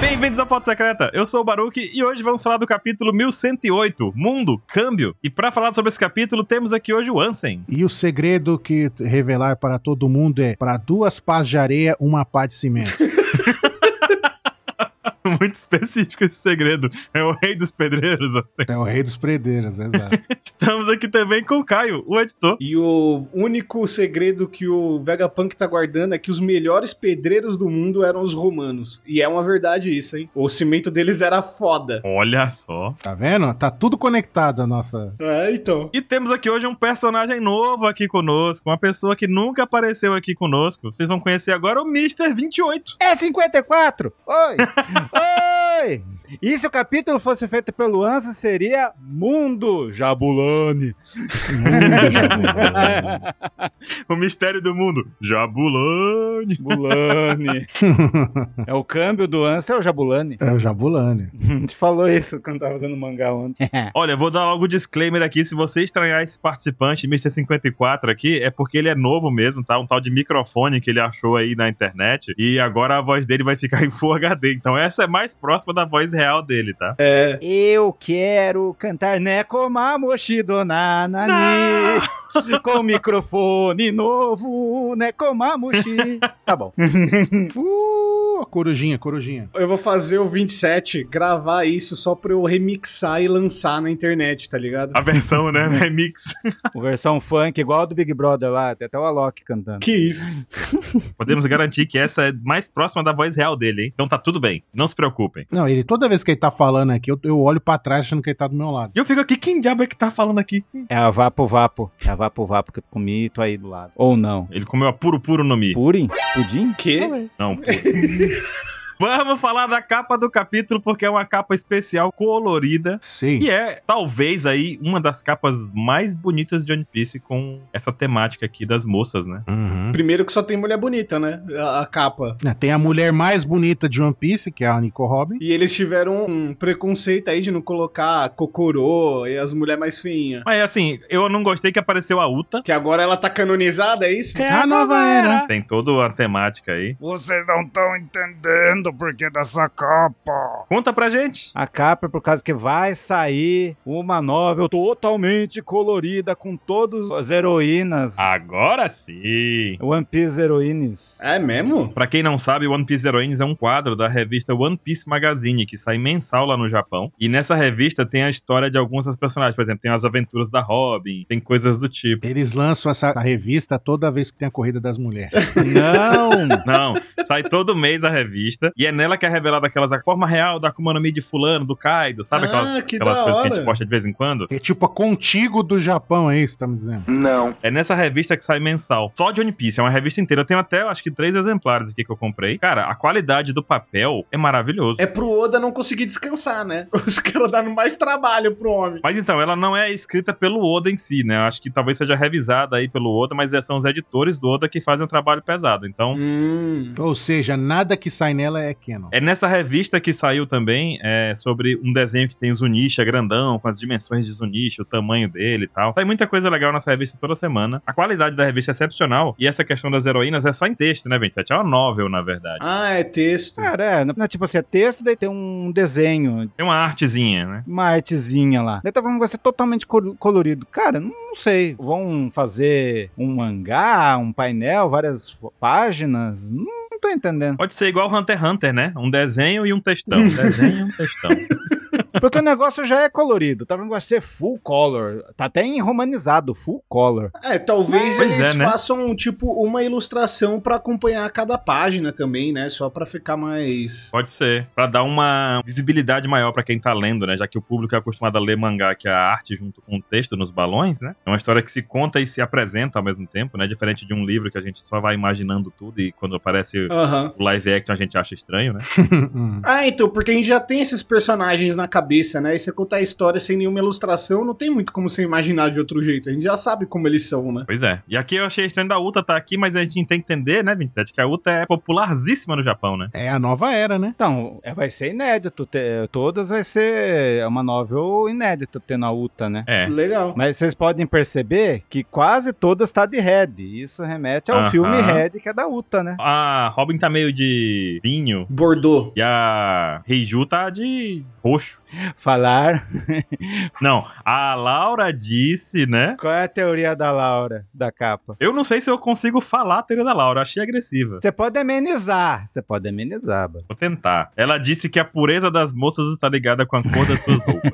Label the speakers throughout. Speaker 1: Bem-vindos ao Foto Secreta. Eu sou o Baruque e hoje vamos falar do capítulo 1108, Mundo, Câmbio. E para falar sobre esse capítulo, temos aqui hoje o Ansem.
Speaker 2: E o segredo que revelar para todo mundo é: para duas pás de areia, uma pá de cimento.
Speaker 1: Muito específico esse segredo. É o rei dos pedreiros, Ansem.
Speaker 2: É o rei dos predeiros, exato.
Speaker 1: Estamos aqui também com o Caio, o editor.
Speaker 3: E o único segredo que o Vegapunk tá guardando é que os melhores pedreiros do mundo eram os romanos. E é uma verdade isso, hein? O cimento deles era foda.
Speaker 1: Olha só.
Speaker 2: Tá vendo? Tá tudo conectado a nossa.
Speaker 3: É, então.
Speaker 1: E temos aqui hoje um personagem novo aqui conosco, uma pessoa que nunca apareceu aqui conosco. Vocês vão conhecer agora o Mr. 28.
Speaker 4: É 54! Oi! Oi! E se o capítulo fosse feito pelo Ansa, seria Mundo Jabulani.
Speaker 2: Mundo, Jabulani.
Speaker 1: O mistério do mundo, Jabulani.
Speaker 4: Jabulani. é o câmbio do Ansa, é o Jabulani.
Speaker 2: É o Jabulani.
Speaker 4: A gente falou isso quando tava fazendo mangá ontem.
Speaker 1: Olha, vou dar logo o disclaimer aqui. Se você estranhar esse participante, Mr. 54 aqui, é porque ele é novo mesmo, tá? Um tal de microfone que ele achou aí na internet. E agora a voz dele vai ficar em Full HD. Então essa é mais próxima da voz real dele, tá?
Speaker 3: É.
Speaker 4: Eu quero cantar Nekomamoshi Donanani com microfone novo, Nekomamoshi. Tá bom.
Speaker 2: Uh, corujinha, corujinha.
Speaker 3: Eu vou fazer o 27, gravar isso só pra eu remixar e lançar na internet, tá ligado?
Speaker 1: A versão, né? Remix.
Speaker 4: Versão funk, igual a do Big Brother lá, tem até o Alok cantando.
Speaker 3: Que isso?
Speaker 1: Podemos garantir que essa é mais próxima da voz real dele, hein? Então tá tudo bem. Não se preocupem.
Speaker 2: Não, ele toda vez que ele tá falando aqui, eu, eu olho pra trás achando que ele tá do meu lado.
Speaker 1: E eu fico aqui, quem diabo é que tá falando aqui?
Speaker 4: É a Vapo Vapo. É a Vapo Vapo que eu comi e tô aí do lado. Ou não.
Speaker 1: Ele comeu a puro puro no Mi.
Speaker 4: Purim? Pudim?
Speaker 3: Que?
Speaker 1: Não, puro. Vamos falar da capa do capítulo, porque é uma capa especial colorida.
Speaker 2: Sim.
Speaker 1: E é, talvez, aí, uma das capas mais bonitas de One Piece com essa temática aqui das moças, né?
Speaker 4: é.
Speaker 2: Uhum.
Speaker 3: Primeiro que só tem mulher bonita, né? A, a capa.
Speaker 2: É, Tem a mulher mais bonita de One Piece, que é a Nico Robin.
Speaker 3: E eles tiveram um preconceito aí de não colocar Kokoro e as mulheres mais feinhas.
Speaker 1: Mas assim, eu não gostei que apareceu a Uta.
Speaker 3: Que agora ela tá canonizada, é isso?
Speaker 2: a nova era.
Speaker 1: Tem toda a temática aí.
Speaker 5: Vocês não estão entendendo o porquê dessa capa.
Speaker 1: Conta pra gente.
Speaker 4: A capa é por causa que vai sair uma novel totalmente colorida com todas as heroínas.
Speaker 1: Ah. Agora sim.
Speaker 4: One Piece heroínas.
Speaker 3: É mesmo?
Speaker 1: Pra quem não sabe, One Piece Heroines é um quadro da revista One Piece Magazine, que sai mensal lá no Japão. E nessa revista tem a história de alguns dos personagens. Por exemplo, tem as aventuras da Robin, tem coisas do tipo.
Speaker 2: Eles lançam essa revista toda vez que tem a corrida das mulheres.
Speaker 4: Não!
Speaker 1: Não, sai todo mês a revista. E é nela que é revelada aquelas, a forma real da Akuma no Mi de fulano, do Kaido, sabe?
Speaker 3: Ah,
Speaker 1: Aquelas,
Speaker 3: que
Speaker 1: aquelas
Speaker 3: da
Speaker 1: coisas que a
Speaker 3: hora.
Speaker 1: gente posta de vez em quando.
Speaker 2: É tipo a contigo do Japão, é isso que tá me dizendo?
Speaker 1: É nessa revista que sai mensal. Só de One Piece, é uma revista inteira. Eu tenho até, acho que, três exemplares aqui que eu comprei. Cara, a qualidade do papel é maravilhoso.
Speaker 3: É pro Oda não conseguir descansar, né? Os caras dando mais trabalho pro homem.
Speaker 1: Mas então, ela não é escrita pelo Oda em si, né? Eu Acho que talvez seja revisada aí pelo Oda, mas é, são os editores do Oda que fazem o trabalho pesado. Então,
Speaker 3: Hum.
Speaker 2: Ou seja, nada que sai nela é canon.
Speaker 1: é nessa revista que saiu também é, sobre um desenho que tem o Zunisha grandão, com as dimensões de Zunisha, o tamanho dele e tal. Tem muita coisa legal nessa revista toda semana. A qualidade da revista é excepcional. E essa questão das heroínas é só em texto, né, 27? É uma novel, na verdade.
Speaker 3: Ah, é texto.
Speaker 4: Cara, é, não é tipo assim, é texto, daí tem um desenho,
Speaker 1: Tem uma artezinha, né?
Speaker 4: uma artezinha lá. Daí tá falando que vai ser totalmente col- colorido. Cara, não, não sei. Vão fazer um mangá, um painel, várias fo- páginas? Não, não tô entendendo.
Speaker 1: Pode ser igual Hunter x Hunter, né? Um desenho e um textão. Um desenho e um textão.
Speaker 4: Porque o negócio já é colorido. Tá falando que vai ser full color. Tá até em romanizado, full color.
Speaker 3: É, talvez
Speaker 1: Pois é,
Speaker 3: eles
Speaker 1: né?
Speaker 3: façam, tipo, uma ilustração pra acompanhar cada página também, né? Só pra ficar mais.
Speaker 1: Pode ser. Pra dar uma visibilidade maior pra quem tá lendo, né? Já que o público é acostumado a ler mangá, que é a arte junto com o texto nos balões, né? É uma história que se conta e se apresenta ao mesmo tempo, né? Diferente de um livro que a gente só vai imaginando tudo e quando aparece
Speaker 3: Aham.
Speaker 1: o live action a gente acha estranho, né?
Speaker 3: hum. Ah, então, porque a gente já tem esses personagens na cabeça, né? E você contar a história sem nenhuma ilustração, não tem muito como você imaginar de outro jeito. A gente já sabe como eles são, né?
Speaker 1: Pois é. E aqui eu achei estranho da Uta tá aqui, mas a gente tem que entender, né, 27, que a Uta é popularzíssima no Japão, né?
Speaker 2: É a nova era, né?
Speaker 4: Então, é, vai ser inédito. ter- todas vai ser é uma novel inédita tendo a Uta, né?
Speaker 1: É.
Speaker 3: Legal.
Speaker 4: Mas vocês podem perceber que quase todas tá de Red. e Isso remete ao
Speaker 1: Aham.
Speaker 4: filme Red, que é da Uta, né?
Speaker 1: A Robin tá meio de vinho
Speaker 3: Bordeaux.
Speaker 1: e a Reiju tá de roxo.
Speaker 4: Falar.
Speaker 1: Não, a Laura disse, né?
Speaker 4: Qual é a teoria da Laura, da capa?
Speaker 1: Eu não sei se eu consigo falar a teoria da Laura, eu achei agressiva.
Speaker 4: Você pode amenizar. Você pode amenizar, Bud.
Speaker 1: Vou tentar. Ela disse que a pureza das moças está ligada com a cor das suas roupas.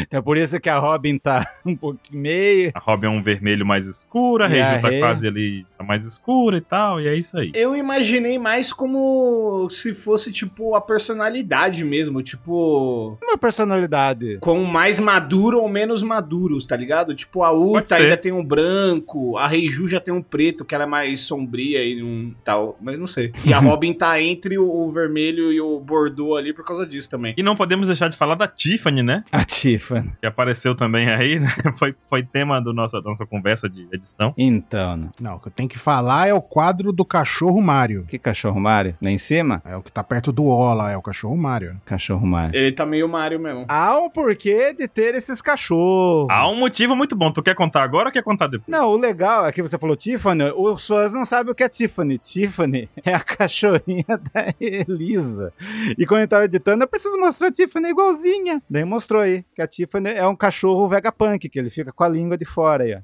Speaker 4: Então é por isso que a Robin tá um pouquinho meio.
Speaker 1: A Robin é um vermelho mais escuro, a
Speaker 4: E a
Speaker 1: Reiju tá
Speaker 4: Rei?
Speaker 1: quase ali tá mais escura e tal, e é isso aí.
Speaker 3: Eu imaginei mais como se fosse, tipo, a personalidade mesmo. Tipo,
Speaker 4: Uma personalidade.
Speaker 3: com mais maduro ou menos maduros, tá ligado? Tipo, a
Speaker 1: Pode ser.
Speaker 3: Uta ainda tem um branco, a Reiju já tem um preto, que ela é mais sombria e um tal, mas não sei. E a Robin tá entre o, o vermelho e o bordô ali por causa disso também.
Speaker 1: E não podemos deixar de falar da Tiffany, né?
Speaker 4: A Tiffany.
Speaker 1: Que apareceu também aí, né? Foi, foi tema do nossa, da nossa conversa de edição.
Speaker 4: Então, né?
Speaker 2: Não, o que eu tenho que falar é o quadro do cachorro Mário.
Speaker 4: que cachorro Mário? Lá em cima?
Speaker 2: É o que tá perto do O lá, é o cachorro Mário.
Speaker 4: Cachorro Mário.
Speaker 3: Ele tá meio Mario mesmo.
Speaker 4: Há um porquê de ter esses cachorros.
Speaker 1: Há um motivo muito bom. Tu quer contar agora ou quer contar depois?
Speaker 4: Não, o legal é que você falou Tiffany, o Suas não sabe o que é Tiffany. Tiffany é a cachorrinha da Elisa. E quando eu tava editando, eu preciso mostrar a Tiffany igualzinha. Daí mostrou aí que a Tiffany é um cachorro vegapunk, que ele fica com a língua de fora aí, ó.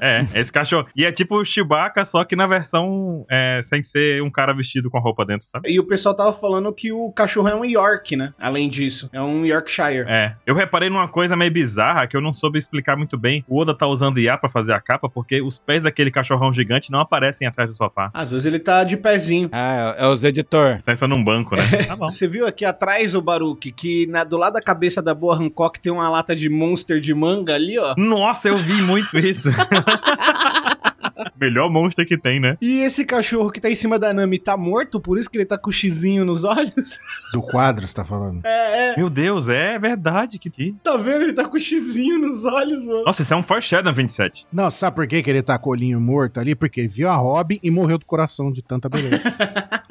Speaker 1: É, é esse cachorro. E é tipo o Chewbacca, só que na versão é, sem ser um cara vestido com a roupa dentro, sabe?
Speaker 3: E o pessoal tava falando que o cachorro é um York, né? Além disso, é um Yorkshire.
Speaker 1: É. Eu reparei numa coisa meio bizarra que eu não soube explicar muito bem. O Oda tá usando IA pra fazer a capa porque os pés daquele cachorrão gigante não aparecem atrás do sofá.
Speaker 3: Às vezes ele tá de pezinho.
Speaker 4: Ah, é os editor.
Speaker 1: Tá num banco, né? Tá bom.
Speaker 3: Você viu aqui atrás, o Baruque, que na- do lado da cabeça da boa Hancock tem uma lata de Monster de manga ali, ó.
Speaker 1: Nossa, eu vi muito isso. Melhor monstro que tem, né?
Speaker 3: E esse cachorro que tá em cima da Nami tá morto, por isso que ele tá com o xizinho nos olhos?
Speaker 2: Do quadro, você tá falando?
Speaker 3: É, é.
Speaker 1: Meu Deus, é verdade que. que-
Speaker 3: Tá vendo? Ele tá com o xizinho nos olhos, mano.
Speaker 1: Nossa, isso é um foreshadow 27.
Speaker 2: Não, sabe por que, que ele tá com o olhinho morto ali? Porque ele viu a Robin e morreu do coração de tanta beleza.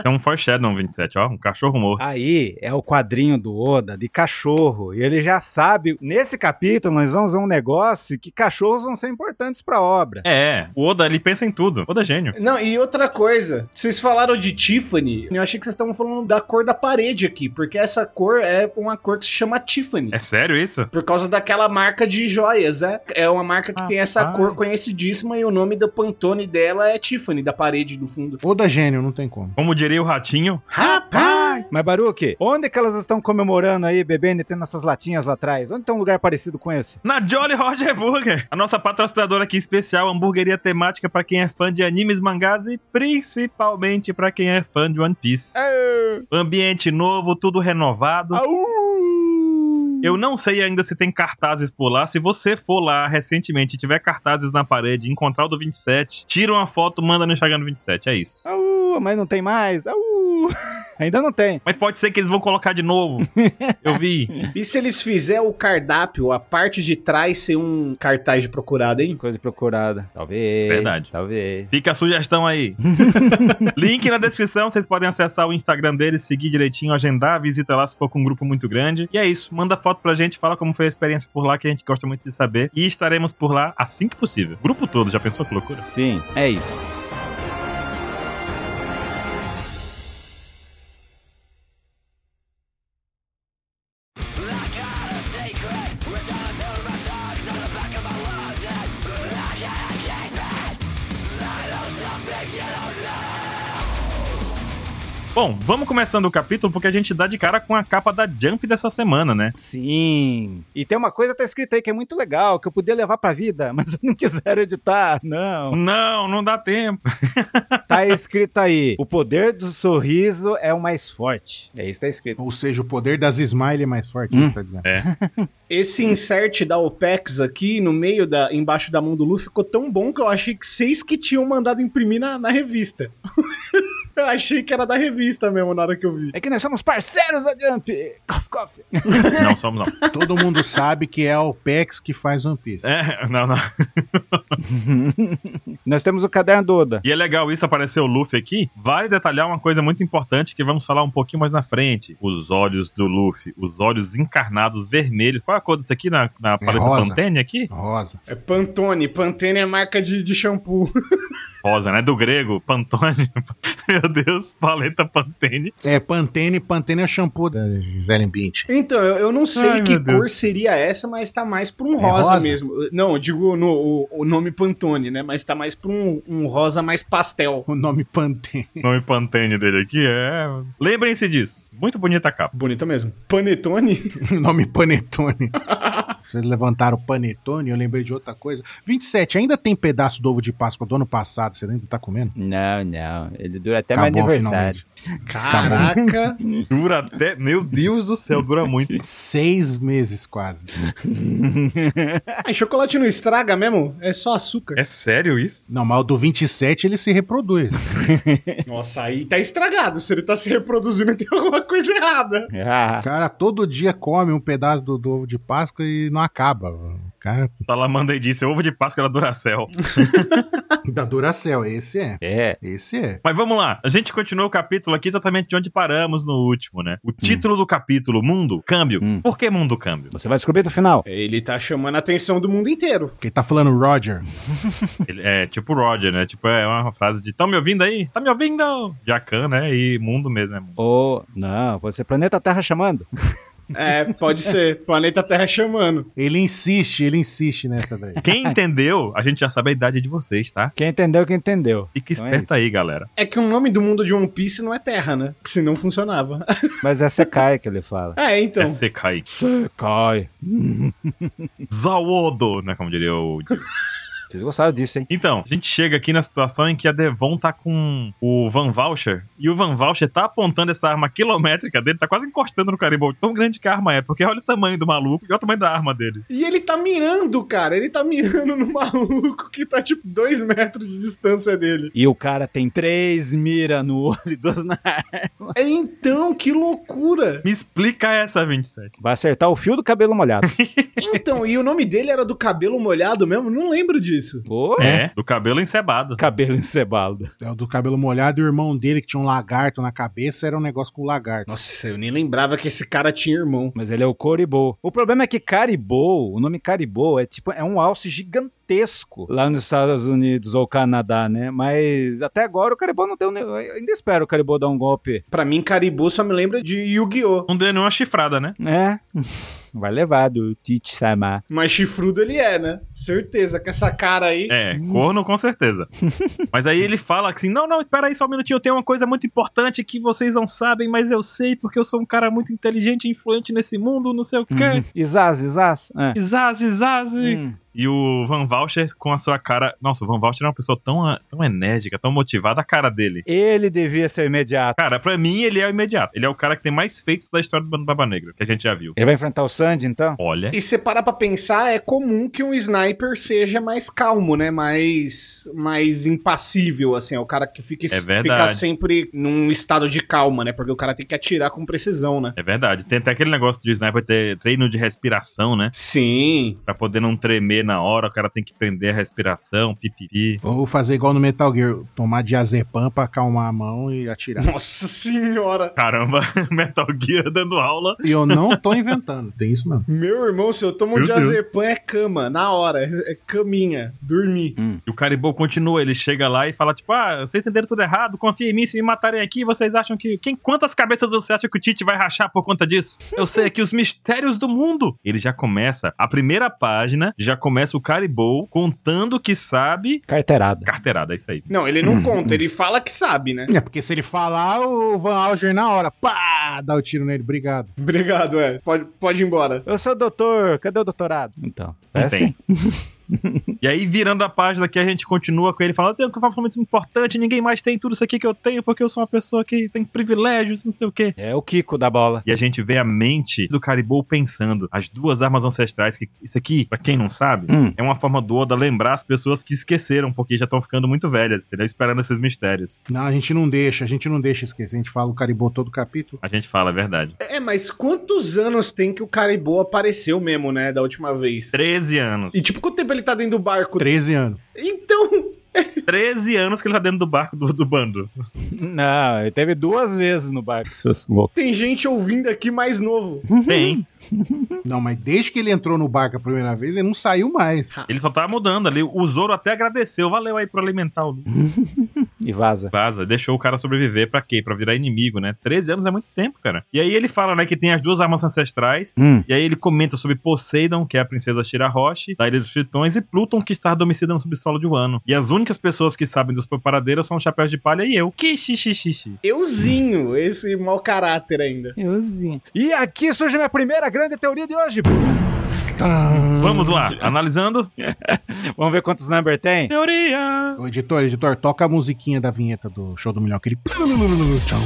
Speaker 1: É um foreshadow 27, ó. Um cachorro morto.
Speaker 4: Aí é o quadrinho do Oda de cachorro. E ele já sabe, nesse capítulo nós vamos a um negócio que cachorros vão ser importantes pra obra.
Speaker 1: É, o Oda, ele pensa em tudo. Oda é gênio.
Speaker 3: Não, e outra coisa, vocês falaram de Tiffany, eu achei que vocês estavam falando da cor da parede aqui, porque essa cor é uma cor que se chama Tiffany.
Speaker 1: É sério isso?
Speaker 3: Por causa daquela marca de joias, é? É uma marca que tem essa
Speaker 1: Rapaz.
Speaker 3: cor conhecidíssima e o nome do Pantone dela é Tiffany, da parede do fundo.
Speaker 2: Ou da gênio, não tem como.
Speaker 1: Como diria o ratinho,
Speaker 3: Rapaz!
Speaker 4: Mas, Baruque, onde que elas estão comemorando aí, bebendo e tendo essas latinhas lá atrás? Onde tem um lugar parecido com esse?
Speaker 1: na Jolly Roger Burger, a nossa patrocinadora aqui especial, hamburgueria temática pra quem é fã de animes, mangás e principalmente pra quem é fã de One Piece. Um Ambiente novo, tudo renovado. Eu não sei ainda se tem cartazes por lá. Se você for lá recentemente e tiver cartazes na parede, encontrar o do 27, tira uma foto, manda no Instagram do 27, é isso.
Speaker 4: Aú, mas não tem mais. Aú. Ainda não tem.
Speaker 1: Mas pode ser que eles vão colocar de novo. Eu vi.
Speaker 3: E se eles fizer o cardápio, a parte de trás ser um cartaz de procurado, hein?
Speaker 4: Coisa procurada. Talvez.
Speaker 1: Verdade.
Speaker 4: Talvez.
Speaker 1: Fica a sugestão aí. Link na descrição, vocês podem acessar o Instagram deles, seguir direitinho, agendar, visita lá se for com um grupo muito grande. E é isso, manda foto pra gente, fala como foi a experiência por lá, que a gente gosta muito de saber. E estaremos por lá assim que possível. Grupo todo, já pensou que loucura?
Speaker 4: Sim, é isso.
Speaker 1: Bom, vamos começando o capítulo porque a gente dá de cara com a capa da Jump dessa semana, né?
Speaker 4: Sim. E tem uma coisa que tá escrita aí que é muito legal, que eu podia levar pra vida, mas eu não quiser editar. Não.
Speaker 1: Não, não dá tempo.
Speaker 4: Tá escrito aí. O poder do sorriso é o mais forte. É isso que tá escrito.
Speaker 2: Ou seja, o poder das Smile é mais forte,
Speaker 4: Hum.
Speaker 2: você tá dizendo.
Speaker 3: Esse insert da OPEX aqui no meio da embaixo da mão do Luffy ficou tão bom que eu achei que vocês que tinham mandado imprimir na, na revista. eu achei que era da revista mesmo na hora que eu vi.
Speaker 4: É que nós somos parceiros da Jump. of Coffee.
Speaker 1: Não, somos não.
Speaker 2: Todo mundo sabe que é o PEX que faz One Piece.
Speaker 1: É, não, não.
Speaker 4: Nós temos o caderno do Oda.
Speaker 1: E é legal isso aparecer o Luffy aqui. Vai detalhar uma coisa muito importante que vamos falar um pouquinho mais na frente. Os olhos do Luffy, os olhos encarnados vermelhos. Qual é a cor disso aqui na, na paleta
Speaker 2: rosa.
Speaker 1: Pantene aqui?
Speaker 2: Rosa.
Speaker 3: É Pantone. Pantene é marca de, de shampoo.
Speaker 1: Rosa, né? Do grego, Pantone. Meu Deus, paleta Pantene.
Speaker 2: É Pantene, Pantene é o shampoo da Gisele Bündchen.
Speaker 3: Então, eu, eu não sei
Speaker 1: Ai,
Speaker 3: que
Speaker 1: meu Deus. É
Speaker 3: cor seria essa, mas tá mais pra um rosa,
Speaker 2: rosa?
Speaker 3: mesmo. Não, eu digo no- o, o nome Pantone, né? Mas tá mais pra um, um rosa mais pastel.
Speaker 2: O nome Pantene.
Speaker 1: O nome Pantene dele aqui é. Lembrem-se disso. Muito bonita a capa.
Speaker 3: Bonito mesmo. Panetone?
Speaker 1: Tá
Speaker 2: O nome Panetone. Vocês levantaram o Panetone, eu lembrei de outra coisa. 27, ainda tem pedaço do ovo de Páscoa do ano passado, você ainda tá comendo?
Speaker 4: Não, não. Ele dura até
Speaker 2: Acabou,
Speaker 4: meu aniversário. Tá
Speaker 3: Caraca.
Speaker 1: Dura até. Meu Deus do céu, dura muito.
Speaker 2: Seis meses quase.
Speaker 3: Ah, chocolate não estraga mesmo? É só açúcar.
Speaker 1: É sério isso?
Speaker 2: Não, mas o do 27 ele se reproduz.
Speaker 3: Nossa, aí tá estragado. Se ele tá se reproduzindo, tem alguma coisa errada.
Speaker 4: Ah,
Speaker 2: O cara todo dia come um pedaço do, do ovo de Páscoa e não acaba. O cara
Speaker 1: Salamandra disse: ovo de Páscoa era Duracel.
Speaker 2: da Duracel, esse é.
Speaker 4: é.
Speaker 2: Esse é.
Speaker 1: Mas vamos lá, a gente continua o capítulo aqui exatamente de onde paramos no último, né? O título do capítulo, Mundo, Câmbio.
Speaker 4: Hum.
Speaker 1: Por que Mundo Câmbio?
Speaker 4: Você vai descobrir no final.
Speaker 3: Ele tá chamando a atenção do mundo inteiro.
Speaker 2: Quem tá falando Roger.
Speaker 1: Ele é tipo Roger, né? Tipo, é uma frase de Tão me ouvindo aí? Tá me ouvindo? Jacan, né? E mundo mesmo, né?
Speaker 4: Ou, não, pode ser Planeta Terra chamando.
Speaker 3: É, pode ser. Planeta Terra chamando.
Speaker 2: Ele insiste, ele insiste nessa daí.
Speaker 1: Quem entendeu, a gente já sabe a idade de vocês, tá?
Speaker 4: Quem entendeu, quem entendeu.
Speaker 1: Fica
Speaker 4: Então é
Speaker 1: esperto
Speaker 4: isso.
Speaker 1: aí, galera.
Speaker 3: É que o nome do mundo de One Piece não é Terra, né? Que senão funcionava.
Speaker 4: Mas é Sekai que ele fala.
Speaker 3: É, então.
Speaker 1: É Sekai.
Speaker 4: Sekai.
Speaker 1: Zawodo, né? Como diria o.
Speaker 4: Vocês gostaram disso, hein?
Speaker 1: Então, a gente chega aqui na situação em que a Devon tá com o Van Voucher e o Van Voucher tá apontando essa arma quilométrica dele, tá quase encostando no Caribou. Tão grande que a arma é, porque olha o tamanho do maluco e olha o tamanho da arma dele.
Speaker 3: E ele tá mirando, cara. Ele tá mirando no maluco que tá, tipo, dois metros de distância dele.
Speaker 4: E o cara tem três mira no olho e duas na
Speaker 3: É, Então, que loucura.
Speaker 1: Me explica essa, 27.
Speaker 4: Vai acertar o fio do cabelo molhado.
Speaker 3: Então, e o nome dele era do cabelo molhado mesmo? Não lembro disso.
Speaker 4: Ô,
Speaker 1: É, do cabelo encebado.
Speaker 4: Cabelo encebado.
Speaker 2: É o do cabelo molhado e o irmão dele, que tinha um lagarto na cabeça, era um negócio com lagarto.
Speaker 3: Nossa, eu nem lembrava que esse cara tinha irmão.
Speaker 4: Mas ele é o Coribou. O problema é que Caribou, o nome Caribou, é tipo, é um alce gigantesco lá nos Estados Unidos ou Canadá, né? Mas até agora o Caribou não deu. ne- Eu ainda espero o Caribou dar um golpe.
Speaker 3: Pra mim, Caribou só me lembra de Yu-Gi-Oh!
Speaker 1: Não deu nenhuma chifrada, né?
Speaker 4: É. Vai levar do Tite Sama.
Speaker 3: Mas chifrudo ele é, né? Certeza, com essa cara aí.
Speaker 1: É, corno com certeza. Mas aí ele fala assim: não, não, espera aí só um minutinho, eu tenho uma coisa muito importante que vocês não sabem, mas eu sei porque eu sou um cara muito inteligente e influente nesse mundo, não sei o
Speaker 4: Uhum.
Speaker 1: quê.
Speaker 4: Hum. Isaz, Isaz. É.
Speaker 1: Zaz, zaz.
Speaker 4: Hum.
Speaker 1: E o Van Voucher com a sua cara. Nossa, o Van Voucher é uma pessoa tão, ah, tão enérgica, tão motivada, a cara dele.
Speaker 4: Ele devia ser o imediato.
Speaker 1: Cara, pra mim ele é o imediato. Ele é o cara que tem mais feitos da história do Bando Baba Negra, que a gente já viu.
Speaker 4: Ele vai enfrentar o Sandy, então?
Speaker 1: Olha.
Speaker 3: E se parar pra pensar, é comum que um sniper seja mais calmo, né? Mais, mais impassível, assim. É o cara que fica, fica
Speaker 1: verdade.
Speaker 3: sempre num estado de calma, né? Porque o cara tem que atirar com precisão, né?
Speaker 1: É verdade. Tem até aquele negócio de sniper ter treino de respiração, né?
Speaker 3: Sim.
Speaker 1: Pra poder não tremer na hora, o cara tem que prender a respiração, pipipi.
Speaker 2: Ou fazer igual no Metal Gear, tomar diazepam pra acalmar a mão e atirar.
Speaker 3: Nossa senhora.
Speaker 1: Caramba, Metal Gear dando aula.
Speaker 2: E eu não tô inventando, tem isso mesmo.
Speaker 3: Meu irmão, se eu tomo um
Speaker 1: Meu Deus.
Speaker 3: diazepam é cama, na hora. É caminha, dormir.
Speaker 1: E o Caribou continua, ele chega lá e fala, tipo, ah, vocês entenderam tudo errado, confia em mim, se me matarem aqui, vocês acham que... Quem, quantas cabeças você acha que o Tite vai rachar por conta disso? Eu sei aqui os mistérios do mundo. Ele já começa, a primeira página, já começa o Caribou contando que sabe...
Speaker 4: Carteirada.
Speaker 1: Carteirada, é isso aí.
Speaker 3: Não, ele não conta, ele fala que sabe, né?
Speaker 2: É porque se ele falar, o Van Alger na hora, pá, dá o tiro nele, obrigado.
Speaker 3: Obrigado, é. Pode, pode ir embora.
Speaker 4: Eu sou doutor, cadê o doutorado? Então, é
Speaker 1: Não tem.
Speaker 4: assim.
Speaker 1: E aí, virando a página aqui, a gente continua com ele falando: Eu tenho um comportamento importante, ninguém mais tem tudo isso aqui que eu tenho, porque eu sou uma pessoa que tem privilégios, não sei o quê.
Speaker 4: É o Kiko da bola.
Speaker 1: E a gente vê a mente do Caribou pensando. As duas armas ancestrais, que isso aqui, pra quem não sabe,
Speaker 4: Hum.
Speaker 1: é uma forma do Oda lembrar as pessoas que esqueceram, porque já estão ficando muito velhas, entendeu? Esperando esses mistérios.
Speaker 2: Não, a gente não deixa, a gente não deixa esquecer. A gente fala o caribou todo o capítulo.
Speaker 1: A gente fala a verdade.
Speaker 3: É, mas quantos anos tem que o Caribou apareceu mesmo, né? Da última vez.
Speaker 1: 13 anos.
Speaker 3: E tipo, quanto tempo ele tá dentro do barco?
Speaker 2: 13 anos.
Speaker 3: Então,
Speaker 1: 13 anos que ele tá dentro do barco do, do bando.
Speaker 4: Não, ele teve duas vezes no barco. Seus loucos.
Speaker 3: tem gente ouvindo aqui mais novo.
Speaker 1: Tem.
Speaker 2: Não, mas desde que ele entrou no barco a primeira vez, ele não saiu mais.
Speaker 1: Ele só tá mudando ali. O Zoro até agradeceu. Valeu aí por alimentar o
Speaker 4: E vaza.
Speaker 1: Vaza, deixou o cara sobreviver pra quê? Pra virar inimigo, né? 13 anos é muito tempo, cara. E aí ele fala, né, que tem as duas armas ancestrais.
Speaker 4: Hum.
Speaker 1: E aí ele comenta sobre Poseidon, que é a princesa Shirahoshi, da Ilha dos Tritões, e Pluton, que está adormecida no subsolo de Wano. E as únicas pessoas que sabem dos preparadeiros são o Chapéu de Palha e eu. Que xixixixi.
Speaker 3: Euzinho, esse mau caráter ainda.
Speaker 4: Euzinho. E aqui surge a minha primeira grande teoria de hoje.
Speaker 2: Hum.
Speaker 1: Vamos lá, analisando.
Speaker 4: Vamos ver quantos number tem?
Speaker 1: Teoria!
Speaker 2: Ô, editor, editor, toca a musiquinha da vinheta do show do milhão. Aquele. Tchau.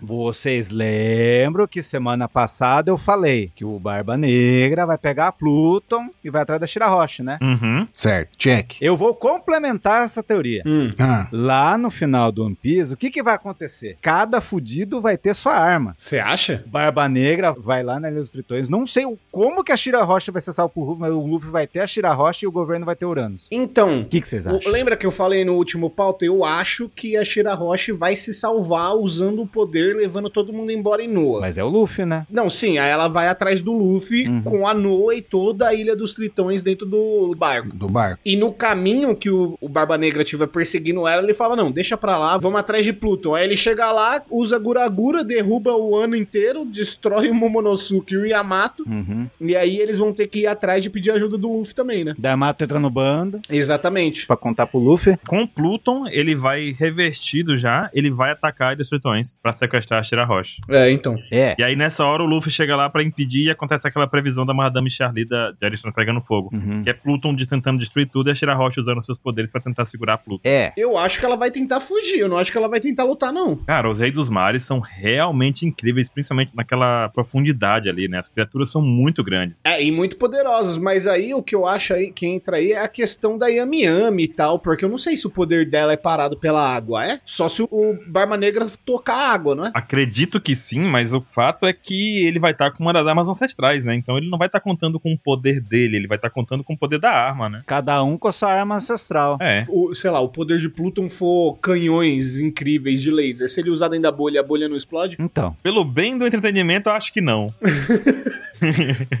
Speaker 4: Vocês lembram que semana passada eu falei que o Barba Negra vai pegar a Pluton e vai atrás da Shira Roche, né?
Speaker 1: Uhum.
Speaker 2: Certo, check.
Speaker 4: Eu vou complementar essa teoria.
Speaker 3: Hum.
Speaker 2: Ah,
Speaker 4: Lá no final do One Piece, o que, que vai acontecer? Cada fudido vai ter sua arma.
Speaker 3: Você acha?
Speaker 4: Barba Negra vai lá na Ilha dos Tritões. Não sei o- como que a Shira Rocha vai ser salvo por Luffy, mas o Luffy vai ter a Shira Rocha e o governo vai ter Uranus.
Speaker 3: Então,
Speaker 4: O que, que vocês
Speaker 3: o-
Speaker 4: acham?
Speaker 3: lembra que eu falei no último pauta? Eu acho que a Shirahoshi vai se salvar usando o poder, levando todo mundo embora em Noah.
Speaker 4: Mas é o Luffy, né?
Speaker 3: Não, sim, aí ela vai atrás do Luffy
Speaker 4: Uhum.
Speaker 3: com a Noah e toda a Ilha dos Tritões dentro do barco.
Speaker 2: do barco.
Speaker 3: E no caminho que o, o Barba Negra estiver perseguindo ela, ele fala: Não, deixa pra lá, vamos atrás de Pluton. Aí ele chega lá, usa Guragura, derruba o ano inteiro, destrói o Momonosuke e o Yamato.
Speaker 4: Uhum.
Speaker 3: E aí eles vão ter que ir atrás de pedir ajuda do Luffy também, né?
Speaker 4: D'Amato entra no bando
Speaker 3: Exatamente.
Speaker 4: pra contar pro Luffy.
Speaker 1: Com Pluton, ele vai revertido já, ele vai atacar a Ilha dos Tritões pra sequestrar a Shirahoshi.
Speaker 3: É, então.
Speaker 4: É.
Speaker 1: E aí, nessa hora, o Luffy chega lá pra impedir e acontece aquela previsão da Madame Charlie da de Ariston pegando fogo.
Speaker 4: Uhum.
Speaker 1: Que é Pluton de tentando destruir tudo e a Shirahoshi usando seus poderes pra tentar segurar Pluton.
Speaker 4: É.
Speaker 3: Eu acho que ela vai tentar fugir, eu não acho que ela vai tentar lutar, não.
Speaker 1: Cara, os Reis dos Mares são realmente incríveis, principalmente naquela profundidade ali, né? As criaturas são muito grandes.
Speaker 3: É, e muito poderosos, mas aí o que eu acho aí que entra aí é a questão da Yami Yami e tal, porque eu não sei se o poder dela é parado pela água, é? Só se o Barba Negra tocar a água, não é?
Speaker 1: Acredito que sim, mas o fato é que ele vai estar com uma das armas ancestrais, né? Então ele não vai estar contando com o poder dele, ele vai estar contando com o poder da arma, né?
Speaker 4: Cada um com a sua arma ancestral.
Speaker 1: É.
Speaker 3: o, sei lá, o poder de Pluton for canhões incríveis de laser, se ele usar dentro da bolha, a bolha não explode?
Speaker 4: Então.
Speaker 1: Pelo bem do entretenimento, eu acho que não.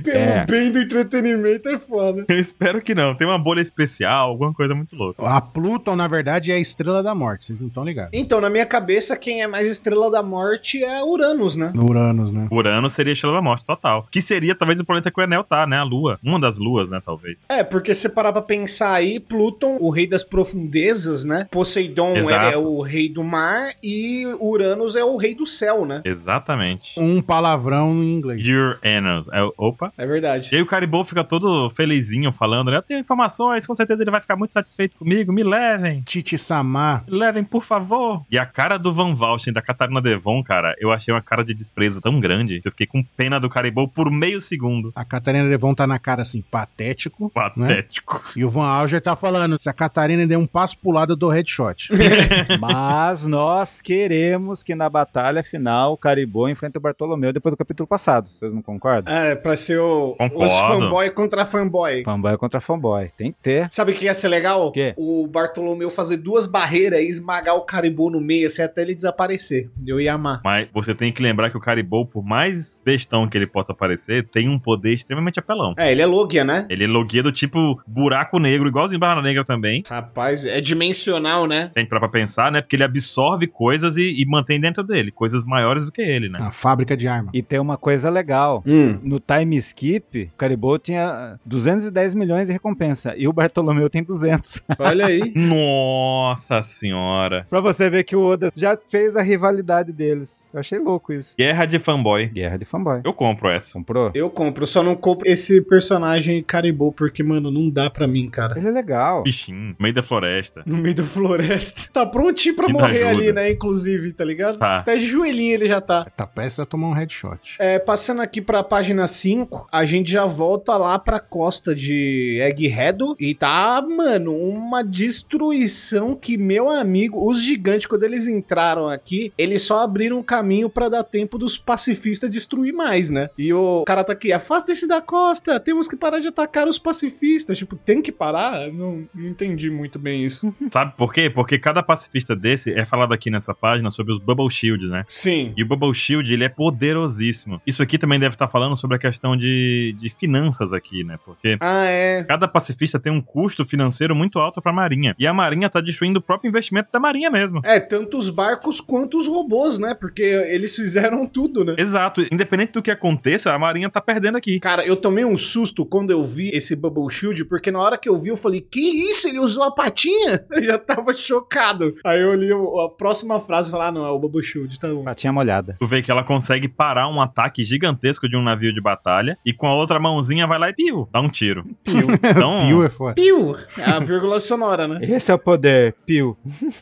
Speaker 3: Pelo
Speaker 4: É.
Speaker 3: bem do entretenimento é foda.
Speaker 1: Eu espero que não. Tem uma bolha especial, alguma coisa muito louca.
Speaker 2: A Pluton, na verdade, é a estrela da morte, vocês não estão ligados.
Speaker 3: Então, na minha cabeça, quem é mais estrela da morte é Uranus, né?
Speaker 2: Uranus, né?
Speaker 1: Urano seria a estrela da morte total. Que seria talvez o planeta que o Enel tá, né? A Lua. Uma das luas, né? Talvez.
Speaker 3: É, porque se parar pra pensar aí, Pluton, o rei das profundezas, né? Poseidon
Speaker 1: Exato.
Speaker 3: é o rei do mar e Uranus é o rei do céu, né?
Speaker 1: Exatamente.
Speaker 2: Um palavrão em inglês.
Speaker 1: Your Annals. É, opa.
Speaker 3: É verdade.
Speaker 1: E aí o Caribou fica todo felizinho falando, né? Eu tenho informações, com certeza ele vai ficar muito satisfeito comigo. Me levem.
Speaker 2: Titi Samar.
Speaker 1: me Levem, por favor. E a cara do Van Valsten, da Catarina Devon, cara, eu achei uma cara de desprezo tão grande. que Eu fiquei com pena do Caribou por meio segundo.
Speaker 2: A Catarina Devon tá na cara assim, patético. Né?
Speaker 1: Patético.
Speaker 2: E o Van Alger tá falando: se a Catarina der um passo pro lado, eu dou headshot.
Speaker 4: Mas nós queremos que na batalha final o Caribou enfrente o Bartolomeu depois do capítulo passado. Vocês não concordam?
Speaker 3: É, pra ser o,
Speaker 1: Concordo.
Speaker 3: os fanboy contra fanboy.
Speaker 4: Fanboy é contra fanboy. Tem que ter.
Speaker 3: Sabe o que ia ser legal?
Speaker 4: Quê?
Speaker 3: O Bartolomeu fazer duas barreiras e esmagar o Caribou no meio, assim, até ele desaparecer. Eu ia amar.
Speaker 1: Mas você tem que lembrar que o Caribou, por mais bestão que ele possa parecer, tem um poder extremamente apelão.
Speaker 3: É, ele é Logia, né?
Speaker 1: Ele loguia do tipo buraco negro, igualzinho Barra Negra também.
Speaker 3: Rapaz, é dimensional, né?
Speaker 1: Tem que parar pra pensar, né? Porque ele absorve coisas e, e mantém dentro dele, coisas maiores do que ele, né?
Speaker 2: A fábrica de arma.
Speaker 4: E tem uma coisa legal.
Speaker 3: Hum.
Speaker 4: No no time skip, o Caribou tinha ah, 210 milhões de recompensa e o Bartolomeu tem 200.
Speaker 3: Olha aí.
Speaker 1: Nossa senhora.
Speaker 4: pra você ver que o Oda já fez a rivalidade deles. Eu achei louco isso.
Speaker 1: Guerra de fanboy.
Speaker 4: Guerra de fanboy.
Speaker 1: Eu compro essa.
Speaker 4: Comprou?
Speaker 3: Eu compro, só não compro esse personagem caribou, porque, mano, não dá pra mim, cara.
Speaker 4: Ele é legal.
Speaker 1: Bichinho, meio da floresta.
Speaker 3: No meio da floresta. Tá prontinho pra
Speaker 1: Me dá
Speaker 3: morrer
Speaker 1: ajuda.
Speaker 3: ali, né? Inclusive, tá ligado?
Speaker 1: Tá.
Speaker 3: Até de joelhinho ele já tá.
Speaker 2: Tá prestes a tomar um headshot.
Speaker 3: É, passando aqui pra página 5, a gente já volta lá pra costa de Egghead e tá, mano, uma destruição que, meu amigo, os gigantes, quando eles entraram aqui, eles só abriram um caminho pra dar tempo dos pacifistas destruir mais, né? E o cara tá aqui, afastem-se da costa, temos que parar de atacar os pacifistas. Tipo, tem que parar? Não, não entendi muito bem isso.
Speaker 1: Sabe por quê? Porque cada pacifista desse é falado aqui nessa página sobre os Bubble Shields, né?
Speaker 3: Sim.
Speaker 1: E o Bubble Shield, ele é poderosíssimo. Isso aqui também deve estar falando sobre a questão de, de finanças aqui, né? Porque
Speaker 3: Ah, é.
Speaker 1: cada pacifista tem um custo financeiro muito alto pra Marinha. E a Marinha tá destruindo o próprio investimento da Marinha mesmo.
Speaker 3: É, tanto os barcos quanto os robôs, né? Porque eles fizeram tudo, né?
Speaker 1: Exato. Independente do que aconteça, a Marinha tá perdendo aqui.
Speaker 3: Cara, eu tomei um susto quando eu vi esse Bubble Shield, porque na hora que eu vi, eu falei, que isso? Ele usou a patinha? Eu já tava chocado. Aí eu li o- a próxima frase e falei, ah, não, é o Bubble Shield, tá bom.
Speaker 4: Patinha Ah, molhada.
Speaker 1: Tu vê que ela consegue parar um ataque gigantesco de um navio de batalha e com a outra mãozinha vai lá e piu, dá um tiro. Piu. Então,
Speaker 2: Pio é foda.
Speaker 3: Piu! É a vírgula sonora, né?
Speaker 4: Esse é o poder, Pio.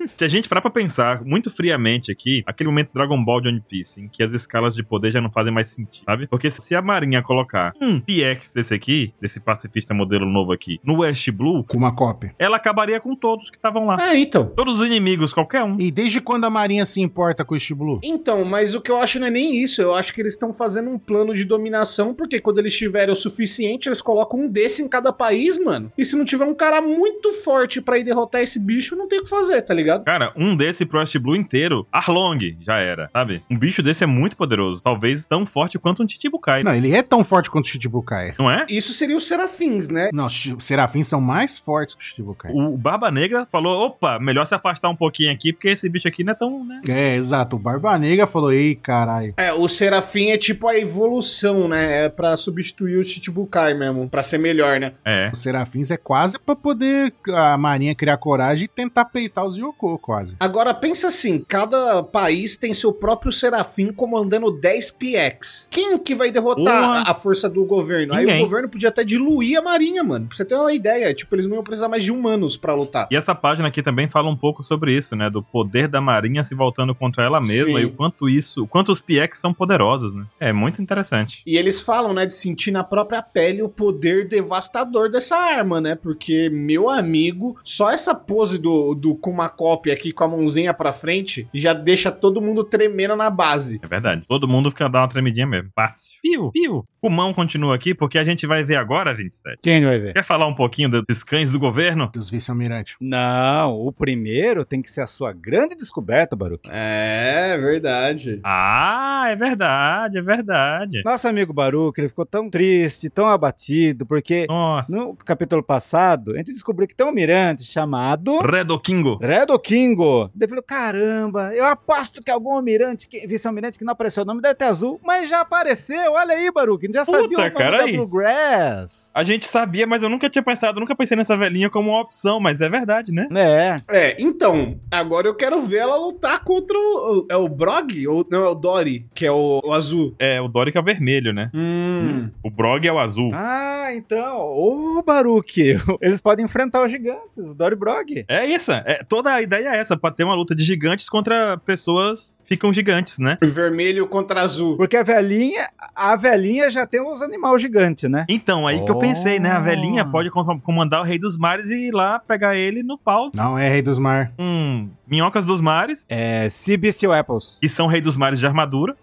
Speaker 1: Se a gente parar pra pensar muito friamente aqui, aquele momento Dragon Ball de One Piece, em que as escalas de poder já não fazem mais sentido, sabe? Porque se a Marinha colocar um PX desse aqui, desse pacifista modelo novo aqui, no West Blue,
Speaker 2: Com uma cópia.
Speaker 1: ela acabaria com todos que estavam lá.
Speaker 3: Ah, então.
Speaker 1: Todos os inimigos, qualquer um.
Speaker 2: E desde quando a Marinha se importa com o Shibu?
Speaker 3: Então, mas o que eu acho não é nem isso. Eu acho que eles estão fazendo um plano de dominação, porque quando eles tiverem o suficiente, eles colocam um desse em cada país, mano. E se não tiver um cara muito forte pra ir derrotar esse bicho, não tem o que fazer, tá ligado?
Speaker 1: Cara, um desse pro West Blue inteiro, Arlong, já era, sabe? Um bicho desse é muito poderoso, talvez tão forte quanto um Chichibukai,
Speaker 2: Não, ele é tão forte quanto o Shichibukai.
Speaker 1: não é?
Speaker 3: Isso seria os serafins, né?
Speaker 2: Não, os Shi- serafins são mais fortes que o Shichibukai.
Speaker 1: O Barba Negra falou, opa, melhor se afastar um pouquinho aqui, porque esse bicho aqui não é tão, né?
Speaker 2: É, exato. O Barba Negra falou, ei, caralho.
Speaker 3: É, o Serafim é tipo a evolução, né? É pra substituir o Chichibukai mesmo, pra ser melhor, né?
Speaker 1: É.
Speaker 2: Os serafins é quase pra poder a Marinha criar coragem e tentar peitar os Yoko, quase.
Speaker 3: Agora, pensa assim, cada país tem seu próprio Serafim comandando 10 PX. Quem que vai derrotar
Speaker 1: Porra.
Speaker 3: a- a força do governo? Aí
Speaker 1: Ninguém.
Speaker 3: o governo podia até diluir a marinha, mano. Pra você ter uma ideia, tipo, eles não iam precisar mais de humanos pra lutar.
Speaker 1: E essa página aqui também fala um pouco sobre isso, né? Do poder da Marinha se voltando contra ela mesma e
Speaker 3: Sim.
Speaker 1: o quanto isso, o quanto os PX são poderosos, né? É muito interessante.
Speaker 3: E eles falam, né, de sentir na própria pele o poder devastador dessa arma, né? Porque, meu amigo, só essa pose do, do Kumakopi aqui com a mãozinha pra frente já deixa todo mundo tremendo na base.
Speaker 1: É verdade. Todo mundo fica dando uma tremidinha mesmo. Fácil. Piu, piu. O mão continua aqui porque a gente vai ver agora, 27.
Speaker 4: Quem vai ver?
Speaker 1: Quer falar um pouquinho dos cães do governo?
Speaker 2: Dos vice-almirante.
Speaker 4: Não, o primeiro tem que ser a sua grande descoberta, Baruque.
Speaker 3: É, verdade.
Speaker 1: Ah, é verdade, é verdade.
Speaker 4: Nosso amigo Baruque, ele ficou tão triste, tão abatido, porque
Speaker 1: Nossa.
Speaker 4: no capítulo passado a gente descobriu que tem um mirante chamado
Speaker 1: Redokingo.
Speaker 4: Redokingo. Ele falou, caramba, eu aposto que algum almirante, que- vice-almirante que não apareceu o nome deve ter azul, mas já apareceu, olha aí, Baruque, a gente já
Speaker 1: Puta,
Speaker 4: sabia o nome
Speaker 1: cara,
Speaker 4: da
Speaker 1: aí.
Speaker 4: Bluegrass.
Speaker 1: A gente sabia, mas eu nunca tinha pensado, nunca pensei nessa velhinha como uma opção, mas é verdade, né?
Speaker 4: É,
Speaker 3: É, então, agora eu quero ver ela lutar contra o. É o Brog? Ou não, é o Dory, que é o, o azul.
Speaker 1: É, o Doric é o vermelho, né?
Speaker 3: Hum.
Speaker 1: O Brog é o azul.
Speaker 4: Ah, então, ô Baruque, eles podem enfrentar os gigantes, o Dory Brog.
Speaker 1: É isso. É, toda a ideia é essa, pra ter uma luta de gigantes contra pessoas que ficam gigantes, né?
Speaker 3: Vermelho contra azul.
Speaker 4: Porque a velhinha, a velhinha já tem os animais gigantes, né?
Speaker 1: Então, aí que eu pensei, né? A
Speaker 4: Oh.
Speaker 1: velhinha pode com- comandar o Rei dos Mares e ir lá pegar ele no pau
Speaker 2: Não é Rei dos Mar.
Speaker 1: com minhocas dos mares,
Speaker 4: É, CBC Apples.
Speaker 1: que são Rei dos Mares de armadura.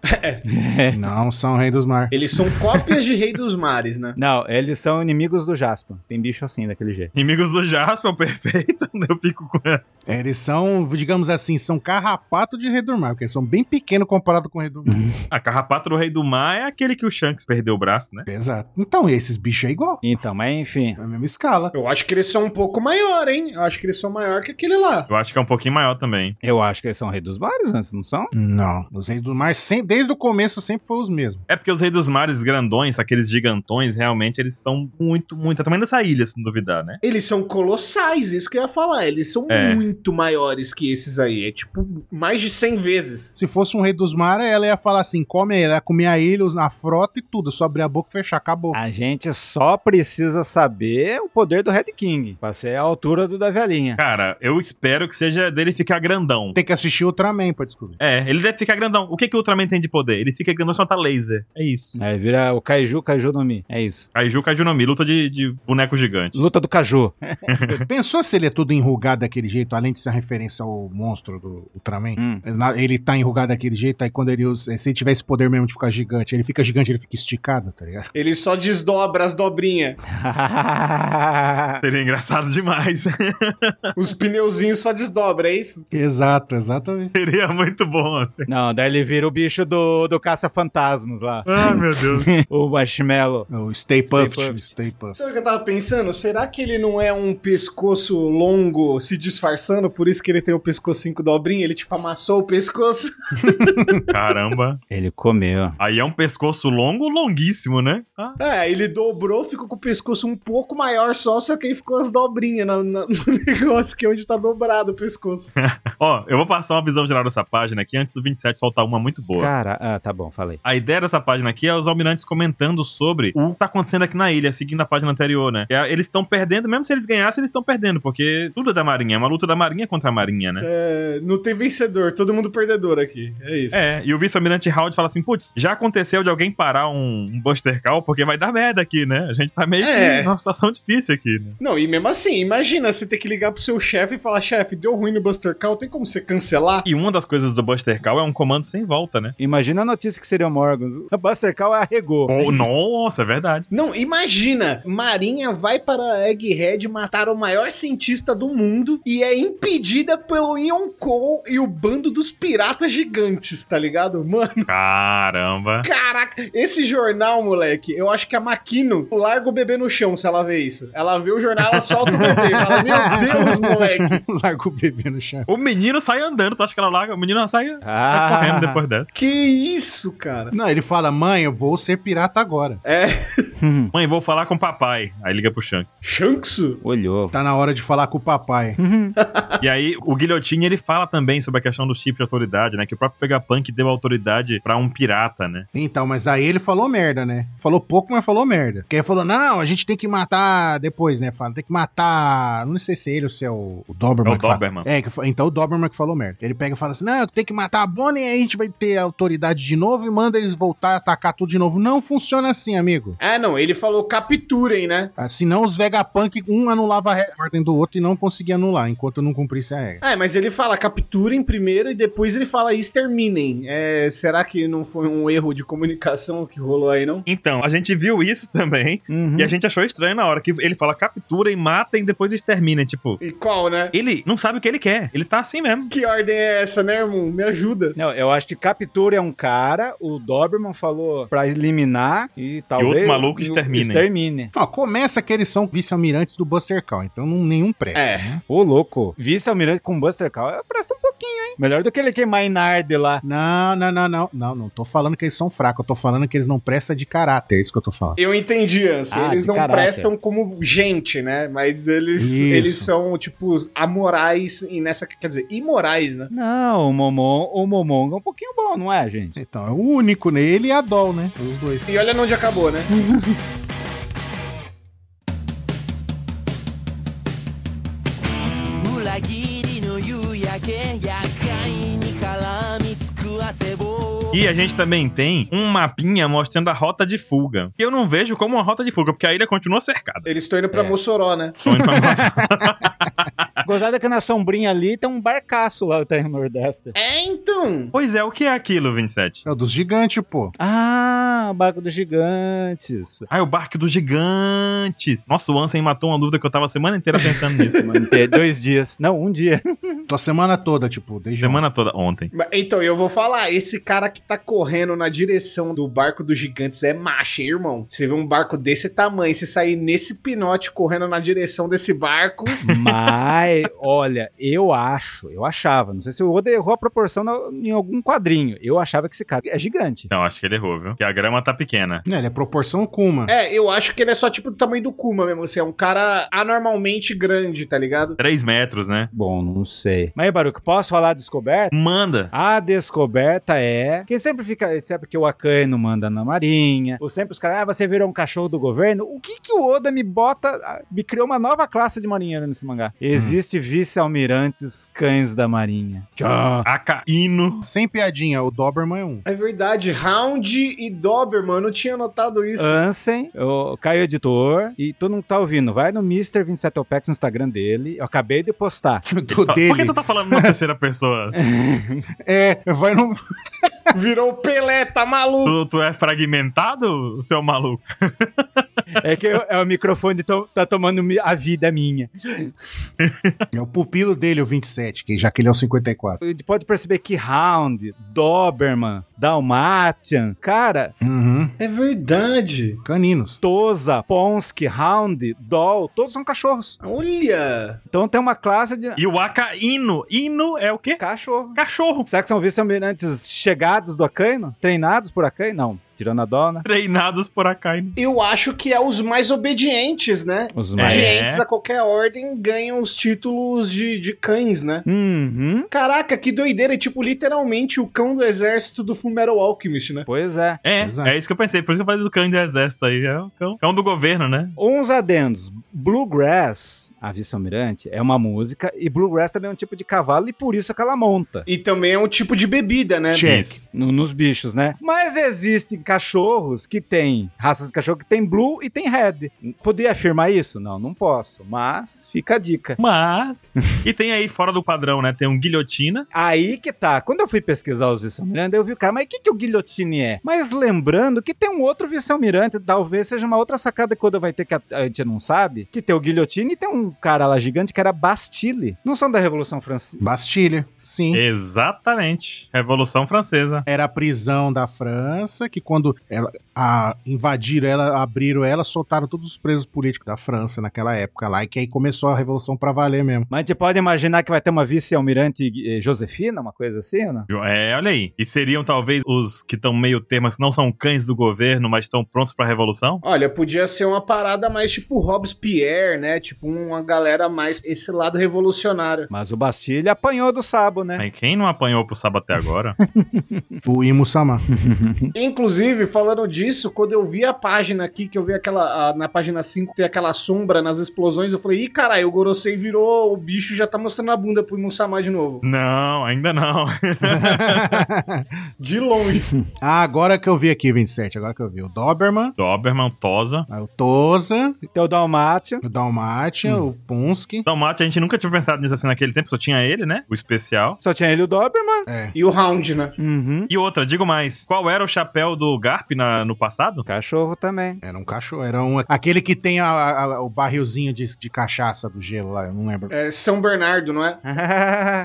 Speaker 2: Não são Rei dos Mar.
Speaker 3: Eles são cópias de Rei dos Mares, né?
Speaker 4: Não, eles são inimigos do Jasper. Tem bicho assim, daquele jeito.
Speaker 1: Inimigos do Jasper, perfeito. né? Eu fico com essa.
Speaker 2: Eles são, digamos assim, são carrapato de Rei do Mar, porque eles são bem pequenos comparado com o Rei do Mar.
Speaker 1: A carrapato do Rei do Mar é aquele que o Shanks perdeu perdeu o braço, né?
Speaker 2: Exato. Então, esses bichos é igual.
Speaker 4: Então, mas enfim.
Speaker 2: É a mesma escala.
Speaker 3: Eu acho que eles são um pouco maior, hein? Eu acho que eles são maior que aquele lá.
Speaker 1: Eu acho que é um pouquinho maior também.
Speaker 4: Eu acho que eles são rei dos bares antes, não são?
Speaker 2: Não. Os reis do mar, sem- desde o começo, sempre foram os mesmos.
Speaker 1: É porque os reis dos mares grandões, aqueles gigantões, realmente, eles são muito, muito. Também dessa ilha, se não duvidar, né?
Speaker 3: Eles são colossais, isso que eu ia falar. Eles são
Speaker 1: É.
Speaker 3: muito maiores que esses aí. É tipo mais de 100 vezes.
Speaker 2: Se fosse um rei dos mares, ela ia falar assim: come aí, ela ia comer a ilha, a frota e tudo. Só abrir a boca e fechar, acabou.
Speaker 4: A gente só precisa saber o poder do Red King, pra ser a altura do da velhinha.
Speaker 1: Cara, eu espero que seja dele ficar grandão.
Speaker 2: Tem que assistir Ultraman pra descobrir.
Speaker 1: É, ele deve ficar grandão. O que, que o Ultraman tem de poder? Ele fica grandão e solta laser. É isso.
Speaker 4: Aí vira o Kaiju, Kaiju no Mi. É isso.
Speaker 1: Kaiju Kajunomi, luta de, de boneco gigante.
Speaker 4: Luta do Caju.
Speaker 2: Pensou se ele é todo enrugado daquele jeito, além de ser referência ao monstro do Ultraman?
Speaker 4: Hum.
Speaker 2: Na- Ele tá enrugado daquele jeito, aí quando ele usa. Se ele tiver esse poder mesmo de ficar gigante, ele fica gigante, ele fica esticado, tá ligado?
Speaker 3: Ele só desdobra as dobrinhas.
Speaker 1: Seria engraçado demais.
Speaker 3: Os pneuzinhos só desdobram, é isso?
Speaker 2: Exato, exatamente.
Speaker 1: Seria muito bom, assim.
Speaker 4: Não, daí ele vira o bicho do, do caça-fantasmas lá.
Speaker 1: Ah, meu Deus.
Speaker 4: o marshmallow.
Speaker 2: É O Stay
Speaker 4: Stay
Speaker 2: Puft.
Speaker 4: Puft.
Speaker 2: Stay Puft.
Speaker 3: Sabe o que eu tava pensando? Será que ele não é um pescoço longo se disfarçando? Por isso que ele tem o pescoço cinco dobrinha? Ele tipo amassou o pescoço?
Speaker 1: Caramba.
Speaker 4: Ele comeu.
Speaker 1: Aí é um pescoço longo, longuíssimo, né? Ah,
Speaker 3: É, ele dobrou, ficou com o pescoço um pouco maior só, só que aí ficou as dobrinhas na- na- no negócio que é onde tá dobrado o pescoço.
Speaker 1: Ó, eu vou passar uma visão geral dessa página aqui antes do 27 soltar uma muito boa.
Speaker 4: Cara, ah, tá bom, falei.
Speaker 1: A ideia dessa página aqui é os almirantes comentando sobre o que tá acontecendo aqui na ilha, seguindo a página anterior, né? É, eles estão perdendo, mesmo se eles ganhassem, eles estão perdendo, porque tudo é da marinha, é uma luta da marinha contra a marinha, né?
Speaker 3: É, não tem vencedor, todo mundo perdedor aqui. É isso.
Speaker 1: É, e o vice-almirante Howard fala assim: putz, já aconteceu de alguém parar um, um Buster Call, porque vai dar merda aqui, né? A gente tá meio
Speaker 3: É.
Speaker 1: que numa situação difícil aqui, né?
Speaker 3: Não, e mesmo assim, imagina você ter que ligar pro seu chefe e falar: chefe, deu ruim no Buster Call, tem como você cancelar?
Speaker 1: E uma das coisas do Buster Call é um comando sem volta, né?
Speaker 4: Imagina a notícia que seria o Morgans. O Buster Call arregou.
Speaker 1: Oh, nossa, é verdade.
Speaker 3: Não, imagina, Marinha vai para Egghead matar o maior cientista do mundo e é impedida pelo Ion Cole e o bando dos piratas gigantes, tá ligado? Mano,
Speaker 1: Caramba.
Speaker 3: caraca, esse jornal, moleque, eu acho que a Maquino larga o bebê no chão se ela vê isso. Ela vê o jornal, ela solta o bebê e fala, meu Deus, moleque.
Speaker 2: Larga o bebê no chão.
Speaker 1: O menino sai andando, tu acha que ela larga? O menino sai, sai
Speaker 4: Ah.
Speaker 1: Tá correndo depois dessa.
Speaker 3: Que isso, cara.
Speaker 2: Não, ele fala, mãe, eu vou ser pirata agora.
Speaker 3: É,
Speaker 1: Mãe, vou falar com o papai. Aí liga pro Shanks.
Speaker 3: Shanksu?
Speaker 4: Olhou.
Speaker 2: Tá na hora de falar com o papai.
Speaker 1: Tá. E aí, o Guilhotinho, ele fala também sobre a questão do chip de autoridade, né? Que o próprio Vegapunk deu autoridade pra um pirata, né?
Speaker 2: Então, mas aí ele falou merda, né? Falou pouco, mas falou merda. Porque ele falou, não, a gente tem que matar depois, né? Fala, tem que matar. Não sei se é ele ou se é o, o Doberman.
Speaker 1: É o
Speaker 2: que fala.
Speaker 1: Doberman.
Speaker 2: É, que fa- então o Doberman que falou merda. Ele pega e fala assim: não, tem que matar a Bonnie, aí a gente vai ter a autoridade de novo e manda eles voltar a atacar tudo de novo. Não funciona assim, amigo.
Speaker 3: Ah, não, ele falou capturem, né?
Speaker 2: Ah, Senão os Vegapunk, um anulava a re- a ordem do outro e não conseguia anular, enquanto não cumprisse a regra.
Speaker 3: É, mas ele fala capturem primeiro e depois ele fala exterminem. É, será que não foi um erro de comunicação que rolou aí, não?
Speaker 1: Então, a gente viu isso também. E a
Speaker 2: Hum.
Speaker 1: gente achou estranho na hora que ele fala capturem, matem, depois exterminem. Tipo,
Speaker 3: E qual, né?
Speaker 1: ele não sabe o que ele quer. Ele tá assim mesmo.
Speaker 3: Que ordem é essa, né, irmão? Me ajuda.
Speaker 4: Não, eu acho que captura é um cara, o Doberman falou pra eliminar e talvez...
Speaker 1: outro maluco
Speaker 4: e o-
Speaker 1: extermine.
Speaker 4: Extermine.
Speaker 2: Ó, começa que eles são vice-almirantes do Buster Call, então não, nenhum presta.
Speaker 3: É.
Speaker 2: né?
Speaker 4: Ô, louco. Vice-almirante com Buster Call eh, presta um pouquinho, hein? Melhor do que ele queimar Inard lá.
Speaker 2: Não, não, não, não. Não, não tô falando que eles são fracos. Eu tô falando que eles não prestam de caráter. É isso que eu tô falando.
Speaker 3: Eu entendi, Anson.
Speaker 4: Ah,
Speaker 3: eles
Speaker 4: de
Speaker 3: não
Speaker 4: caráter.
Speaker 3: prestam como gente, né? Mas eles,
Speaker 2: Isso.
Speaker 3: eles são, tipo, amorais e nessa. Quer dizer, imorais, né?
Speaker 4: Não, o Momon, o Momon é um pouquinho bom, não é, gente?
Speaker 2: Então, é o único, né? Ele e a Doll, né? Os dois.
Speaker 3: E olha onde acabou, né?
Speaker 6: 「裏切りの夕焼け」「厄介に絡みつく汗を」
Speaker 1: E a gente também tem um mapinha mostrando a rota de fuga. E eu não vejo como uma rota de fuga, porque a ilha continua cercada.
Speaker 3: Eles estão indo pra
Speaker 4: É.
Speaker 3: Mossoró, né?
Speaker 1: Então, então,
Speaker 4: Gozada que na sombrinha ali tem um barcaço lá, tá no Nordeste.
Speaker 3: É, então.
Speaker 1: Pois é, o que é aquilo, 27?
Speaker 2: É o dos gigantes, pô.
Speaker 4: Ah, Ah, o barco dos gigantes.
Speaker 1: Ah, é o barco dos gigantes. Nossa, o Ansem matou uma dúvida que eu tava a semana inteira pensando nisso.
Speaker 4: Manter dois dias. Não, um dia.
Speaker 2: Tua semana toda, tipo, desde ontem.
Speaker 1: semana toda, ontem.
Speaker 3: Mas, Então, eu vou falar, esse cara que tá correndo na direção do barco dos gigantes é macho, hein, irmão? Você vê um barco desse tamanho, você sair nesse pinote correndo na direção desse barco,
Speaker 4: Mas, olha, eu acho, eu achava, não sei se o Oda errou a proporção na- em algum quadrinho. Eu achava que esse cara é gigante.
Speaker 1: Não, acho que ele errou, viu? Que a grama tá pequena.
Speaker 2: É, ele é proporção Kuma.
Speaker 3: É, eu acho que ele é só tipo do tamanho do Kuma mesmo. Você é um cara anormalmente grande, tá ligado?
Speaker 1: 3 metros, né?
Speaker 4: Bom, não sei. Mas, Baruco, posso falar a descoberta?
Speaker 1: Manda.
Speaker 4: A descoberta é. Quem sempre fica. Sempre que o Akai não manda na marinha. Ou sempre os caras. Ah, você virou um cachorro do governo. O que que o Oda me bota. ah, Me criou uma nova classe de marinheiro nesse mangá. Existe vice-almirantes cães da marinha. Tchau.
Speaker 1: Acaíno.
Speaker 2: Sem piadinha, o Doberman é um.
Speaker 3: É verdade, Round e Doberman, eu não tinha notado isso.
Speaker 4: Ansem, o Caio Editor, e tu não tá ouvindo, vai no Mr. 27 Opex no Instagram dele, eu acabei de postar.
Speaker 2: Do
Speaker 1: Por que
Speaker 2: dele.
Speaker 1: tu tá falando na terceira pessoa?
Speaker 2: É, vai no.
Speaker 3: Virou o Pelé, tá maluco.
Speaker 1: tu, tu é fragmentado, seu maluco?
Speaker 4: É que eu- é o microfone to- tá tomando mi- a vida minha.
Speaker 2: É o pupilo dele, o 27, que já que ele é o 54.
Speaker 4: A gente pode perceber que Hound, Doberman, Dalmatian, cara,
Speaker 2: Uhum.
Speaker 3: É verdade.
Speaker 2: Caninos.
Speaker 4: Toza, Ponsky, Hound, Doll, todos são cachorros.
Speaker 3: Olha.
Speaker 4: Então tem uma classe de
Speaker 1: E o acaíno? Hino é o quê?
Speaker 4: cachorro.
Speaker 1: Cachorro.
Speaker 4: Será que são vice-almirantes chegados do Akaino? Treinados por Akaino? Não, tirando a Dó, né?
Speaker 1: Treinados por acaíno.
Speaker 3: Eu acho que é os mais obedientes, né?
Speaker 4: Os
Speaker 1: É.
Speaker 3: Obedientes a qualquer ordem ganham os títulos de, de cães, né?
Speaker 4: Uhum.
Speaker 3: Caraca, que doideira. É tipo literalmente o cão do exército do Fullmetal Alchemist, né?
Speaker 4: Pois é.
Speaker 1: É,
Speaker 2: Exato.
Speaker 1: é isso que eu pensei. Por isso que eu falei do cão do exército aí. É o cão, cão do governo, né?
Speaker 4: Uns adendos. Bluegrass, a vice-almirante, é uma música e bluegrass também é um tipo de cavalo e por isso é que ela monta
Speaker 3: E também é um tipo de bebida, né?
Speaker 2: Check.
Speaker 1: Isso.
Speaker 4: no- nos bichos, né? Mas existem cachorros que têm, raças de cachorro que tem blue e tem red. Poderia afirmar isso? Não, não posso, mas fica a dica.
Speaker 1: Mas. e tem aí fora do padrão, né? Tem um guilhotina.
Speaker 4: Aí que tá. Quando eu fui pesquisar os vice-almirantes, eu vi o cara, mas o que, que o guillotine é? Mas lembrando que tem um outro vice-almirante, talvez seja uma outra sacada que o Oda vai ter que a, a gente não sabe, que tem o guillotine e tem um cara lá gigante que era Bastille. Não são da Revolução Francesa.
Speaker 2: Bastilha. Sim.
Speaker 1: Exatamente. Revolução Francesa.
Speaker 2: Era a prisão da França, que quando ela, a- invadiram ela, abriram ela, soltaram todos os presos políticos da França naquela época lá, e que aí começou a Revolução pra valer mesmo.
Speaker 4: Mas a gente pode imaginar que vai ter uma vice-almirante eh, Josefina, uma coisa assim, né?
Speaker 1: Jo- É, olha aí. E seriam talvez os que estão meio temas, não são cães do governo, mas estão prontos pra revolução?
Speaker 3: Olha, podia ser uma parada mais tipo Robespierre, né? Tipo uma galera mais esse lado revolucionário.
Speaker 4: Mas o Bastille apanhou do sabo, né?
Speaker 1: Mas quem não apanhou pro sábado até agora?
Speaker 2: O Imusama.
Speaker 3: Inclusive, falando disso, quando eu vi a página aqui, que eu vi aquela. a- na página 5 tem aquela sombra nas explosões, eu falei, ih, caralho, o Gorosei virou o bicho e já tá mostrando a bunda pro Musama de novo.
Speaker 1: não, ainda não.
Speaker 3: De longe.
Speaker 2: ah, agora que eu vi aqui, 27, agora que eu vi. O Doberman,
Speaker 1: Doberman, Tosa.
Speaker 2: aí o Toza,
Speaker 4: Tem o Dalmatian.
Speaker 2: o Dalmatia,
Speaker 1: Hum.
Speaker 2: o Punsky.
Speaker 1: Tomate, Então, a gente nunca tinha pensado nisso assim naquele tempo, só tinha ele, né? O especial.
Speaker 4: Só tinha ele e o Doberman.
Speaker 2: É.
Speaker 3: E o Round, né?
Speaker 4: Uhum.
Speaker 1: E outra, digo mais, qual era o chapéu do Garp na- no passado?
Speaker 4: Cachorro também.
Speaker 2: Era um cachorro, era um. Aquele que tem a- a- o barrilzinho de, de cachaça do gelo lá, eu não lembro.
Speaker 3: É São Bernardo, não é?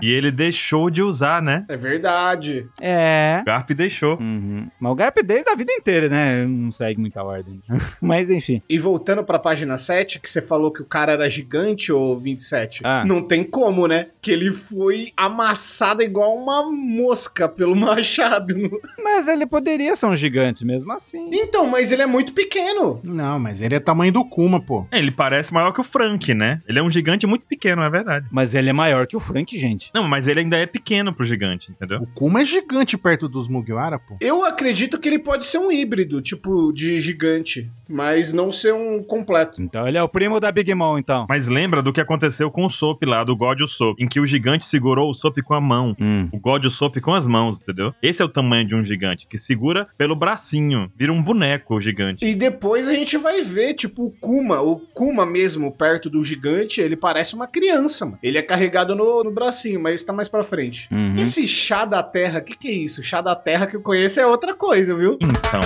Speaker 1: E ele deixou de usar, né?
Speaker 3: É verdade.
Speaker 4: é.
Speaker 1: O Garp deixou.
Speaker 4: Uhum. Mas o Garp desde a vida inteira, né? Não segue muita ordem. Mas enfim.
Speaker 3: E voltando pra página 7, que você falou que o cara era gigante, ou 27,
Speaker 4: Ah.
Speaker 3: não tem como, né? Que ele foi amassado igual uma mosca pelo machado.
Speaker 4: Mas ele poderia ser um gigante mesmo assim.
Speaker 3: Então, mas ele é muito pequeno.
Speaker 2: Não, mas ele é tamanho do Kuma, pô.
Speaker 1: Ele parece maior que o Frank, né? Ele é um gigante muito pequeno, é verdade.
Speaker 4: Mas ele é maior que o Frank, gente.
Speaker 1: Não, mas ele ainda é pequeno pro gigante, entendeu?
Speaker 2: O Kuma é gigante perto dos Mugiwara, pô.
Speaker 3: Eu acredito que ele pode ser um híbrido, tipo, de gigante. mas não ser um completo.
Speaker 4: Então ele é o primo da Big Mom, então.
Speaker 1: Mas lembra do que aconteceu com o Soap lá, do God Soap, em que o gigante segurou o Soap com a mão.
Speaker 4: Hum.
Speaker 1: O God Soap com as mãos, entendeu? Esse é o tamanho de um gigante, que segura pelo bracinho. Vira um boneco o gigante.
Speaker 3: E depois a gente vai ver, tipo, o Kuma. O Kuma mesmo, perto do gigante, ele parece uma criança, mano. Ele é carregado no, no bracinho, mas tá mais pra frente.
Speaker 4: Uhum.
Speaker 3: Esse chá da terra, que que é isso? Chá da terra que eu conheço é outra coisa, viu?
Speaker 1: Então.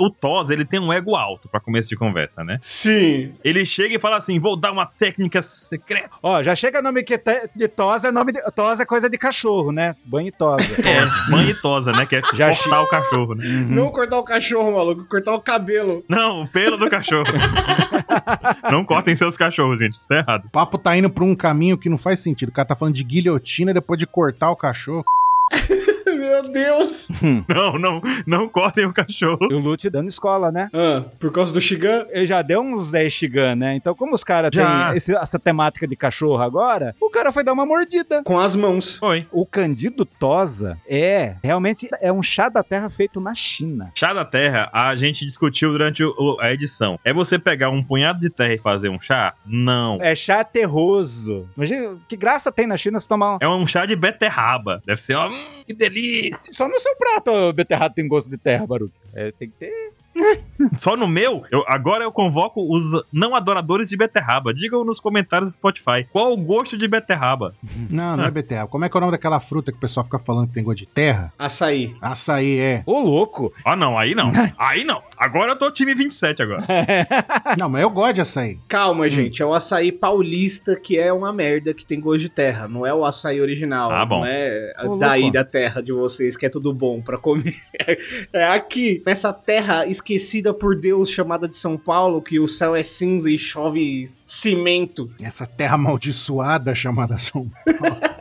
Speaker 1: o Thos, ele tem um ego alto pra começo de conversa, né?
Speaker 3: Sim.
Speaker 1: Ele chega e fala assim: vou dar uma técnica secreta.
Speaker 4: Ó, já chega nome que te- de tosa, é nome de tosa é coisa de cachorro, né? Banho e tosa.
Speaker 1: É, mãe e tosa, né? Que é
Speaker 4: Já
Speaker 1: cortar o cachorro, né?
Speaker 3: Não cortar o cachorro, maluco, cortar o cabelo.
Speaker 1: Não, o pelo do cachorro. não cortem seus cachorros, gente. Isso tá errado.
Speaker 2: O papo tá indo pra um caminho que não faz sentido. O cara tá falando de guilhotina depois de cortar o cachorro.
Speaker 3: Meu Deus.
Speaker 1: Não, não, não cortem o cachorro.
Speaker 4: e o Lute dando escola, né?
Speaker 3: Ah, por causa do Shigan?
Speaker 4: Ele já deu uns 10 Shigan, né? Então, como os caras têm
Speaker 1: Já.
Speaker 4: esse- essa temática de cachorro agora, o cara foi dar uma mordida.
Speaker 3: Com as mãos.
Speaker 1: Oi.
Speaker 4: O Candido Tosa é realmente é um chá da terra feito na China.
Speaker 1: Chá da terra, a gente discutiu durante o- a edição. É você pegar um punhado de terra e fazer um chá? Não.
Speaker 4: É chá terroso. Imagina que graça tem na China se tomar um.
Speaker 1: É um chá de beterraba. Deve ser, ó, hum, que delícia.
Speaker 4: Só no seu prato, ô, beterraba tem gosto de terra, Baruto. É, tem que ter.
Speaker 1: Só no meu, eu- agora eu convoco os não adoradores de beterraba. Digam nos comentários do Spotify qual o gosto de beterraba.
Speaker 2: Não, não é beterraba. Como é que é o nome daquela fruta que o pessoal fica falando que tem gosto de terra?
Speaker 3: Açaí.
Speaker 2: Açaí, é.
Speaker 4: Ô, louco!
Speaker 1: Ah, não, aí não. Aí não. Agora eu tô time 27 agora.
Speaker 2: Não, mas eu gosto de açaí.
Speaker 3: Calma, gente. É o açaí paulista que é uma merda que tem gosto de terra. Não é o açaí original.
Speaker 1: Ah, bom.
Speaker 3: Não é
Speaker 4: Ô,
Speaker 3: daí
Speaker 4: louco.
Speaker 3: da terra de vocês que é tudo bom pra comer. É aqui, nessa terra esquecida por Deus chamada de São Paulo, que o céu é cinza e chove cimento.
Speaker 2: Essa terra amaldiçoada chamada São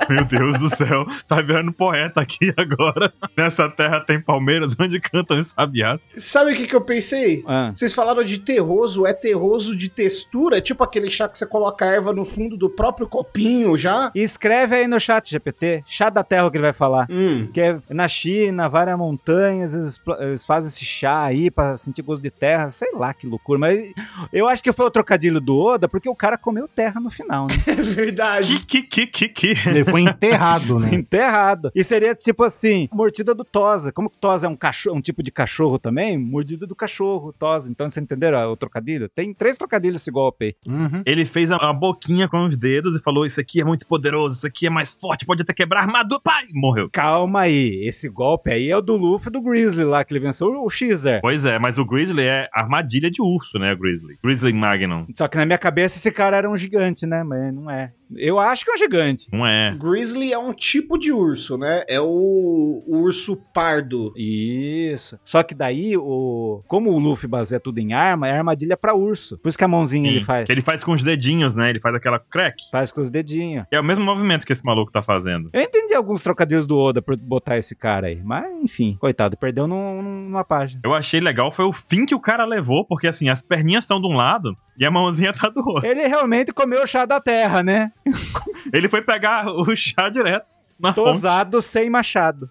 Speaker 1: Meu Deus do céu, tá virando poeta aqui agora. Nessa terra tem palmeiras onde cantam os sabiás.
Speaker 3: Sabe o que, que eu pensei?
Speaker 4: Ah.
Speaker 3: Vocês falaram de terroso, é terroso de textura, é tipo aquele chá que você coloca a erva no fundo do próprio copinho já?
Speaker 4: E escreve aí no chat, GPT, chá da terra o que ele vai falar.
Speaker 3: Hum.
Speaker 4: Que é na China, várias montanhas, eles, pl- eles fazem esse chá aí pra sentir gosto de terra. Sei lá que loucura, mas eu acho que foi o trocadilho do Oda, porque o cara comeu terra no final, né?
Speaker 3: É verdade.
Speaker 1: Que, que, que, que, que.
Speaker 2: Ele foi enterrado, né?
Speaker 4: Enterrado. Tá E seria tipo assim, mordida do Tosa. Como que Tosa é um cachorro, um tipo de cachorro também, mordida do cachorro, Tosa. Então vocês entenderam o trocadilho? Tem três trocadilhos esse golpe aí.
Speaker 2: Uhum.
Speaker 1: Ele fez a, a boquinha com os dedos e falou: Isso aqui é muito poderoso, isso aqui é mais forte, pode até quebrar a armadura. Pai! Morreu.
Speaker 4: Calma aí, esse golpe aí é o do Luffy e do Grizzly lá, que ele venceu o Xer.
Speaker 1: Pois é, mas o Grizzly é armadilha de urso, né, Grizzly? Grizzly Magnum.
Speaker 4: Só que na minha cabeça esse cara era um gigante, né? Mas não é. Eu acho que é um gigante.
Speaker 1: Não é.
Speaker 3: Grizzly é um tipo de urso, né? É o, o urso pardo.
Speaker 4: Isso. Só que daí, o como o Luffy baseia tudo em arma, é armadilha pra urso. Por isso que a mãozinha ele
Speaker 1: Sim.
Speaker 4: faz.
Speaker 1: Que ele faz com os dedinhos, né? Ele faz aquela crack.
Speaker 4: Faz com os dedinhos.
Speaker 1: É o mesmo movimento que esse maluco tá fazendo.
Speaker 4: Eu entendi alguns trocadilhos do Oda por botar esse cara aí. Mas, enfim, coitado, perdeu num- numa página.
Speaker 1: Eu achei legal foi o fim que o cara levou, porque assim, as perninhas estão de um lado e a mãozinha tá do outro.
Speaker 4: Ele realmente comeu o chá da terra, né?
Speaker 1: Ele foi pegar o chá direto na fonte.
Speaker 4: Tosado sem machado.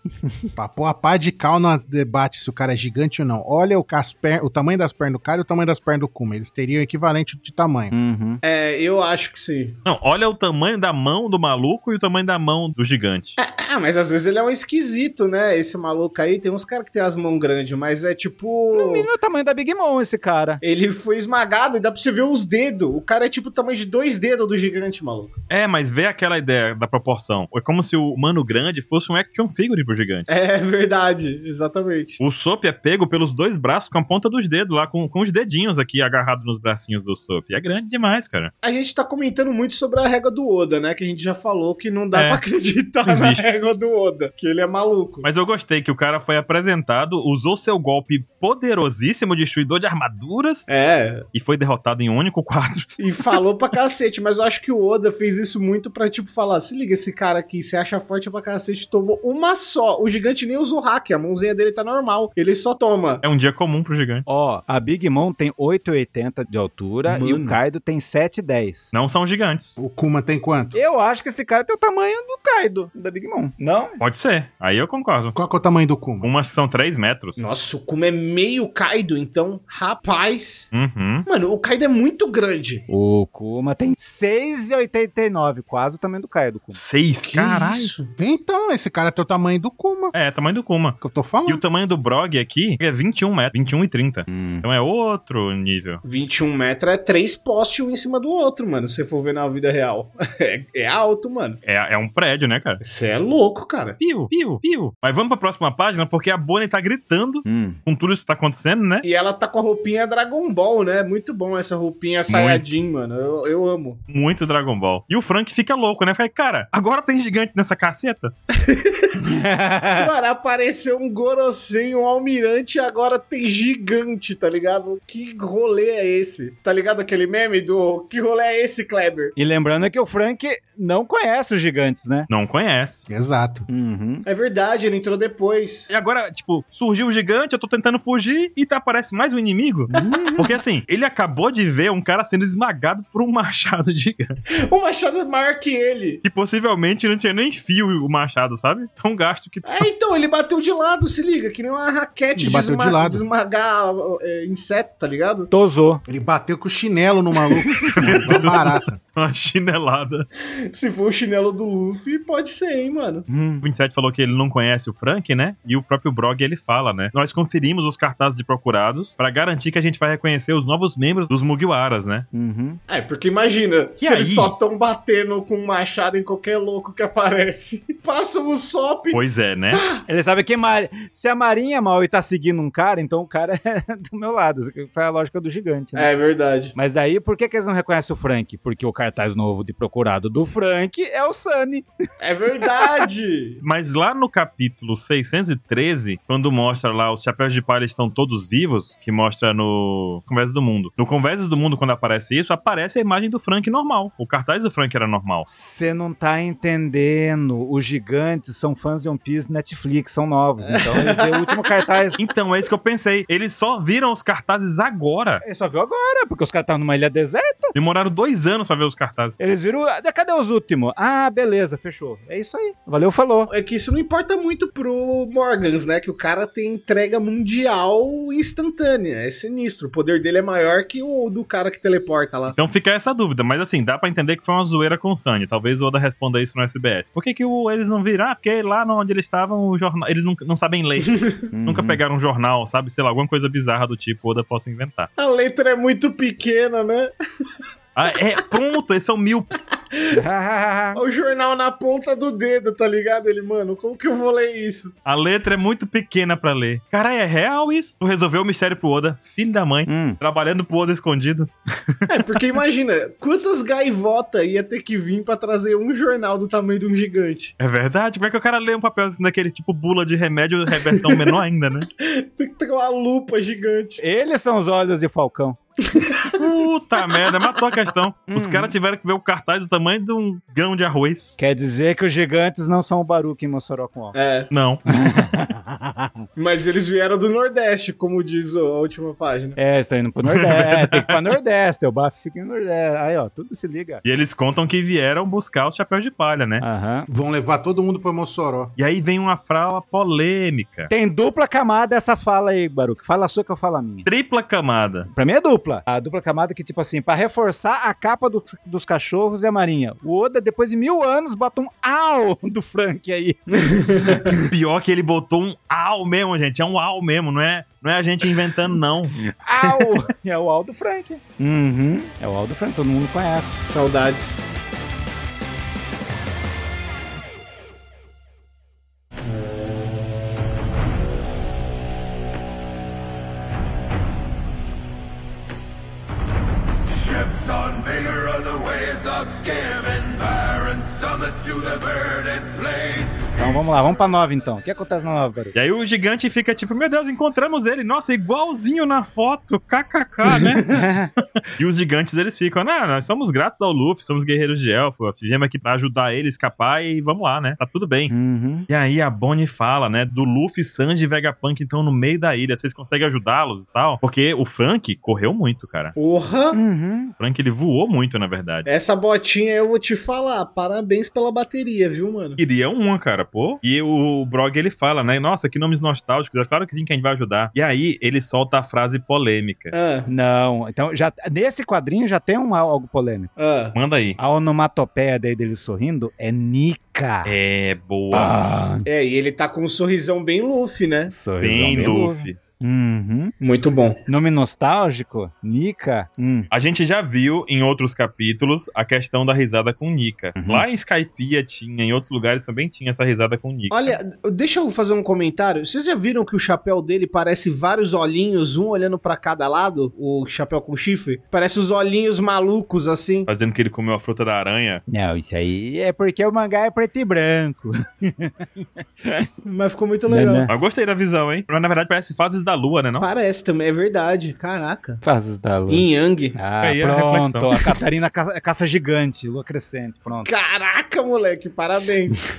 Speaker 2: Pra pôr a pá de cal no debate se o cara é gigante ou não. Olha o, cas- per- o tamanho das pernas do cara e o tamanho das pernas do Kuma. Eles teriam equivalente de tamanho.
Speaker 4: Uhum.
Speaker 3: É, eu acho que sim.
Speaker 1: Não, olha o tamanho da mão do maluco e o tamanho da mão do gigante.
Speaker 3: Ah, mas às vezes ele é um esquisito, né? Esse maluco aí, tem uns caras que tem as mãos grandes, mas é
Speaker 4: No
Speaker 3: tipo.
Speaker 4: mínimo é o tamanho da Big Mom, esse cara.
Speaker 3: Ele foi esmagado e dá pra você ver os dedos. O cara é tipo o tamanho de dois dedos do gigante, maluco.
Speaker 1: É, mas vê aquela ideia da proporção. É como se o mano grande fosse um action figure pro gigante.
Speaker 3: É verdade, exatamente.
Speaker 1: O Sop é pego pelos dois braços com a ponta dos dedos, lá com, com os dedinhos aqui agarrado nos bracinhos do Sop. É grande demais, cara.
Speaker 3: A gente tá comentando muito sobre a régua do Oda, né? Que a gente já falou que não dá
Speaker 1: É.
Speaker 3: pra acreditar na
Speaker 1: Existe.
Speaker 3: régua do Oda, que ele é maluco.
Speaker 1: Mas eu gostei que o cara foi apresentado, usou seu golpe poderosíssimo, destruidor de armaduras,
Speaker 3: É,
Speaker 1: e foi derrotado em um único quadro.
Speaker 3: E falou pra cacete, mas eu acho que o Oda fez isso muito pra, tipo, falar: se liga, esse cara aqui, você acha forte pra cacete, tomou uma só. O gigante nem usou hack, a mãozinha dele tá normal. Ele só toma.
Speaker 1: É um dia comum pro gigante.
Speaker 4: Ó, a Big Mom tem 8,80 de altura e o
Speaker 3: Mano.
Speaker 4: Kaido tem 7,10.
Speaker 1: Não são gigantes.
Speaker 2: O Kuma tem quanto?
Speaker 4: Eu acho que esse cara tem o tamanho do Kaido, da Big Mom. não? Não?
Speaker 1: Pode ser. Aí eu concordo.
Speaker 2: Qual que é o tamanho do Kuma?
Speaker 1: Umas que são 3 metros.
Speaker 3: Nossa, o Kuma é meio Kaido, então, rapaz.
Speaker 1: Uhum.
Speaker 3: Mano, o Kaido é muito grande.
Speaker 4: O Kuma tem 6,89, quase o tamanho do Caio do Kuma.
Speaker 1: 6? Caralho.
Speaker 3: isso?
Speaker 2: Então, esse cara tem o tamanho do Kuma.
Speaker 1: É, tamanho do Kuma.
Speaker 2: Que eu tô
Speaker 1: E o
Speaker 2: falando.
Speaker 1: tamanho do Brog aqui é 21 metros, 21 e 30.
Speaker 4: Hum.
Speaker 1: Então é outro nível.
Speaker 3: 21 metros é três postes um em cima do outro, mano. Se você for ver na vida real. É, é alto, mano.
Speaker 1: É, é um prédio, né, cara?
Speaker 3: Você é louco, cara.
Speaker 1: Piu, piu, piu. Mas vamos pra próxima página, porque a Bonnie tá gritando
Speaker 4: Hum.
Speaker 1: com tudo isso que tá acontecendo, né?
Speaker 3: E ela tá com a roupinha Dragon Ball, né? Muito bom essa roupinha Sayajin, mano. Eu, eu amo.
Speaker 1: Muito Dragon Ball. E o Frank fica louco, né? Fala, cara, agora tem gigante nessa caceta?
Speaker 4: É.
Speaker 3: Mano, apareceu um Gorosei, um almirante, e agora tem gigante, tá ligado? Que rolê é esse? Tá ligado aquele meme do que rolê é esse, Kleber?
Speaker 4: E lembrando que o Frank não conhece os gigantes, né?
Speaker 1: Não conhece.
Speaker 2: Exato.
Speaker 4: Uhum.
Speaker 3: É verdade, ele entrou depois.
Speaker 1: E agora, tipo, surgiu o gigante, eu tô tentando fugir e tá, aparece mais um inimigo. Porque assim, ele acabou de ver um cara sendo esmagado por um machado gigante.
Speaker 3: O Machado é maior que ele.
Speaker 1: E possivelmente não tinha nem fio o machado, sabe? Então gasto que.
Speaker 3: É, então, ele bateu de lado, se liga, que nem uma raquete
Speaker 2: Ele bateu
Speaker 3: esma-
Speaker 2: de lado.
Speaker 3: esmagar é, inseto, tá ligado?
Speaker 4: Tosou.
Speaker 2: Ele bateu com o chinelo no maluco. Uma barata.
Speaker 1: Uma chinelada.
Speaker 3: Se for o chinelo do Luffy, pode ser, hein, mano.
Speaker 4: Uhum.
Speaker 1: O 27 falou que ele não conhece o Frank, né? E o próprio Brog ele fala, né? Nós conferimos os cartazes de procurados pra garantir que a gente vai reconhecer os novos membros dos Mugiwaras, né?
Speaker 4: Uhum.
Speaker 3: É, porque imagina, se
Speaker 1: aí?
Speaker 3: eles só tão batendo com um machado em qualquer louco que aparece. Passa o Sop,
Speaker 1: Pois é, né?
Speaker 4: Ele sabe que Mar- se a Marinha mal e tá seguindo um cara, então o cara é do meu lado. Isso que Foi a lógica do gigante, né?
Speaker 3: É verdade.
Speaker 4: Mas daí, por que, que eles não reconhecem o Frank? Porque o cartaz novo de procurado do Frank é o Sunny.
Speaker 3: É verdade.
Speaker 1: Mas lá no capítulo 613, quando mostra lá os chapéus de palha estão todos vivos, que mostra no Conversas do Mundo. No Conversas do Mundo, quando aparece isso, aparece a imagem do Frank normal. O cartaz do Frank era normal.
Speaker 4: Você não tá entendendo. Os gigantes são fãs de One Piece Netflix, são novos. Então ele deu o último cartaz.
Speaker 1: Então, é isso que eu pensei. Eles só viram os cartazes agora.
Speaker 4: Ele só viu agora, porque os caras estavam numa ilha deserta.
Speaker 1: Demoraram dois anos pra ver os cartazes.
Speaker 4: Eles viram. "Ah, Cadê os últimos? Ah, beleza, fechou. É isso aí. Valeu, falou.
Speaker 3: É que isso não importa muito pro Morgans, né? Que o cara tem entrega mundial instantânea. É sinistro. O poder dele é maior que o do cara que teleporta lá.
Speaker 1: Então fica essa dúvida, mas assim, dá pra entender que foi uma zoeira com o Sunny. Talvez o Oda responda isso no SBS. Por que, que o- eles não viram? Ah, porque lá onde eles estavam, o jornal. Eles nunca- não sabem ler. Nunca
Speaker 4: Uhum.
Speaker 1: pegaram um jornal, sabe? Sei lá, alguma coisa bizarra do tipo, o Oda possa inventar.
Speaker 3: A letra é muito pequena, né?
Speaker 1: Ah, é, pronto, eles são míopes.
Speaker 3: O jornal na ponta do dedo, tá ligado? Ele, mano, como que eu vou ler isso?
Speaker 1: A letra é muito pequena pra ler. Cara, é real isso? Tu resolveu o mistério pro Oda, filho da mãe,
Speaker 4: Hum.
Speaker 1: trabalhando pro Oda escondido.
Speaker 3: É, porque imagina, quantas gaivota ia ter que vir pra trazer um jornal do tamanho de um gigante?
Speaker 1: É verdade? Como é que o cara lê um papel assim, daquele tipo bula de remédio, reversão menor ainda, né?
Speaker 3: Tem que ter uma lupa gigante.
Speaker 4: Eles são os olhos de Falcão.
Speaker 1: Puta merda, matou a questão. Os caras tiveram que ver o cartaz do tamanho de um grão de arroz.
Speaker 4: Quer dizer que os gigantes não são o Baruque em Mossoró com óculos.
Speaker 3: É,
Speaker 1: Não.
Speaker 3: mas eles vieram do Nordeste, como diz o- a última página.
Speaker 4: É, você tá indo pro Nordeste. é, tem que ir pra Nordeste. O bafo fica em Nordeste. Aí, ó, tudo se liga.
Speaker 1: E eles contam que vieram buscar os chapéus de palha, né?
Speaker 4: Aham.
Speaker 2: Vão levar todo mundo pra Mossoró.
Speaker 1: E aí vem uma fala polêmica.
Speaker 4: Tem dupla camada essa fala aí, Baruque. Fala a sua que eu falo a minha.
Speaker 1: Tripla camada.
Speaker 4: Pra mim é dupla. A dupla camada que, tipo assim, pra reforçar a capa do- dos cachorros é a marinha. O Oda, depois de mil anos, bota um au do Frank aí.
Speaker 1: Pior que ele botou um au mesmo, gente. É um au mesmo, não é, não é a gente inventando, não.
Speaker 4: Au! é o au do Frank. Uhum. É o au do Frank, todo mundo conhece.
Speaker 3: Saudades.
Speaker 7: Ships on vigor of the waves of skim and barren summits to the verdant plains.
Speaker 4: Então vamos lá, vamos pra nova então. O que acontece na nova, Baru?
Speaker 1: E aí o gigante fica tipo, meu Deus, encontramos ele. Nossa, igualzinho na foto. KKK, né? e os gigantes, eles ficam, não, nós somos gratos ao Luffy, somos guerreiros de elfo. Viemos aqui pra ajudar ele a escapar e vamos lá, né? Tá tudo bem.
Speaker 4: Uhum.
Speaker 1: E aí a Bonnie fala, né, do Luffy, Sanji e Vegapunk estão no meio da ilha, vocês conseguem ajudá-los e tal? Porque o Frank correu muito, cara.
Speaker 3: Porra!
Speaker 4: Uhum.
Speaker 1: O Frank, ele voou muito, na verdade.
Speaker 3: Essa botinha eu vou te falar. Parabéns pela bateria, viu, mano?
Speaker 1: Queria uma, cara, Japô. E o Brog ele fala, né? Nossa, que nomes nostálgicos. É claro que sim que a gente vai ajudar. E aí ele solta a frase polêmica.
Speaker 3: Ah,
Speaker 4: Não, então já nesse quadrinho já tem um, algo polêmico.
Speaker 3: ah.
Speaker 1: Manda aí.
Speaker 4: A onomatopeia daí dele sorrindo é Nika. Ah,
Speaker 1: É, boa.
Speaker 4: Pá.
Speaker 3: É, e ele tá com um sorrisão bem Luffy, né?
Speaker 4: Sorrisão
Speaker 1: Bem,
Speaker 4: bem louco.
Speaker 1: Luffy.
Speaker 4: Uhum.
Speaker 3: Muito bom.
Speaker 4: Nome nostálgico? Nika? Hum.
Speaker 1: A gente já viu em outros capítulos a questão da risada com Nika.
Speaker 4: Uhum.
Speaker 1: Lá em Skypiea tinha, em outros lugares também tinha essa risada com Nika.
Speaker 3: Olha, deixa eu fazer um comentário. Vocês já viram que o chapéu dele parece vários olhinhos, um olhando pra cada lado? O chapéu com chifre? Parece os olhinhos malucos, assim.
Speaker 1: Fazendo que ele comeu a fruta da aranha.
Speaker 4: Não, isso aí é porque o mangá é preto e branco.
Speaker 3: Mas ficou muito
Speaker 4: Né,
Speaker 3: legal.
Speaker 4: né?
Speaker 1: Eu gostei da visão, hein? Mas na verdade parece fases da lua, né? Não?
Speaker 3: Parece também, é verdade. Caraca.
Speaker 4: Fazes da lua.
Speaker 3: Yin Yang.
Speaker 4: Ah,
Speaker 1: Aí é a
Speaker 4: pronto.
Speaker 1: reflexão.
Speaker 4: A Catarina caça, caça gigante, lua crescente, pronto.
Speaker 3: Caraca, moleque, parabéns.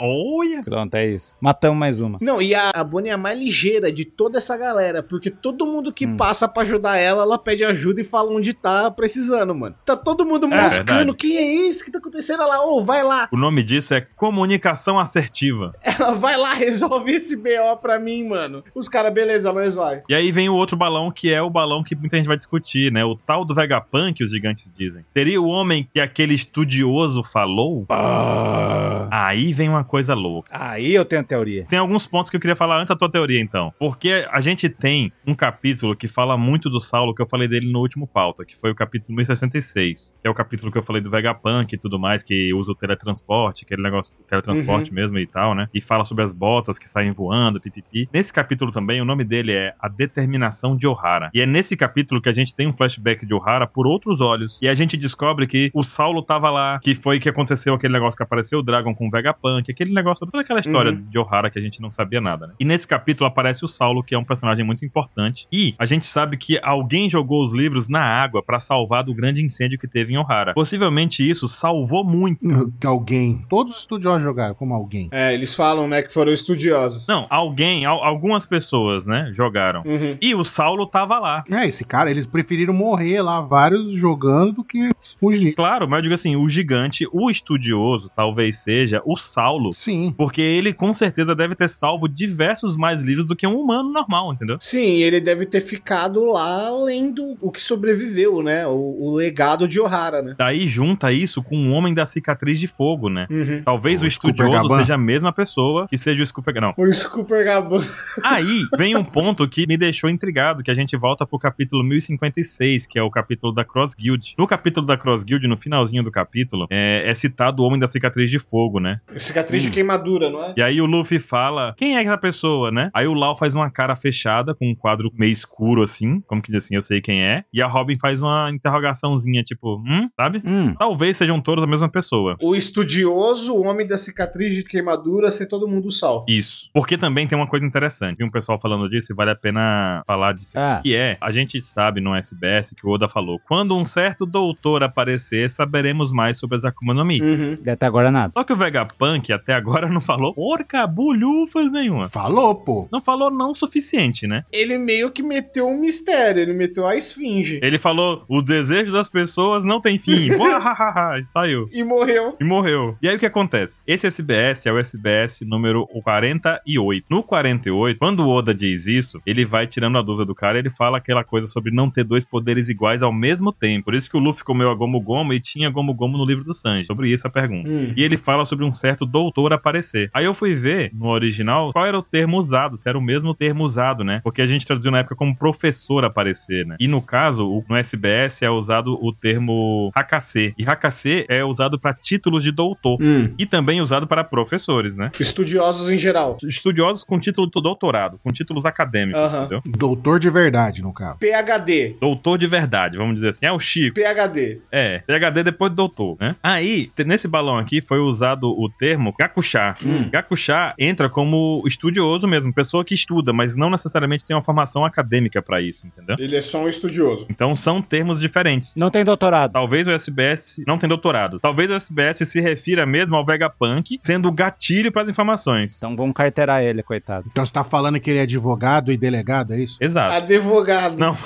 Speaker 1: Olha!
Speaker 4: Pronto, é isso. Matamos mais uma.
Speaker 3: Não, e a, a Bonnie é a mais ligeira de toda essa galera, porque todo mundo que passa pra ajudar ela, ela pede ajuda e fala onde tá precisando, mano. Tá todo mundo
Speaker 1: É,
Speaker 3: moscando.
Speaker 1: verdade.
Speaker 3: Quem é isso que tá acontecendo? Ela, ô, vai lá.
Speaker 1: O nome disso é comunicação assertiva.
Speaker 3: Ela vai lá, resolve esse BO pra mim, mano. Os caras, beleza, nós vai.
Speaker 1: E aí vem o outro balão, que é o balão que muita gente vai discutir, né? O tal do Vegapunk, os gigantes dizem. Seria o homem que aquele estudioso falou?
Speaker 4: Ah.
Speaker 1: Aí vem uma coisa louca.
Speaker 4: Aí eu tenho a teoria.
Speaker 1: Tem alguns pontos que eu queria falar antes da tua teoria, então. Porque a gente tem um capítulo que fala muito do Saulo, que eu falei dele no último pauta, que foi o capítulo 1066. Que é o capítulo que eu falei do Vegapunk e tudo mais, que usa o teletransporte, aquele negócio do teletransporte mesmo e tal, né? E fala sobre as botas que saem voando, pipipi. Nesse capítulo também, o nome dele é A Determinação de Ohara. E é nesse capítulo que a gente tem um flashback de Ohara por outros olhos. E a gente descobre que o Saulo tava lá, que foi que aconteceu aquele negócio que apareceu o Dragon com o Vegapunk, aquele negócio, toda aquela história
Speaker 3: Uhum.
Speaker 1: de Ohara que a gente não sabia nada, né? E nesse capítulo aparece o Saulo, que é um personagem muito importante. E a gente sabe que alguém jogou os livros na água pra salvar do grande incêndio que teve em Ohara. Possivelmente isso salvou muito.
Speaker 2: Alguém. Todos os estudiosos jogaram como alguém.
Speaker 3: É, eles falam, né, que foram estudiosos.
Speaker 1: Não, alguém, al- algumas pessoas, né, jogaram.
Speaker 3: Uhum.
Speaker 1: E o Saulo tava lá.
Speaker 2: É, esse cara, eles preferiram morrer lá, vários jogando, do que fugir.
Speaker 1: Claro, mas eu digo assim, o gigante, o estudioso, talvez seja o Saulo,
Speaker 2: Sim.
Speaker 1: porque ele com certeza deve ter salvo diversos mais livros do que um humano normal, entendeu?
Speaker 3: Sim, ele deve ter ficado lá lendo o que sobreviveu, né? O, o legado de Ohara, né?
Speaker 1: Daí junta isso com o homem da cicatriz de fogo, né?
Speaker 3: Uhum.
Speaker 1: Talvez
Speaker 2: O
Speaker 1: o, estudioso
Speaker 2: Scooper-Gaban.
Speaker 1: seja a mesma pessoa que seja o Scooper. Não.
Speaker 3: O Scooper Gabon.
Speaker 1: Aí vem um ponto que me deixou intrigado, que a gente volta pro capítulo 1056, que é o capítulo da Cross Guild. No capítulo da Cross Guild, no finalzinho do capítulo, é, é citado o homem da cicatriz de fogo, né?
Speaker 3: Cicatriz de queimadura, não é?
Speaker 1: E aí o Luffy fala, quem é essa pessoa, né? Aí o Lau faz uma cara fechada, com um quadro meio escuro assim, como que diz assim, eu sei quem é. E a Robin faz uma interrogaçãozinha, tipo, hum, sabe?
Speaker 4: Hum.
Speaker 1: Talvez sejam todos a mesma pessoa.
Speaker 3: O estudioso, o homem da cicatriz de queimadura, ser todo mundo sal.
Speaker 1: Isso. Porque também tem uma coisa interessante. Tem um pessoal falando disso e vale a pena falar disso.
Speaker 4: Ah.
Speaker 1: Que é, a gente sabe no SBS que o Oda falou, quando um certo doutor aparecer, saberemos mais sobre as Akuma no Mi.
Speaker 3: Uhum.
Speaker 4: Até agora nada.
Speaker 1: Só que o Vegapunk até agora não falou porca bulhufas nenhuma.
Speaker 2: Falou, pô.
Speaker 1: Não falou não o suficiente, né?
Speaker 3: Ele meio que meteu um mistério, ele meteu a esfinge.
Speaker 1: Ele falou: o desejo das pessoas não tem fim. Uahahaha, e saiu.
Speaker 3: E morreu.
Speaker 1: E morreu. E aí o que acontece? Esse SBS é o SBS número 48. No 48, quando o Oda diz isso, ele vai tirando a dúvida do cara ele fala aquela coisa sobre não ter dois poderes iguais ao mesmo tempo. Por isso que o Luffy comeu a Gomu Gomu e tinha Gomu Gomu no livro do Sanji. Sobre isso a pergunta.
Speaker 3: Hum.
Speaker 1: E ele fala sobre um certo doutor aparecer. Aí eu fui ver no original qual era o termo usado, se era o mesmo termo usado, né? Porque a gente traduziu na época como professor aparecer, né? E no caso, o- no SBS é usado o termo hakase. E hakase é usado para títulos de doutor.
Speaker 3: Hum.
Speaker 1: E também é usado para professores, né?
Speaker 3: Estudiosos em geral.
Speaker 1: Estudiosos com título de doutorado, com títulos acadêmicos,
Speaker 3: Aham.
Speaker 1: entendeu?
Speaker 2: Doutor de verdade, no caso.
Speaker 3: PHD.
Speaker 1: Doutor de verdade, vamos dizer assim. É o Chico.
Speaker 3: PHD.
Speaker 1: É, PHD depois do doutor, né? Aí, te- nesse balão aqui, foi usado o termo gakushá. Gakushá entra como estudioso mesmo, pessoa que estuda, mas não necessariamente tem uma formação acadêmica pra isso, entendeu?
Speaker 3: Ele é só um estudioso.
Speaker 1: Então, são termos diferentes.
Speaker 4: Não tem doutorado.
Speaker 1: Talvez o SBS não tem doutorado. Talvez o SBS se refira mesmo ao Vegapunk, sendo o gatilho para as informações.
Speaker 4: Então vamos Então carteirar ele, coitado.
Speaker 2: Então você tá falando que ele é advogado e delegado, é isso?
Speaker 3: Ah.
Speaker 1: Exato.
Speaker 3: Advogado.
Speaker 1: Não.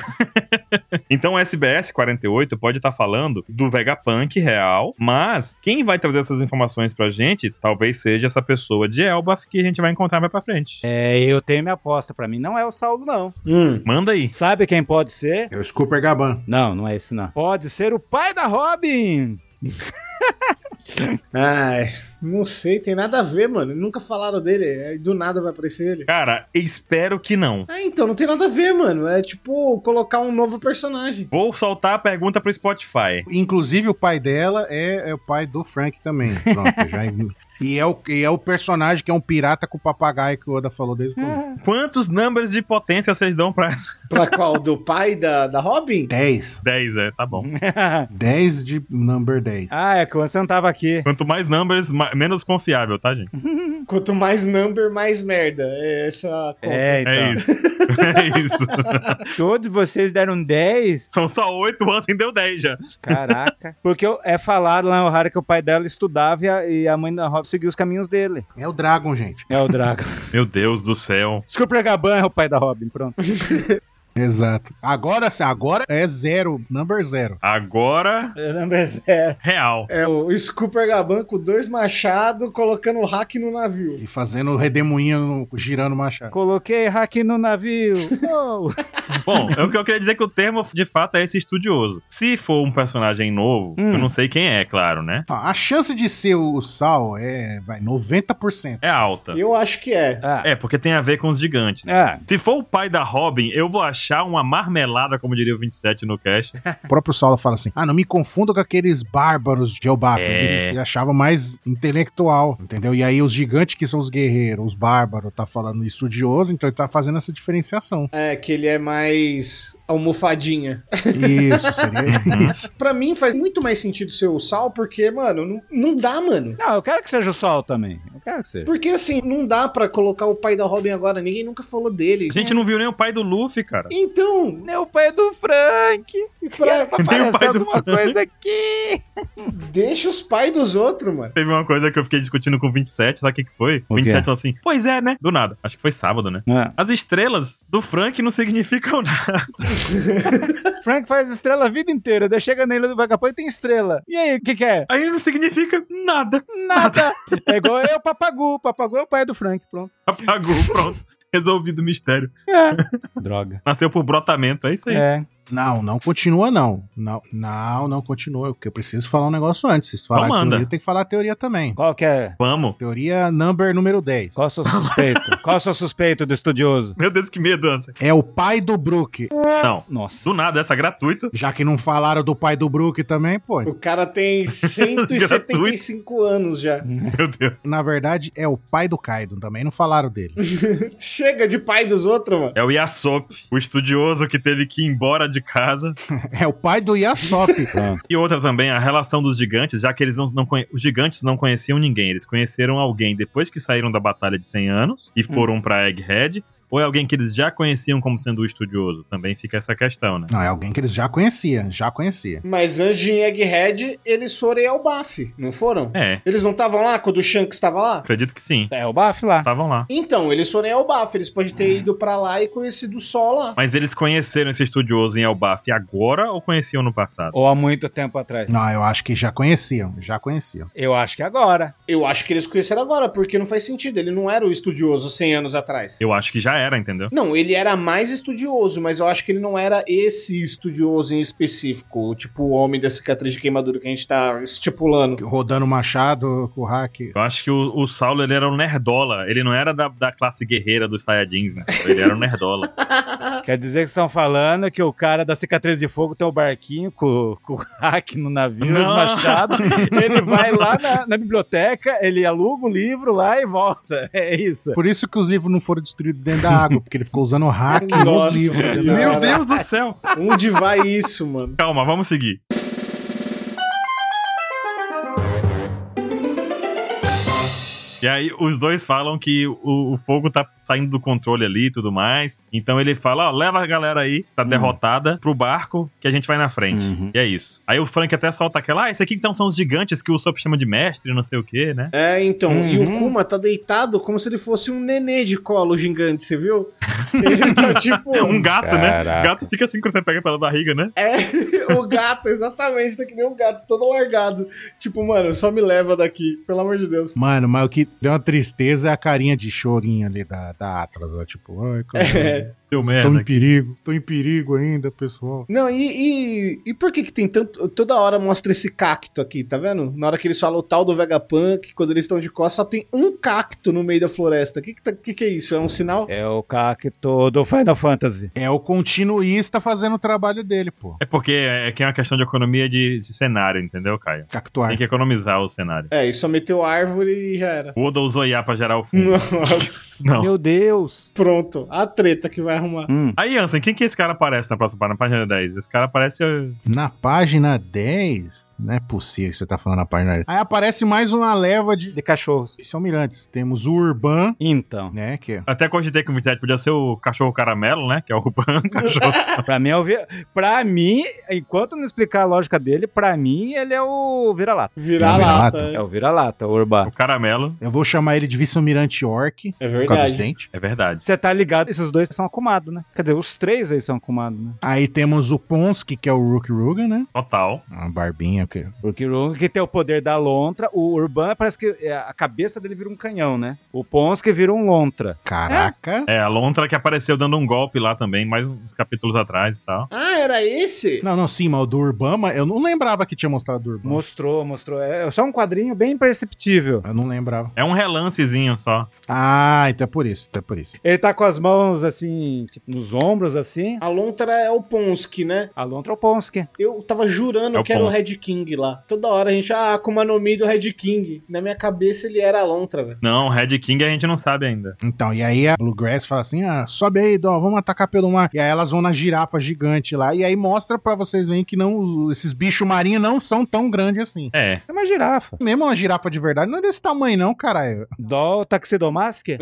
Speaker 1: Então o SBS 48 pode estar falando do Vegapunk real, mas quem vai trazer essas informações pra gente talvez seja essa pessoa de Elbaf que a gente vai encontrar mais pra frente.
Speaker 4: É, eu tenho minha aposta. Pra mim não é o Saulo, não.
Speaker 3: Hum.
Speaker 1: Manda aí.
Speaker 4: Sabe quem pode ser?
Speaker 2: É o Scooper Gaban.
Speaker 4: Não, não é esse, não. Pode ser o pai da Robin!
Speaker 3: Ai, não sei, tem nada a ver, mano. Nunca falaram dele, aí do nada vai aparecer ele.
Speaker 1: Cara, espero que não.
Speaker 3: Ah, então, não tem nada a ver, mano. É tipo colocar um novo personagem.
Speaker 1: Vou soltar a pergunta pro Spotify.
Speaker 2: Inclusive, o pai dela é, é o pai do Frank também. Pronto, já. E é, o, e é o personagem que é um pirata com o papagaio que o Oda falou desde o começo.
Speaker 1: Quantos numbers de potência vocês dão pra essa?
Speaker 3: Pra qual? Do pai da, da Robin?
Speaker 2: 10.
Speaker 1: 10, é, tá
Speaker 4: Hum.
Speaker 1: bom.
Speaker 2: 10 de number 10.
Speaker 4: ah, é que o Anselmo tava aqui.
Speaker 1: Quanto mais numbers, ma- menos confiável, tá, gente?
Speaker 3: Quanto mais number, mais merda. É essa a conta.
Speaker 4: É, então.
Speaker 1: É isso. É isso.
Speaker 4: Todos vocês deram 10?
Speaker 1: São só 8 anos e deu 10 já.
Speaker 4: Caraca. Porque eu- é falado lá no Hara que o pai dela estudava e a, e a mãe da Robin seguiu os caminhos dele.
Speaker 2: É o Dragon, gente.
Speaker 4: É o Drago.
Speaker 1: Meu Deus do céu.
Speaker 4: Scooper Gaban é o pai da Robin, pronto.
Speaker 2: Exato. Agora sim, agora é zero, number zero.
Speaker 1: Agora,
Speaker 4: Eu lembro é zero.
Speaker 1: real.
Speaker 3: É o Scooper Gaban com dois machados colocando o hack no navio.
Speaker 2: E fazendo redemoinho, no- girando o machado.
Speaker 4: Coloquei hack no navio. Uou.
Speaker 1: Bom, é o que eu queria dizer que o termo de fato é esse estudioso. Se for um personagem novo,
Speaker 4: Hum.
Speaker 1: eu não sei quem é, claro, né?
Speaker 2: Ah, a chance de ser o Sal é, vai, 90%.
Speaker 1: É alta.
Speaker 3: Eu acho que é.
Speaker 4: Ah.
Speaker 1: É, porque tem a ver com os gigantes.
Speaker 4: Ah.
Speaker 1: Se for o pai da Robin, eu vou achar uma marmelada, como diria o 27 no cast.
Speaker 2: O próprio Saulo fala assim: ah, não me confunda com aqueles bárbaros de Elbaf.
Speaker 1: É.
Speaker 2: Ele se achava mais intelectual, entendeu? E aí os gigantes que são os guerreiros, os bárbaros, tá falando estudioso, então ele tá fazendo essa diferenciação.
Speaker 3: É, que ele é mais almofadinha.
Speaker 2: Isso, seria isso.
Speaker 3: Pra mim faz muito mais sentido ser o Sal, porque, mano, não, não dá, mano.
Speaker 4: Não, eu quero que seja o Sol também. Eu quero que seja.
Speaker 3: Porque assim, não dá pra colocar o pai da Robin agora, ninguém nunca falou dele.
Speaker 1: A gente não viu nem o pai do Luffy, cara.
Speaker 3: Então,
Speaker 4: Meu pai é do Frank.
Speaker 3: pra-
Speaker 1: pai
Speaker 4: Apareceu
Speaker 1: do
Speaker 4: alguma
Speaker 1: Frank.
Speaker 4: coisa aqui.
Speaker 3: deixa os pais dos outros, mano.
Speaker 1: Teve uma coisa que eu fiquei discutindo com o 27, sabe o que, que foi? O
Speaker 4: O quê?
Speaker 1: 27 falou assim: Pois é, né? Do nada. Acho que foi sábado, né? As estrelas do Frank não significam nada.
Speaker 4: Frank faz estrela a vida inteira. Daí chega na Ilha do Vagapão e tem estrela. E aí, o que que é?
Speaker 1: Aí não significa nada.
Speaker 4: Nada. É igual eu, Papagu. Papagu é o pai do Frank, pronto.
Speaker 1: Apagou, pronto. Resolvido o mistério. É.
Speaker 4: Droga.
Speaker 1: Nasceu por brotamento, é isso aí.
Speaker 4: É.
Speaker 2: Não, não continua, não. Não, não, não continua. Porque eu preciso falar um negócio antes. Se falar
Speaker 1: Então manda.
Speaker 2: teoria, tem que falar a teoria também.
Speaker 4: Qual que é?
Speaker 1: Vamos.
Speaker 2: Teoria number número 10.
Speaker 4: Qual o seu suspeito? Qual o seu suspeito do estudioso?
Speaker 1: Meu Deus, que medo, Anson.
Speaker 2: É o pai do Brook.
Speaker 1: Não.
Speaker 4: Nossa.
Speaker 1: Do nada, essa gratuita.
Speaker 2: Já que não falaram do pai do Brook também, pô.
Speaker 3: O cara tem 175 anos já.
Speaker 1: Meu Deus.
Speaker 2: Na verdade, é o pai do Kaido. Também não falaram dele.
Speaker 3: Chega de pai dos outros, mano.
Speaker 1: É o Yasop, o estudioso que teve que ir embora de casa.
Speaker 2: É o pai do Yasop.
Speaker 1: E outra também, a relação dos gigantes, já que eles não, não conhe- os gigantes não conheciam ninguém, eles conheceram alguém depois que saíram da batalha de 100 anos e foram pra Egghead, ou é alguém que eles já conheciam como sendo o estudioso? Também fica essa questão, né?
Speaker 2: não, é alguém que eles já conheciam. Já conhecia.
Speaker 3: Mas antes de Egghead, eles foram ao Baf, não foram?
Speaker 1: É,
Speaker 3: Eles não estavam lá quando o Shanks estava lá?
Speaker 1: acredito que sim.
Speaker 4: É o Baf lá.
Speaker 1: Estavam lá.
Speaker 3: Então, eles foram ao Baf, eles podem
Speaker 1: É.
Speaker 3: ter ido pra lá e conhecido só lá.
Speaker 1: Mas eles conheceram esse estudioso em Elbaf agora ou conheciam no passado?
Speaker 4: Ou há muito tempo atrás.
Speaker 2: Não, eu acho que já conheciam. Já conheciam.
Speaker 4: Eu acho que agora.
Speaker 3: Eu acho que eles conheceram agora, porque não faz sentido, ele não era o estudioso 100 anos atrás.
Speaker 1: Eu acho que já era, entendeu?
Speaker 3: Não, ele era mais estudioso, mas eu acho que ele não era esse estudioso em específico, tipo o homem da cicatriz de queimadura que a gente tá estipulando.
Speaker 2: Rodando o machado com o hack.
Speaker 1: Eu acho que o, o Saulo ele era um nerdola. Ele não era da, da classe guerreira dos Saiyajins, né? Ele era um nerdola.
Speaker 4: Quer dizer que estão falando que o cara da cicatriz de fogo tem o barquinho com, com o hack no navio,
Speaker 1: Não.
Speaker 4: os machados. Ele vai lá na, na biblioteca, ele aluga o livro lá e volta. É isso.
Speaker 2: Por isso que os livros não foram destruídos dentro da água. Porque ele ficou usando o hack
Speaker 3: Nossa
Speaker 2: nos livros. entendeu?
Speaker 3: Senhora.
Speaker 1: Meu Deus do céu!
Speaker 3: Onde vai isso, mano?
Speaker 1: Calma, vamos seguir. E aí, os dois falam que o, o fogo tá saindo do controle ali e tudo mais. Então ele fala: ó, leva a galera aí, tá derrotada, pro barco que a gente vai na frente.
Speaker 4: Uhum.
Speaker 1: E é isso. Aí o Frank até solta aquela: ah, esse aqui então são os gigantes que o Usopp chama de mestre, não sei o quê, né?
Speaker 3: É, então, e
Speaker 4: Uhum.
Speaker 3: o Kuma tá deitado como se ele fosse um nenê de colo gigante, você viu? Ele tá tipo.
Speaker 1: Um gato, né?
Speaker 4: Caraca.
Speaker 1: Gato fica assim quando você pega pela barriga, né?
Speaker 3: É, o gato, exatamente, tá que nem um gato, todo largado. Tipo, mano, só me leva daqui, pelo amor de Deus.
Speaker 2: Mano, mas o que deu uma tristeza é a carinha de chorinho ali da, da Atlas, ó, tipo, ai,
Speaker 3: É,
Speaker 2: cara,
Speaker 1: Seu
Speaker 2: tô
Speaker 1: merda.
Speaker 2: em perigo, tô em perigo ainda, pessoal.
Speaker 3: Não, e, e, e por que que tem tanto. Toda hora mostra esse cacto aqui, tá vendo? Na hora que eles falam o tal do Vegapunk, quando eles estão de costas, só tem um cacto no meio da floresta. O que que, tá- que que é isso? É um sinal?
Speaker 4: É o cacto do Final Fantasy.
Speaker 2: É o continuista fazendo o trabalho dele, pô.
Speaker 1: É porque é que é uma questão de economia de, de cenário, entendeu, Caio?
Speaker 2: Cactuar.
Speaker 1: Tem que economizar o cenário.
Speaker 3: É, e só meteu árvore e já era.
Speaker 1: O Oda usou IA pra gerar o fundo.
Speaker 3: Nossa.
Speaker 1: Não.
Speaker 4: Meu Deus!
Speaker 3: Pronto, a treta que vai arrumar.
Speaker 4: Hum.
Speaker 1: Aí, Ansem, quem que esse cara aparece na próxima página? Na página 10? Esse cara aparece. uh,
Speaker 2: Na página 10, não é possível que você tá falando na página 10. Aí aparece mais uma leva de...
Speaker 4: De cachorros.
Speaker 2: São Mirantes. Temos o Urban,
Speaker 4: Então,
Speaker 2: né, que é...
Speaker 1: Até cogitei que o 27 podia ser o cachorro caramelo, né? Que é o Pan, cachorro.
Speaker 4: pra mim é o. vi- Pra mim, enquanto não explicar a lógica dele, pra mim ele é o vira-lata.
Speaker 3: Virar
Speaker 2: vira-lata.
Speaker 3: lata.
Speaker 4: É o vira-lata, o Urba.
Speaker 1: o caramelo.
Speaker 2: Eu vou chamar ele de vice-almirante Orc,
Speaker 3: É
Speaker 2: por causa dos
Speaker 3: verdade.
Speaker 2: dentes.
Speaker 1: É verdade.
Speaker 4: Você tá ligado? Esses dois são acumados, né? Quer dizer, os três aí são acumados, né?
Speaker 2: Aí temos o Ponsky, que é o Rook Rugan, né?
Speaker 1: Total.
Speaker 2: Uma barbinha, que...
Speaker 4: Porque o Uruk que tem o poder da lontra, o Urban parece que é, a cabeça dele vira um canhão, né? O Pons que vira um lontra.
Speaker 2: Caraca.
Speaker 1: É, a Lontra que apareceu dando um golpe lá também, mais uns capítulos atrás e tal.
Speaker 3: Ah, era
Speaker 4: É.
Speaker 3: esse?
Speaker 2: Não, não, sim, mas o do Urbama, eu não lembrava que tinha mostrado do Urbama.
Speaker 4: Mostrou, mostrou. É só um quadrinho bem imperceptível.
Speaker 2: Eu não lembrava.
Speaker 1: É um relancezinho só.
Speaker 2: Ah, então é por isso, então é por isso.
Speaker 4: Ele tá com as mãos assim, tipo, nos ombros, assim.
Speaker 3: A Lontra é o Ponsky, né?
Speaker 4: A lontra é o Ponsky.
Speaker 3: Eu tava jurando
Speaker 1: É o
Speaker 3: que era o
Speaker 1: Ponsky.
Speaker 3: Red King lá. Toda hora a gente, ah, Akuma no Mi do Red King. Na minha cabeça ele era a Lontra, velho.
Speaker 1: Não, Red King a gente não sabe ainda.
Speaker 2: Então, e aí a Bluegrass fala assim: ah, sobe aí, Dó, vamos atacar pelo mar. E aí elas vão na girafa gigante lá. E aí mostra pra vocês verem que não, os- esses bichos marinhos não são tão grandes assim.
Speaker 1: É.
Speaker 4: É uma girafa.
Speaker 2: Mesmo uma girafa de verdade não é desse tamanho, não, caralho.
Speaker 4: Dó o taxidomasque?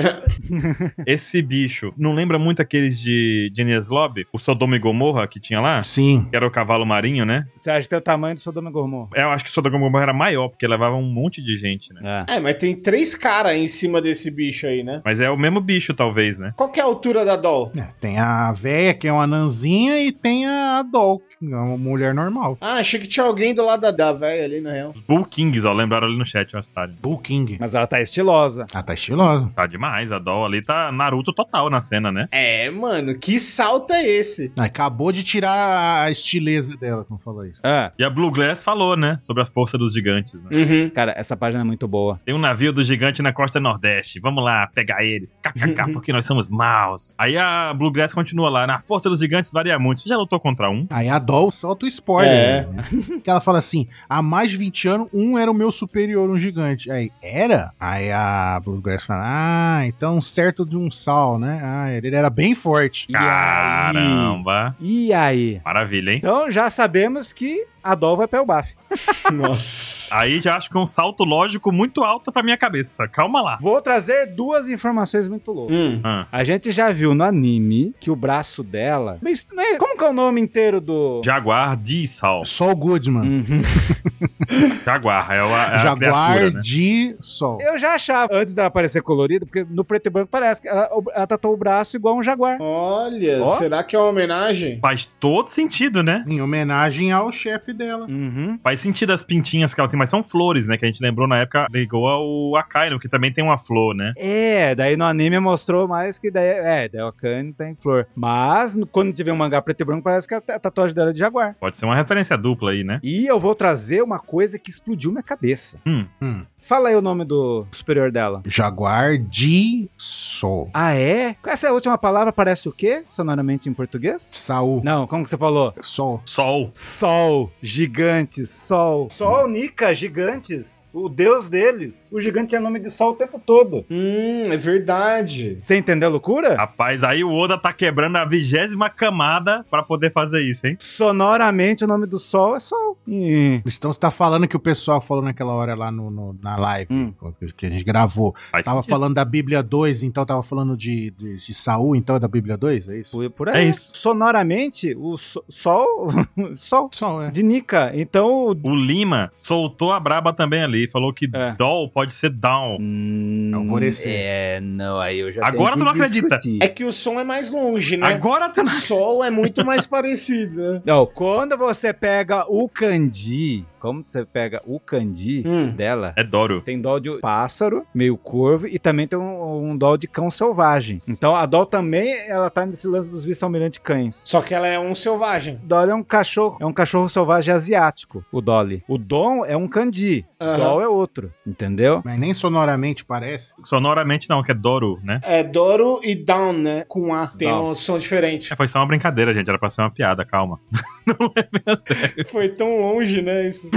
Speaker 1: Esse bicho não lembra muito aqueles de, de Inês Lobby? O Sodoma e Gomorra que tinha lá?
Speaker 2: Sim.
Speaker 1: Que era o cavalo marinho, né?
Speaker 4: Você acha que tem o tamanho do Sodoma e Gomorra?
Speaker 1: Eu acho que o Sodoma e Gomorra era maior, porque levava um monte de gente, né?
Speaker 4: É.
Speaker 3: É, mas tem três caras em cima desse bicho aí, né?
Speaker 1: Mas é o mesmo bicho, talvez, né?
Speaker 3: Qual que é a altura da Doll?
Speaker 2: É, tem a véia, que é uma nanzinha, e tem a Dol, que é uma mulher normal.
Speaker 3: Ah, achei que tinha alguém do lado da, da velha ali, na real.
Speaker 1: Os Bull Kings, ó, lembraram ali no chat, ó, Stalin.
Speaker 2: Bull King.
Speaker 4: Mas ela tá estilosa.
Speaker 2: Ah, tá estilosa.
Speaker 1: Tá demais, a Doll ali tá Naruto total na cena, né?
Speaker 3: É, mano, que salto é esse?
Speaker 2: Ah, Acabou de tirar a estileza dela, como falou isso.
Speaker 4: É.
Speaker 1: E a Blue Glass falou, né? Sobre a força dos gigantes, né?
Speaker 3: Uhum.
Speaker 4: Cara, essa página é muito boa.
Speaker 1: Tem um navio do gigante na costa nordeste. Vamos lá, pegar eles. KKK, porque nós somos maus. Aí a Bluegrass continua lá. Na força dos gigantes varia muito. Você já lutou contra um?
Speaker 2: Aí a Doll solta
Speaker 1: É.
Speaker 2: o spoiler. né? Que ela fala assim: há mais de 20 anos, um era o meu superior, um gigante. Aí, era? Aí a Bluegrass fala: ah, então certo de um sal, né? Ah, ele era bem forte.
Speaker 4: E
Speaker 1: Caramba.
Speaker 4: aí? E aí?
Speaker 1: Maravilha, hein?
Speaker 4: Então já sabemos que é a Dol vai pra Elbaf.
Speaker 3: Nossa.
Speaker 1: Aí já acho que é um salto lógico muito alto pra minha cabeça. Calma lá.
Speaker 4: Vou trazer duas informações muito loucas.
Speaker 3: Hum.
Speaker 1: Ah,
Speaker 4: A gente já viu no anime que o braço dela. Mas, né, como que é o nome inteiro do.
Speaker 1: Jaguar de Sol.
Speaker 2: Sol Goodman.
Speaker 4: Uhum.
Speaker 1: Jaguar. É, o Hum, é a
Speaker 2: Jaguar
Speaker 1: criatura, né?
Speaker 2: de Sol.
Speaker 4: Eu já achava, antes dela aparecer colorida, porque no preto e branco parece que ela, ela tatuou o braço igual um jaguar.
Speaker 3: Olha,
Speaker 4: Ó.
Speaker 3: será que é uma homenagem?
Speaker 1: Faz todo sentido, né?
Speaker 2: Em homenagem ao chefe dela.
Speaker 4: Uhum.
Speaker 1: Faz sentido as pintinhas que ela tem, mas são flores, né? Que a gente lembrou na época, ligou ao Akainu, que também tem uma flor, né?
Speaker 4: É, daí no anime mostrou mais que daí. É, daí o Kanye tá em flor. Mas no- quando tiver um mangá preto e branco, parece que a ta- a tatuagem dela é de jaguar.
Speaker 1: Pode ser uma referência dupla aí, né?
Speaker 4: E eu vou trazer uma coisa que explodiu minha cabeça.
Speaker 1: Hum.
Speaker 2: Hum.
Speaker 4: Fala aí o nome do superior dela.
Speaker 2: Jaguar de Sol.
Speaker 4: Ah, é? Essa última palavra parece o quê? Sonoramente em português?
Speaker 2: Saul.
Speaker 4: Não, como que você falou?
Speaker 2: Sol.
Speaker 1: Sol.
Speaker 4: Sol, gigantes, sol. Sol, Nika, gigantes. O deus deles. O gigante tinha nome de sol o tempo todo.
Speaker 3: Hum, é verdade.
Speaker 4: Você entendeu a loucura?
Speaker 1: Rapaz, aí o Oda tá quebrando a vigésima camada pra poder fazer isso, hein?
Speaker 4: Sonoramente o nome do sol é sol. Ih,
Speaker 2: Então você tá falando que o pessoal falou naquela hora lá no, no- na live
Speaker 4: Hum.
Speaker 2: que- que a gente gravou.
Speaker 1: Faz
Speaker 2: Tava
Speaker 1: sentido.
Speaker 2: falando da Bíblia 2, então tava falando de, de, de Saul, então é da Bíblia 2, é isso?
Speaker 4: por- por
Speaker 1: É
Speaker 4: aí.
Speaker 1: isso.
Speaker 4: Sonoramente, o so- sol. sol.
Speaker 2: Só é.
Speaker 4: De Nika. Então. o-
Speaker 1: O Lima soltou a braba também ali. Falou que
Speaker 4: É.
Speaker 1: doll pode ser down.
Speaker 4: Hum,
Speaker 2: Alvorecer.
Speaker 4: É, não, aí eu já
Speaker 1: Agora
Speaker 4: tenho
Speaker 1: tu
Speaker 4: que
Speaker 1: não acredita.
Speaker 4: discutir.
Speaker 3: É que o som é mais longe, né?
Speaker 1: Agora tá tu
Speaker 3: O sol é muito mais parecido. né?
Speaker 4: Não, quando você pega o candi, como você pega o candi
Speaker 3: Hum.
Speaker 4: dela,
Speaker 1: É Doro.
Speaker 4: tem dó de pássaro, meio corvo, e também tem um, um dó de cão selvagem. Então a dó também, ela tá nesse lance dos vice-almirante cães.
Speaker 3: Só que ela é um selvagem.
Speaker 4: Dolly é um cachorro, é um cachorro selvagem asiático, o Dolly. O Dom é um candi,
Speaker 3: Aham.
Speaker 4: Dol é outro, entendeu?
Speaker 2: Mas nem sonoramente parece.
Speaker 1: Sonoramente não, que é Doro, né?
Speaker 3: É Doro e Down, né? Com A. Tem
Speaker 4: Down.
Speaker 3: um som diferente.
Speaker 1: É, Foi só uma brincadeira, gente. Era pra ser uma piada, calma.
Speaker 3: Foi tão longe, né? Isso.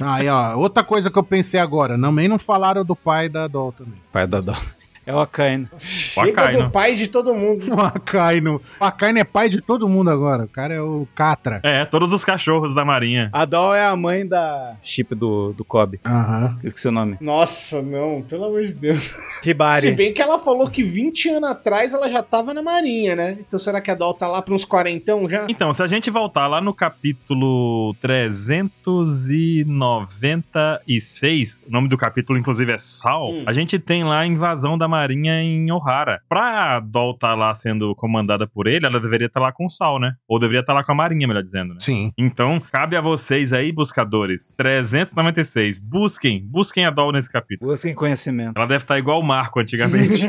Speaker 2: Aí, ó, outra coisa que eu pensei agora, também não falaram do pai da Dol também.
Speaker 4: Pai da Dol. É o Akaino.
Speaker 3: Chega
Speaker 1: Acai,
Speaker 3: do
Speaker 1: né?
Speaker 3: pai de todo mundo.
Speaker 2: O Akaino. O Akaino é pai de todo mundo agora. O cara é o Catra.
Speaker 1: É, todos os cachorros da marinha.
Speaker 4: A Dol é a mãe da chip do, do Kobe.
Speaker 2: Aham.
Speaker 4: Esqueci o nome.
Speaker 3: Nossa, não, pelo amor de Deus. Se
Speaker 4: Hibari.
Speaker 3: bem que ela falou que 20 anos atrás ela já tava na marinha, né? Então será que a Dol tá lá pra uns quarentão já?
Speaker 1: Então, se a gente voltar lá no capítulo 396, o nome do capítulo, inclusive, é Sal,
Speaker 3: Hum.
Speaker 1: a gente tem lá a invasão da marinha em Ohara. Pra Dol estar lá sendo comandada por ele, ela deveria estar lá com o Sal, né? Ou deveria estar lá com a marinha, melhor dizendo, né?
Speaker 2: Sim.
Speaker 1: Então, cabe a vocês aí, buscadores. 396, busquem, busquem a Dol nesse capítulo.
Speaker 4: Busquem conhecimento.
Speaker 1: Ela deve estar igual o Marco antigamente.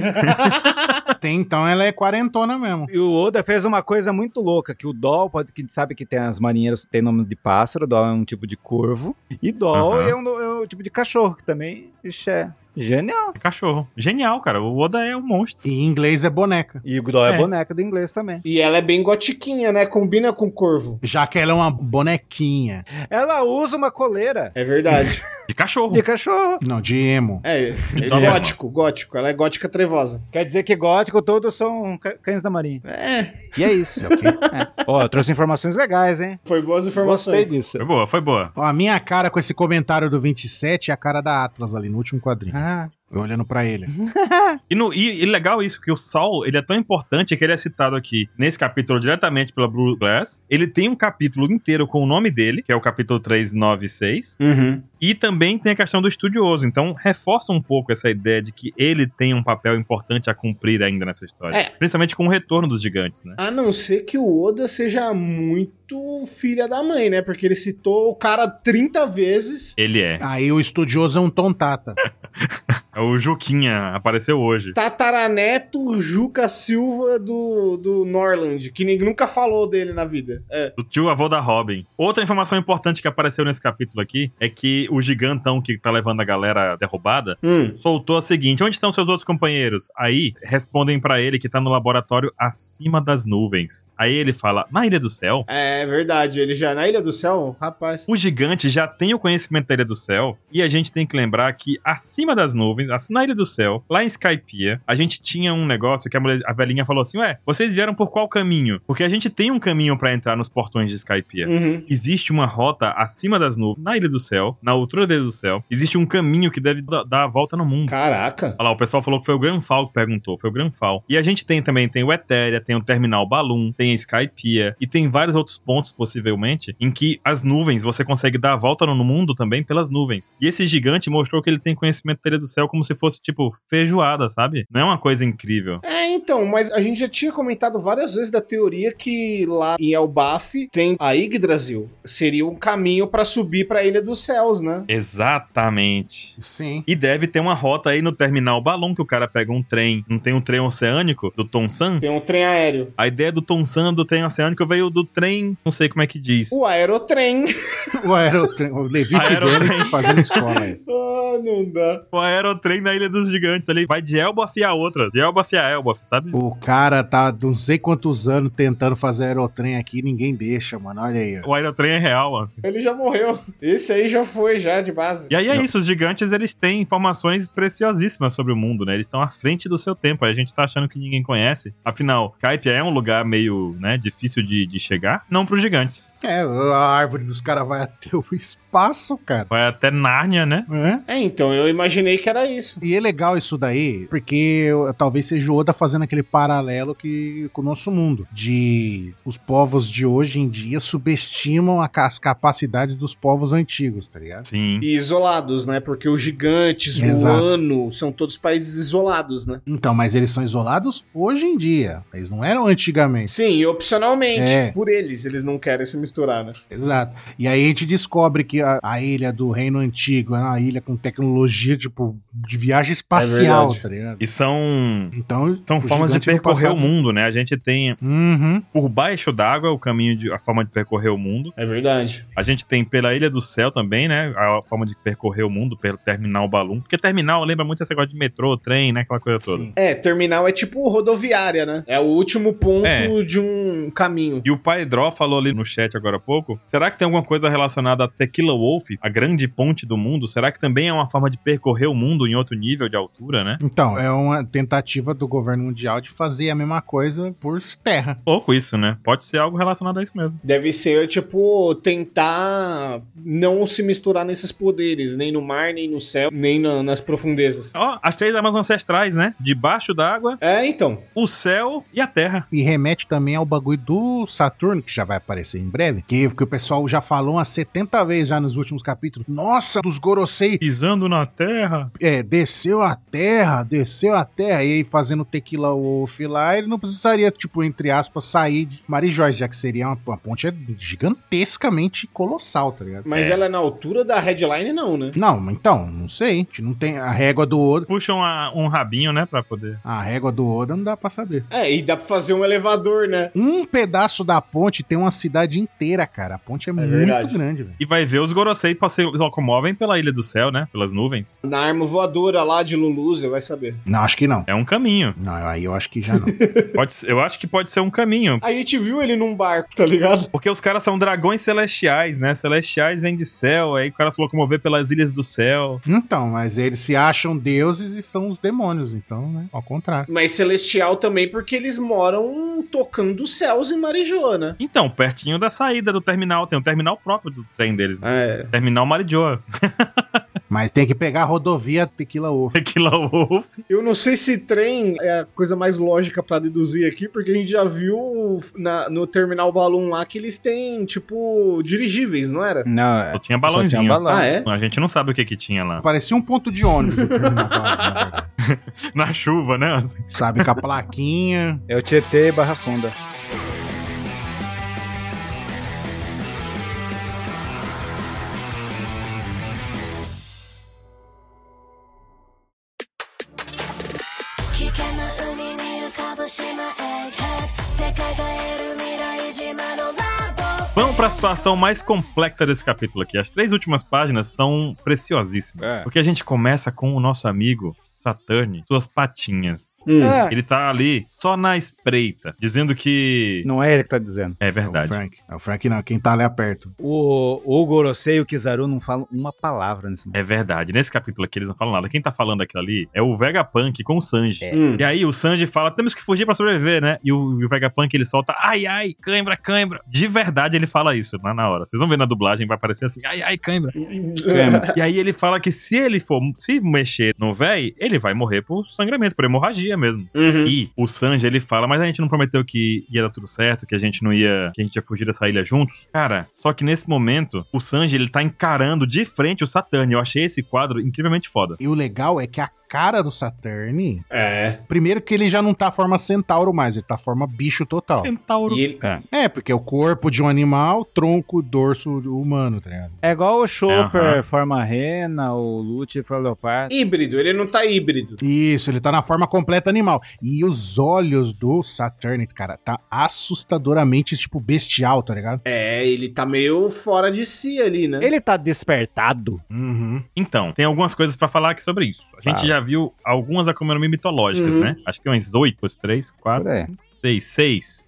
Speaker 2: Tem, então ela é quarentona mesmo.
Speaker 4: E o Oda fez uma coisa muito louca, que o Dol, pode, que a gente sabe que tem as marinheiras que tem nome de pássaro, Dol é um tipo de corvo, e Dol
Speaker 1: Aham.
Speaker 4: é, um, é um tipo de cachorro, que também ixi, é genial.
Speaker 1: Cachorro. Genial, cara. O Oda é um monstro.
Speaker 2: E em inglês é boneca.
Speaker 4: E o Dol é,
Speaker 1: É.
Speaker 4: boneca do inglês também.
Speaker 3: E ela é bem gotiquinha, né? Combina com corvo.
Speaker 2: Já que ela é uma bonequinha.
Speaker 4: Ela usa uma coleira
Speaker 3: É verdade.
Speaker 1: De cachorro.
Speaker 4: de cachorro.
Speaker 2: Não, de emo.
Speaker 3: É, é
Speaker 1: Tá bom.
Speaker 3: gótico, gótico. Ela é gótica trevosa.
Speaker 4: Quer dizer que gótico todos são ca- cães da marinha.
Speaker 3: É,
Speaker 4: E é isso. É. Ó, eu trouxe informações legais, hein?
Speaker 3: foi boas
Speaker 4: Gostei
Speaker 3: informações.
Speaker 4: disso.
Speaker 1: Foi boa, foi boa.
Speaker 2: Ó, a minha cara com esse comentário do 27 é a cara da Atlas ali no último quadrinho.
Speaker 4: Ah,
Speaker 2: Eu olhando pra ele.
Speaker 1: E, no- e- e legal isso, que o Saul, ele é tão importante que ele é citado aqui nesse capítulo diretamente pela Blue Glass. Ele tem um capítulo inteiro com o nome dele, que é o capítulo 396.
Speaker 3: Uhum.
Speaker 1: E também tem a questão do estudioso. Então, reforça um pouco essa ideia de que ele tem um papel importante a cumprir ainda nessa história.
Speaker 3: É.
Speaker 1: Principalmente com o retorno dos gigantes, né?
Speaker 3: A não ser que o Oda seja muito filha da mãe, né? Porque ele citou o cara 30 vezes.
Speaker 1: Ele é.
Speaker 2: Aí o estudioso é um tontata.
Speaker 1: É O Juquinha apareceu hoje.
Speaker 3: Tataraneto Juca Silva do, do Norland, que ninguém nunca falou dele na vida. É.
Speaker 1: O tio avô da Robin. Outra informação importante que apareceu nesse capítulo aqui é que o gigantão que tá levando a galera derrubada
Speaker 3: Hum.
Speaker 1: soltou a seguinte: Onde estão seus outros companheiros? Aí respondem pra ele que tá no laboratório acima das nuvens. Aí ele fala: Na Ilha do Céu?
Speaker 3: É verdade, ele já na Ilha do Céu, rapaz.
Speaker 1: O gigante já tem o conhecimento da Ilha do Céu e a gente tem que lembrar que acima das nuvens, assim, na Ilha do Céu, lá em Skypiea, a gente tinha um negócio que a, mulher, a velhinha falou assim: Ué, vocês vieram por qual caminho? Porque a gente tem um caminho pra entrar nos portões de Skypiea.
Speaker 3: Uhum.
Speaker 1: Existe uma rota acima das nuvens, na Ilha do Céu, na altura da Ilha do Céu. Existe um caminho que deve da- dar a volta no mundo.
Speaker 3: Caraca.
Speaker 1: Olha lá, o pessoal falou que foi o Granfal que perguntou, foi o Granfal. E a gente tem também, tem o Etéria, tem o Terminal Balloon, tem a Skypiea, e tem vários outros pontos, possivelmente, em que as nuvens, você consegue dar a volta no mundo também pelas nuvens. E esse gigante mostrou que ele tem conhecimento da Ilha do Céu como se fosse, tipo, feijoada, sabe? Não é uma coisa incrível.
Speaker 3: É, então, mas a gente já tinha comentado várias vezes da teoria que lá em Elbaf tem a Yggdrasil. Seria um caminho pra subir pra Ilha dos Céus, né?
Speaker 1: Exatamente.
Speaker 2: Sim.
Speaker 1: E deve ter uma rota aí no Terminal Balloon, que o cara pega um trem. Não tem um trem oceânico do Tonsan?
Speaker 3: Tem um trem aéreo.
Speaker 1: A ideia do Tonsan, do trem oceânico, veio do trem, não sei como é que diz.
Speaker 3: O aerotrem.
Speaker 2: O aerotrem. O Levi
Speaker 1: Aerotrem.
Speaker 2: Fidelix fazendo escola aí.
Speaker 3: ah, não dá.
Speaker 1: O trem na Ilha dos Gigantes ali. Vai de Elbaf a outra. De Elbaf a Elbaf, sabe?
Speaker 2: O cara tá não sei quantos anos tentando fazer aerotrem aqui e ninguém deixa, mano. Olha aí. ó.
Speaker 1: O aerotrem é real, mano.
Speaker 3: Ele já morreu. Esse aí já foi, já, de base.
Speaker 1: E aí é isso, os gigantes eles têm informações preciosíssimas sobre o mundo, né? Eles estão à frente do seu tempo. Aí a gente tá achando que ninguém conhece. Afinal, Caipia é um lugar meio, né, difícil de, de chegar. Não pros gigantes.
Speaker 2: É, a árvore dos caras vai até o espaço, cara.
Speaker 1: Vai até Nárnia, né?
Speaker 2: É.
Speaker 3: É, então, eu imaginei que era isso.
Speaker 2: E é legal isso daí, porque eu- talvez seja o Oda fazendo aquele paralelo que com o nosso mundo. De os povos de hoje em dia subestimam a ca- as capacidades dos povos antigos, tá ligado?
Speaker 1: Sim.
Speaker 3: E isolados, né? Porque os gigantes,
Speaker 2: Exato.
Speaker 3: o ano, são todos países isolados, né?
Speaker 2: Então, mas eles são isolados hoje em dia. Eles não eram antigamente.
Speaker 3: Sim, e opcionalmente,
Speaker 2: É.
Speaker 3: por eles, eles não querem se misturar, né?
Speaker 2: Exato. E aí a gente descobre que a, a ilha do Reino Antigo é uma ilha com tecnologia, tipo, de viagem espacial,
Speaker 3: verdade.
Speaker 2: tá ligado?
Speaker 1: E são.
Speaker 2: Então.
Speaker 1: São
Speaker 2: o
Speaker 1: formas de
Speaker 2: gigante do
Speaker 1: percorrer
Speaker 2: passado-
Speaker 1: o mundo, né? A gente tem
Speaker 2: Uhum.
Speaker 1: por baixo d'água o caminho de a forma de percorrer o mundo.
Speaker 3: É verdade.
Speaker 1: A gente tem pela Ilha do Céu também, né? A forma de percorrer o mundo pelo terminal Balloon. Porque terminal lembra muito esse negócio de metrô, trem, né? Aquela coisa toda.
Speaker 2: Sim.
Speaker 3: É, terminal é tipo rodoviária, né? É o último ponto
Speaker 1: É.
Speaker 3: de um caminho.
Speaker 1: E o Pai Dró falou ali no chat agora há pouco. Será que tem alguma coisa relacionada a Tequila Wolf, a grande ponte do mundo? Será que também é uma forma de percorrer o mundo em outro nível de altura, né?
Speaker 2: Então, é uma tentativa do governo mundial de fazer a mesma coisa por terra.
Speaker 1: Pouco isso, né? Pode ser algo relacionado a isso mesmo.
Speaker 3: Deve ser, tipo, tentar não se misturar nesses poderes, nem no mar, nem no céu, nem na- nas profundezas.
Speaker 1: Ó, as três armas ancestrais, né? Debaixo d'água,
Speaker 3: É, então.
Speaker 1: o céu e a terra.
Speaker 2: E remete também ao bagulho do Saturno, que já vai aparecer em breve, que, que o pessoal já falou umas 70 vezes já nos últimos capítulos. Nossa, dos Gorosei
Speaker 1: Pisando na terra.
Speaker 2: é, desceu a terra, desceu a terra, e aí fazendo tequila wolf lá, ele não precisaria, tipo, entre aspas, sair de Marijóis, já que seria uma, uma ponte gigantescamente colossal, tá ligado?
Speaker 3: Mas
Speaker 1: É.
Speaker 3: ela é na altura da headline, não, né?
Speaker 2: Não, então, não sei. A gente não tem a régua do Oda.
Speaker 1: Puxam a- um rabinho, né? Pra poder.
Speaker 2: A régua do Oda não dá pra saber.
Speaker 3: É, e dá pra fazer um elevador, né?
Speaker 2: Um pedaço da ponte tem uma cidade inteira, cara. A ponte é, muito
Speaker 3: verdade.
Speaker 2: grande, velho.
Speaker 1: E vai ver os Gorosei se locomovem pela Ilha do Céu, né? Pelas nuvens.
Speaker 3: Na arma voadora lá de Lulu, você vai saber.
Speaker 2: Não, acho que não.
Speaker 1: É um caminho.
Speaker 2: Não, aí eu acho que já não.
Speaker 1: Pode ser- eu acho que pode ser um caminho.
Speaker 3: A gente viu ele num barco, tá ligado?
Speaker 1: Porque os caras são dragões celestiais, né? Celestiais vêm de céu, aí o cara se locomover pelas ilhas do céu.
Speaker 2: então, mas eles se acham deuses e são os demônios, então, né? Ao contrário.
Speaker 3: Mas celestial também, porque eles moram tocando os céus em Marijô, né?
Speaker 1: Então, pertinho da saída do terminal, tem um terminal próprio do trem deles, né?
Speaker 3: É.
Speaker 1: Terminal Marijoa.
Speaker 2: Mas tem que pegar a rodovia Tequila Ovo.
Speaker 1: Tequila Wolf.
Speaker 3: Eu não sei se trem é a coisa mais lógica pra deduzir aqui, porque a gente já viu na- no terminal Balloon lá que eles têm, tipo, dirigíveis, não era?
Speaker 4: Não, é.
Speaker 1: Só tinha balãozinhos.
Speaker 4: balão.
Speaker 3: Ah, é?
Speaker 1: A gente não sabe o que que tinha lá.
Speaker 2: Parecia um ponto de ônibus o terminal na verdade.
Speaker 1: Na chuva, né?
Speaker 2: Sabe, com a plaquinha.
Speaker 4: É o Tietê e Barra Funda.
Speaker 1: Vamos pra situação mais complexa desse capítulo aqui. As três últimas páginas são preciosíssimas.
Speaker 4: É.
Speaker 1: Porque a gente começa com o nosso amigo Saturne, suas patinhas.
Speaker 3: Hum.
Speaker 4: É.
Speaker 1: Ele tá ali só na espreita, dizendo que.
Speaker 4: Não é ele que tá dizendo.
Speaker 1: É
Speaker 2: É o
Speaker 1: verdade.
Speaker 2: Frank. É o Frank, não. Quem tá ali aperto.
Speaker 4: O, o Gorosei e o Kizaru não falam uma palavra nesse momento.
Speaker 1: É verdade. Nesse capítulo aqui eles não falam nada. Quem tá falando aquilo ali é o Vegapunk com o Sanji.
Speaker 3: Hum.
Speaker 1: E aí o Sanji fala, temos que fugir pra sobreviver, né? E o, e o Vegapunk ele solta, ai, ai, cãibra, cãibra. De verdade ele fala isso lá na hora. Vocês vão ver na dublagem, vai aparecer assim, ai, ai, cãibra. E aí ele fala que se ele for se mexer no véi, ele vai morrer por sangramento, por hemorragia mesmo.
Speaker 3: Uhum.
Speaker 1: E o Sanji, ele fala, mas a gente não prometeu que ia dar tudo certo, que a gente não ia, que a gente ia fugir dessa ilha juntos? Cara, só que nesse momento, o Sanji, ele tá encarando de frente o Saturn. Eu achei esse quadro incrivelmente foda.
Speaker 2: E o legal é que a cara do Saturne.
Speaker 3: É.
Speaker 2: Primeiro que ele já não tá forma centauro mais, ele tá forma bicho total.
Speaker 1: Centauro.
Speaker 3: E ele...
Speaker 2: É, porque é o corpo de um animal, tronco, dorso humano, tá ligado?
Speaker 4: É igual o Chopper
Speaker 1: Aham.
Speaker 4: forma rena, o Lute forma leopardo.
Speaker 3: Híbrido, ele não tá híbrido.
Speaker 2: Isso, ele tá na forma completa animal. E os olhos do Saturnite, cara, tá assustadoramente, tipo, bestial, tá ligado?
Speaker 3: É, ele tá meio fora de si ali, né?
Speaker 4: Ele tá despertado.
Speaker 2: Uhum.
Speaker 1: Então, tem algumas coisas pra falar aqui sobre isso. A gente
Speaker 4: Fala.
Speaker 1: já viu algumas Akuma no Mi mitológicas,
Speaker 3: Uhum.
Speaker 1: né? Acho que umas oito, uns três, quatro,
Speaker 4: Por aí.
Speaker 1: cinco, seis, seis.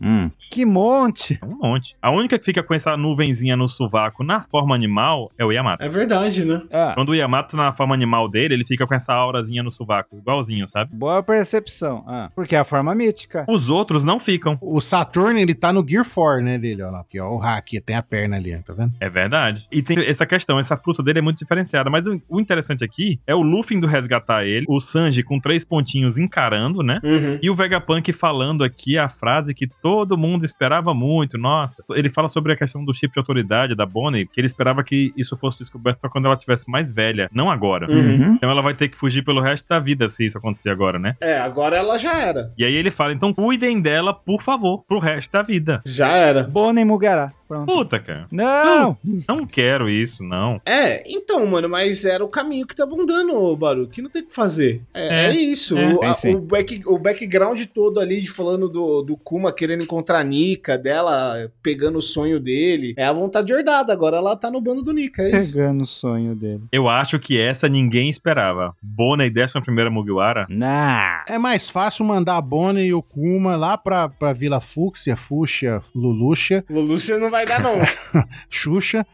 Speaker 4: Que monte.
Speaker 1: É Um monte. A única que fica com essa nuvenzinha no sovaco na forma animal é o Yamato.
Speaker 3: É verdade, né?
Speaker 4: Ah,
Speaker 1: Quando o Yamato tá na forma animal dele, ele fica com essa aurazinha no sovaco, igualzinho, sabe?
Speaker 4: boa percepção. Ah, porque é a forma mítica.
Speaker 1: Os outros não ficam.
Speaker 2: O Saturn, ele tá no Gear 4, né, dele, ó lá. Aqui, ó, o hack, tem a perna ali, ó, tá vendo?
Speaker 1: É verdade. E tem essa questão, essa fruta dele é muito diferenciada. Mas o, o interessante aqui é o Luffy indo resgatar ele, o Sanji com três pontinhos encarando, né?
Speaker 3: Uhum.
Speaker 1: E o Vegapunk falando aqui a frase que todo mundo esperava muito, nossa. Ele fala sobre a questão do chip de autoridade da Bonnie, que ele esperava que isso fosse descoberto só quando ela tivesse mais velha, não agora.
Speaker 3: Uhum.
Speaker 1: Então ela vai ter que fugir pelo resto da vida se isso acontecer agora, né?
Speaker 3: É, agora ela já era.
Speaker 1: E aí ele fala, então cuidem dela, por favor, pro resto da vida.
Speaker 3: Já era.
Speaker 4: Bona e Mugará. Pronto.
Speaker 1: Puta, cara,
Speaker 3: Uh,
Speaker 4: Não!
Speaker 1: não quero isso, não.
Speaker 3: É, então, mano, mas era o caminho que estavam dando, ô Baruque. Não tem o que fazer. É,
Speaker 1: É,
Speaker 3: é isso.
Speaker 1: é.
Speaker 3: o, a-
Speaker 4: Bem, sim.
Speaker 3: o back- o background todo ali, de falando do, do Kuma querendo encontrar a Nika, dela pegando o sonho dele. É a vontade herdada. Agora ela tá no bando do Nika, é isso.
Speaker 4: Pegando o sonho dele.
Speaker 1: Eu acho que essa ninguém esperava. Bona e 11 primeira Mugiwara,
Speaker 4: Nah.
Speaker 2: É mais fácil mandar a Bonnie e o Kuma lá pra, pra Vila Fúcsia, Fuxia, Luluxia,
Speaker 3: Luluxa não vai dar, não.
Speaker 2: Xuxa,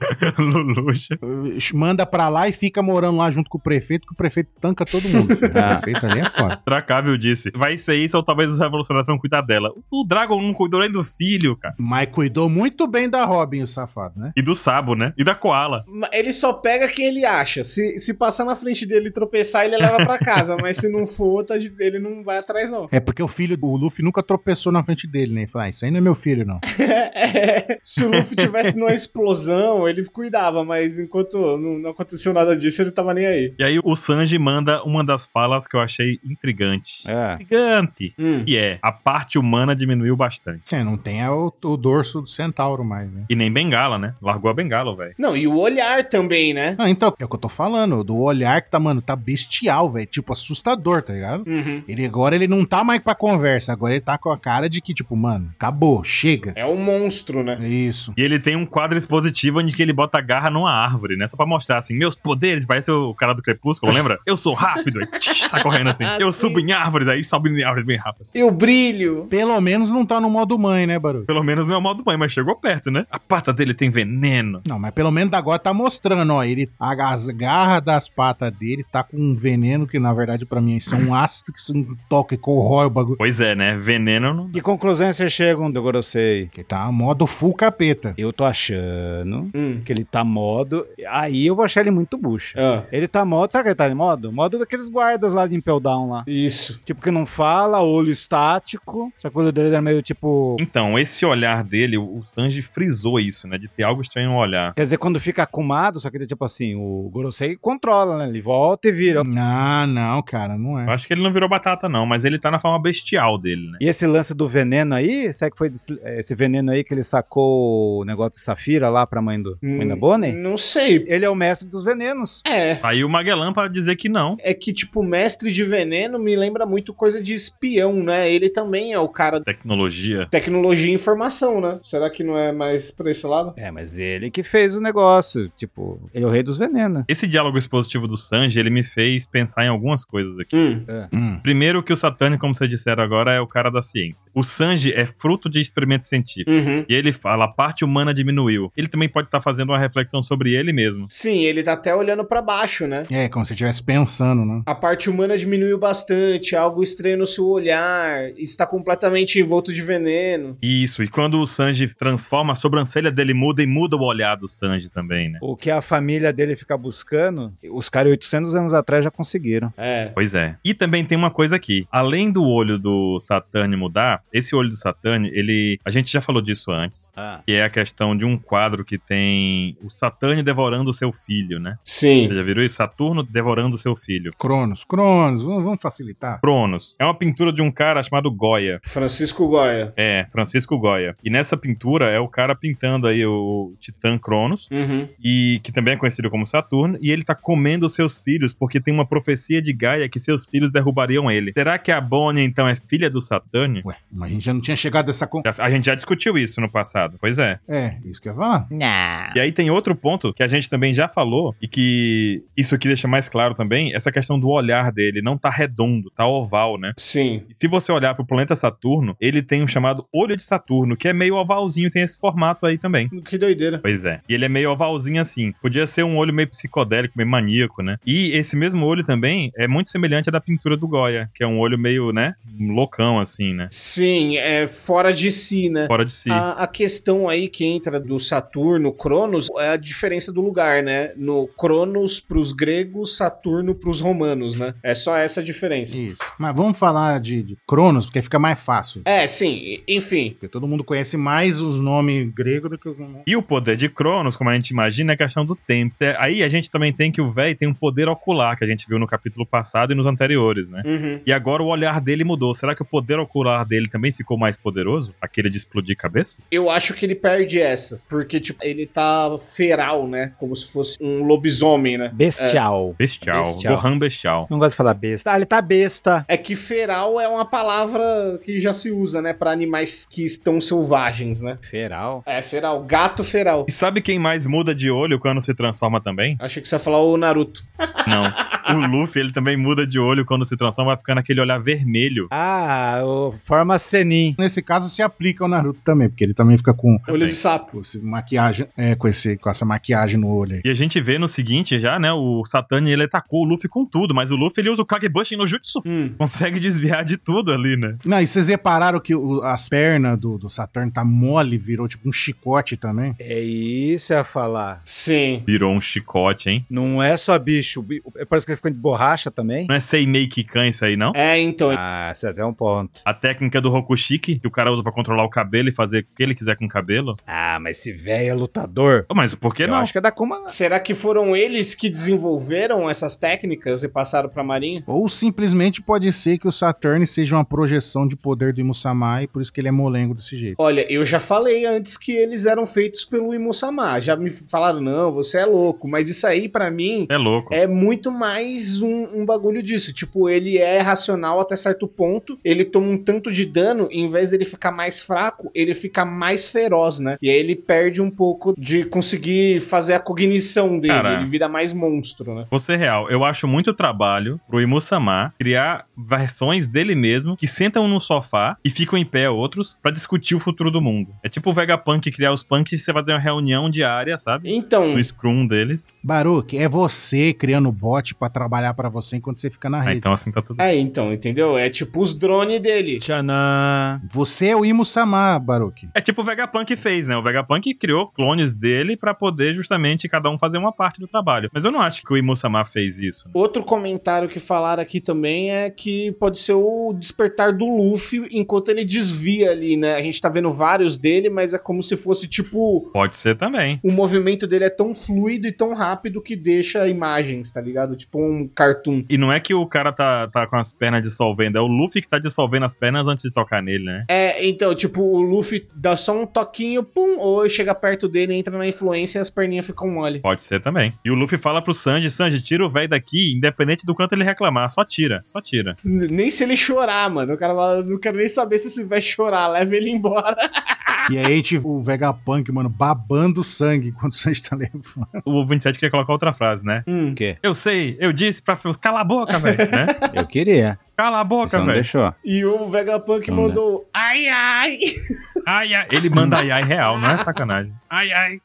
Speaker 1: Luluxa.
Speaker 2: eh, manda pra lá e fica morando lá junto com o prefeito, que o prefeito tanca todo mundo. filho.
Speaker 4: Ah.
Speaker 2: O prefeito ali é foda.
Speaker 1: Tracável disse. Vai ser isso, ou talvez os revolucionários vão cuidar dela. O Dragon não cuidou nem do filho, cara.
Speaker 2: Mas cuidou muito bem da Robin, o safado, né?
Speaker 1: E do Sabo, né? E da Koala.
Speaker 3: Ma- Ele só pega quem ele acha. Se, se passar na frente dele e tropeçar, ele leva pra casa. mas se não for, tá de- ele não vai atrás, não.
Speaker 2: É porque o filho do Luffy nunca tropeçou na frente dele, né? Ele falou, ah, isso aí não é meu filho, não.
Speaker 3: É. se o Luffy tivesse numa explosão, ele cuidava, mas enquanto não, não aconteceu nada disso, ele tava nem aí.
Speaker 1: E aí o Sanji manda uma das falas que eu achei intrigante.
Speaker 4: É.
Speaker 1: Intrigante.
Speaker 3: Hum.
Speaker 1: Que é, a parte humana diminuiu bastante.
Speaker 2: É, não tem a- o, o dorso do centauro mais, né?
Speaker 1: E nem bengala, né? Largou a bengala, velho.
Speaker 3: Não, e o olhar também, né?
Speaker 2: Ah, então, é o que eu tô falando, do olhar que tá, mano, tá bestial, velho. Tipo, assustador, tá ligado?
Speaker 3: Uhum.
Speaker 2: Ele agora ele não tá mais pra conversa, agora ele tá com a cara de que, tipo, mano, acabou, chega.
Speaker 3: É um monstro, né?
Speaker 2: É isso.
Speaker 1: E ele tem um quadro expositivo onde que ele bota a garra numa árvore, né? Só pra mostrar assim, meus poderes, parece o cara do Crepúsculo, lembra? Eu sou rápido, aí tch, sai correndo assim. Eu subo em árvores, aí sobe em árvores bem rápido assim.
Speaker 3: E o brilho.
Speaker 2: Pelo menos não tá no modo mãe, né, Baru?
Speaker 1: Pelo menos não é o modo mãe, mas chegou perto, né? A pata dele tem veneno.
Speaker 2: Não, mas pelo menos agora tá mostrando, ó. Ele, a- as garras das patas dele tá com um veneno que, na verdade, pra mim, isso é um ácido que se não toca e corrói o bagulho.
Speaker 1: Pois é, né? Veneno não
Speaker 4: Que conclusões vocês chegam do Gorosei?
Speaker 2: Que tá modo full capeta.
Speaker 4: Eu tô achando
Speaker 3: Hum.
Speaker 4: que ele tá modo. Aí eu vou achar ele muito bucha.
Speaker 3: Ah,
Speaker 4: Ele tá modo. Sabe que ele tá de modo? Modo daqueles guardas lá de Impel Down lá.
Speaker 3: isso.
Speaker 4: Tipo, que não fala, olho estático. Só que o olho dele era meio tipo.
Speaker 1: Então, esse olhar dele, o Sanji frisou isso, né? De ter algo estranho no olhar.
Speaker 4: Quer dizer, quando fica acumado, só que ele, tipo assim, o Gorosei controla, né? Ele volta e vira.
Speaker 2: Uhum. Não, Ah, não, cara, não
Speaker 1: Eu
Speaker 2: é.
Speaker 1: acho que ele não virou batata, não, mas ele tá na forma bestial dele, né?
Speaker 4: E esse lance do veneno aí, será que foi desse- eh, esse veneno aí que ele sacou o negócio de Safira lá pra mãe, do, mãe da Bonnie?
Speaker 3: Não sei.
Speaker 4: Ele é o mestre dos venenos.
Speaker 3: É.
Speaker 1: Aí o Magellan para dizer que não.
Speaker 3: É que, tipo, mestre de veneno me lembra muito coisa de espião, né? Ele também é o cara da
Speaker 1: Tecnologia.
Speaker 3: tecnologia e informação, né? Será que não é mais pra esse lado?
Speaker 4: É, mas ele que fez o negócio. Tipo, ele é o rei dos venenos.
Speaker 1: Esse diálogo expositivo do Sanji, ele me fez pensar em algumas coisas aqui.
Speaker 3: Hum.
Speaker 2: Hum.
Speaker 1: Primeiro que o Satani, como vocês disseram agora, é o cara da ciência. O Sanji é fruto de experimentos científicos.
Speaker 3: Uhum.
Speaker 1: E ele fala, a parte humana diminuiu. Ele também pode estar fazendo uma reflexão sobre ele mesmo.
Speaker 3: Sim, ele tá até olhando pra baixo, né?
Speaker 2: É, como se estivesse pensando, né?
Speaker 3: A parte humana diminuiu bastante, algo estranho no seu olhar, está completamente envolto de veneno.
Speaker 1: Isso, e quando o Sanji transforma, a sobrancelha dele muda e muda o olhar do Sanji também, né?
Speaker 4: O que a família dele fica buscando, os caras 800 anos atrás já conseguiram.
Speaker 3: É.
Speaker 1: Pois é. E também tem uma coisa aqui. Além do olho do Saturn mudar, esse olho do Saturn, ele. A gente já falou disso antes.
Speaker 4: Ah.
Speaker 1: Que é a questão de um quadro que tem o Saturno devorando o seu filho, né?
Speaker 3: Sim.
Speaker 1: Você já virou isso? Saturno devorando o seu filho.
Speaker 2: Cronos, Cronos, vamos, vamos facilitar.
Speaker 1: Cronos. É uma pintura de um cara chamado Goya.
Speaker 3: Francisco Goya.
Speaker 1: É, Francisco Goya. E nessa pintura é o cara pintando aí o Titã Cronos,
Speaker 3: Uhum.
Speaker 1: e que também é conhecido como Saturno, e ele tá comendo seus filhos, porque tem uma profecia de Gaia que seus filhos derrubariam ele. Será que a Bonnie, então, é filha do Saturno?
Speaker 2: Ué, mas a gente já não tinha chegado a essa con...
Speaker 1: Já- A gente já discutiu isso no passado. Pois é.
Speaker 2: É, isso que eu ia falar.
Speaker 1: E aí tem outro ponto que a gente também já falou e que isso aqui deixa mais claro também, essa questão do olhar dele não tá redondo, tá oval, né?
Speaker 3: Sim.
Speaker 1: E se você olhar pro planeta Saturno, ele tem um chamado olho de Saturno, que é meio ovalzinho, tem esse formato aí também.
Speaker 3: Que doideira.
Speaker 1: Pois é. E ele é meio ovalzinho assim. Podia ser um olho meio psicodélico, meio maníaco, né? E esse mesmo olho também é muito semelhante à da pintura do Goya, que é um olho meio, né, loucão assim, né?
Speaker 3: Sim, é fora de si, né?
Speaker 1: Fora de si.
Speaker 3: A, a questão aí que entra do Saturno, Cronos, é a diferença do lugar, né? No Cronos pros gregos, Saturno pros romanos, né? É só essa a diferença.
Speaker 2: Isso. Mas vamos falar de, de Cronos, porque fica mais fácil.
Speaker 3: É, sim, enfim.
Speaker 2: Porque todo mundo conhece mais os nomes gregos do que os nomes.
Speaker 1: E o poder de Cronos, como a gente imagina, é a questão do tempo. É, Aí a gente também tem que o velho tem um poder ocular, que a gente viu no capítulo passado e nos anteriores, né?
Speaker 3: Uhum.
Speaker 1: E agora o olhar dele mudou. Será que o poder ocular dele também ficou mais poderoso? Aquele de explodir cabeças?
Speaker 3: Eu acho que ele perde essa, porque, tipo, ele tá feral, né? Como se fosse um lobisomem, né?
Speaker 4: Bestial.
Speaker 1: Bestial.
Speaker 4: Bestial.
Speaker 1: Gohan bestial.
Speaker 4: Não gosto de falar besta. Ah, ele tá besta.
Speaker 3: É que feral é uma palavra que já se usa, né? Pra animais que estão selvagens, né?
Speaker 4: Feral.
Speaker 3: É, feral. Gato feral.
Speaker 1: E sabe quem mais muda de olho quando se transforma também?
Speaker 3: Achei que você ia falar o Naruto.
Speaker 1: Não. O Luffy, ele também muda de olho quando se transforma, vai ficando aquele olhar vermelho.
Speaker 4: Ah, o forma senin.
Speaker 2: Nesse caso se aplica ao Naruto também, porque ele também fica com,
Speaker 3: Olho de sapo.
Speaker 2: com esse maquiagem, é, com, esse, com essa maquiagem no olho aí.
Speaker 1: E a gente vê no seguinte já, né? O Satani, ele atacou o Luffy com tudo, mas o Luffy, ele usa o Kagebushin no Jutsu.
Speaker 3: Hum.
Speaker 1: Consegue desviar de tudo ali, né?
Speaker 2: Não, e vocês repararam que o- as pernas do, do Saturno tá mole, virou tipo um chicote também?
Speaker 4: É isso eu ia falar.
Speaker 3: Sim.
Speaker 1: Virou um chicote, hein?
Speaker 4: Não é só bicho. bi- Parece que ele ficou de borracha também.
Speaker 1: Não é Seimei Kikan isso aí, não?
Speaker 3: É, então.
Speaker 4: Ah, você até um ponto.
Speaker 1: A técnica do Rokushiki, que o cara usa pra controlar o cabelo e fazer o que ele quiser com o cabelo.
Speaker 4: Ah, mas esse velho é lutador.
Speaker 1: Ô, Mas por que
Speaker 4: eu
Speaker 1: não?
Speaker 4: acho que é da Kuma.
Speaker 3: Será que foram eles que desenvolveram essas técnicas e passaram pra Marinha?
Speaker 2: Ou simplesmente pode ser que o Saturno seja uma projeção de poder do Imusamai, por isso que ele é molengo desse jeito.
Speaker 3: Olha, eu já falei antes que eles eram feitos pelo Imusama. Já me falaram, não, você é louco. Mas isso aí, pra mim,
Speaker 1: É louco.
Speaker 3: é muito mais um, um bagulho disso. Tipo, ele é racional até certo ponto. Ele toma um tanto de dano. E em vez dele ficar mais fraco, ele fica mais feroz, né? E aí ele perde um pouco de conseguir fazer a cognição dele.
Speaker 1: Cara.
Speaker 3: Ele vira mais monstro, né?
Speaker 1: Vou ser real, eu acho muito trabalho pro Imusama criar versões dele mesmo que sentam num sofá e ficam em pé outros pra discutir o futuro do mundo. É tipo o Vegapunk criar os punks e você fazer uma reunião diária, sabe?
Speaker 3: Então.
Speaker 1: No Scrum deles.
Speaker 2: Baruque, é você criando bot pra trabalhar pra você enquanto você fica na
Speaker 1: Ah,
Speaker 2: rede.
Speaker 1: então assim tá tudo.
Speaker 3: É, então, entendeu? É tipo os drones dele.
Speaker 4: Tchanã.
Speaker 1: então.
Speaker 2: Você é o Imusama, Baruque.
Speaker 1: É tipo o Vegapunk fez, né? O Vegapunk criou clones dele pra poder justamente cada um fazer uma parte do trabalho. Mas eu não acho que o Imusama fez isso. né?
Speaker 3: Outro comentário que falaram aqui também é que pode ser o despertar do Luffy enquanto ele desvia ali, né? A gente tá vendo vários dele, mas é como se fosse tipo.
Speaker 1: Pode ser também.
Speaker 3: O movimento dele é tão fluido e tão rápido que deixa imagens, tá ligado? Tipo um cartoon.
Speaker 1: E não é que o cara tá, tá com as pernas dissolvendo, é o Luffy que tá dissolvendo as pernas antes de tocar nele, né?
Speaker 3: É, então, tipo, o Luffy dá só um toquinho, pum, ou chega perto dele, entra na influência e as perninhas ficam mole.
Speaker 1: Pode ser também. E o Luffy fala pro Sanji, Sanji, tira o velho daqui, independente do quanto ele reclamar, só tira, só tira.
Speaker 3: N- Nem se ele chorar, mano. O cara fala, não quero nem saber se esse vai chorar, leva ele embora.
Speaker 2: E aí, tipo, o Vegapunk, mano, babando sangue enquanto o Sanji tá levando.
Speaker 1: O 27 queria colocar outra frase, né?
Speaker 3: Hum.
Speaker 1: Eu sei, eu disse pra Fels, cala a boca, velho, né?
Speaker 4: Eu queria.
Speaker 1: Cala a
Speaker 4: é,
Speaker 1: boca, velho.
Speaker 4: deixou.
Speaker 3: E o Vegapunk
Speaker 4: Não, né?
Speaker 3: mandou ai ai.
Speaker 1: Ai, ai. Ele manda ai, ai real, não é sacanagem. Ai, ai.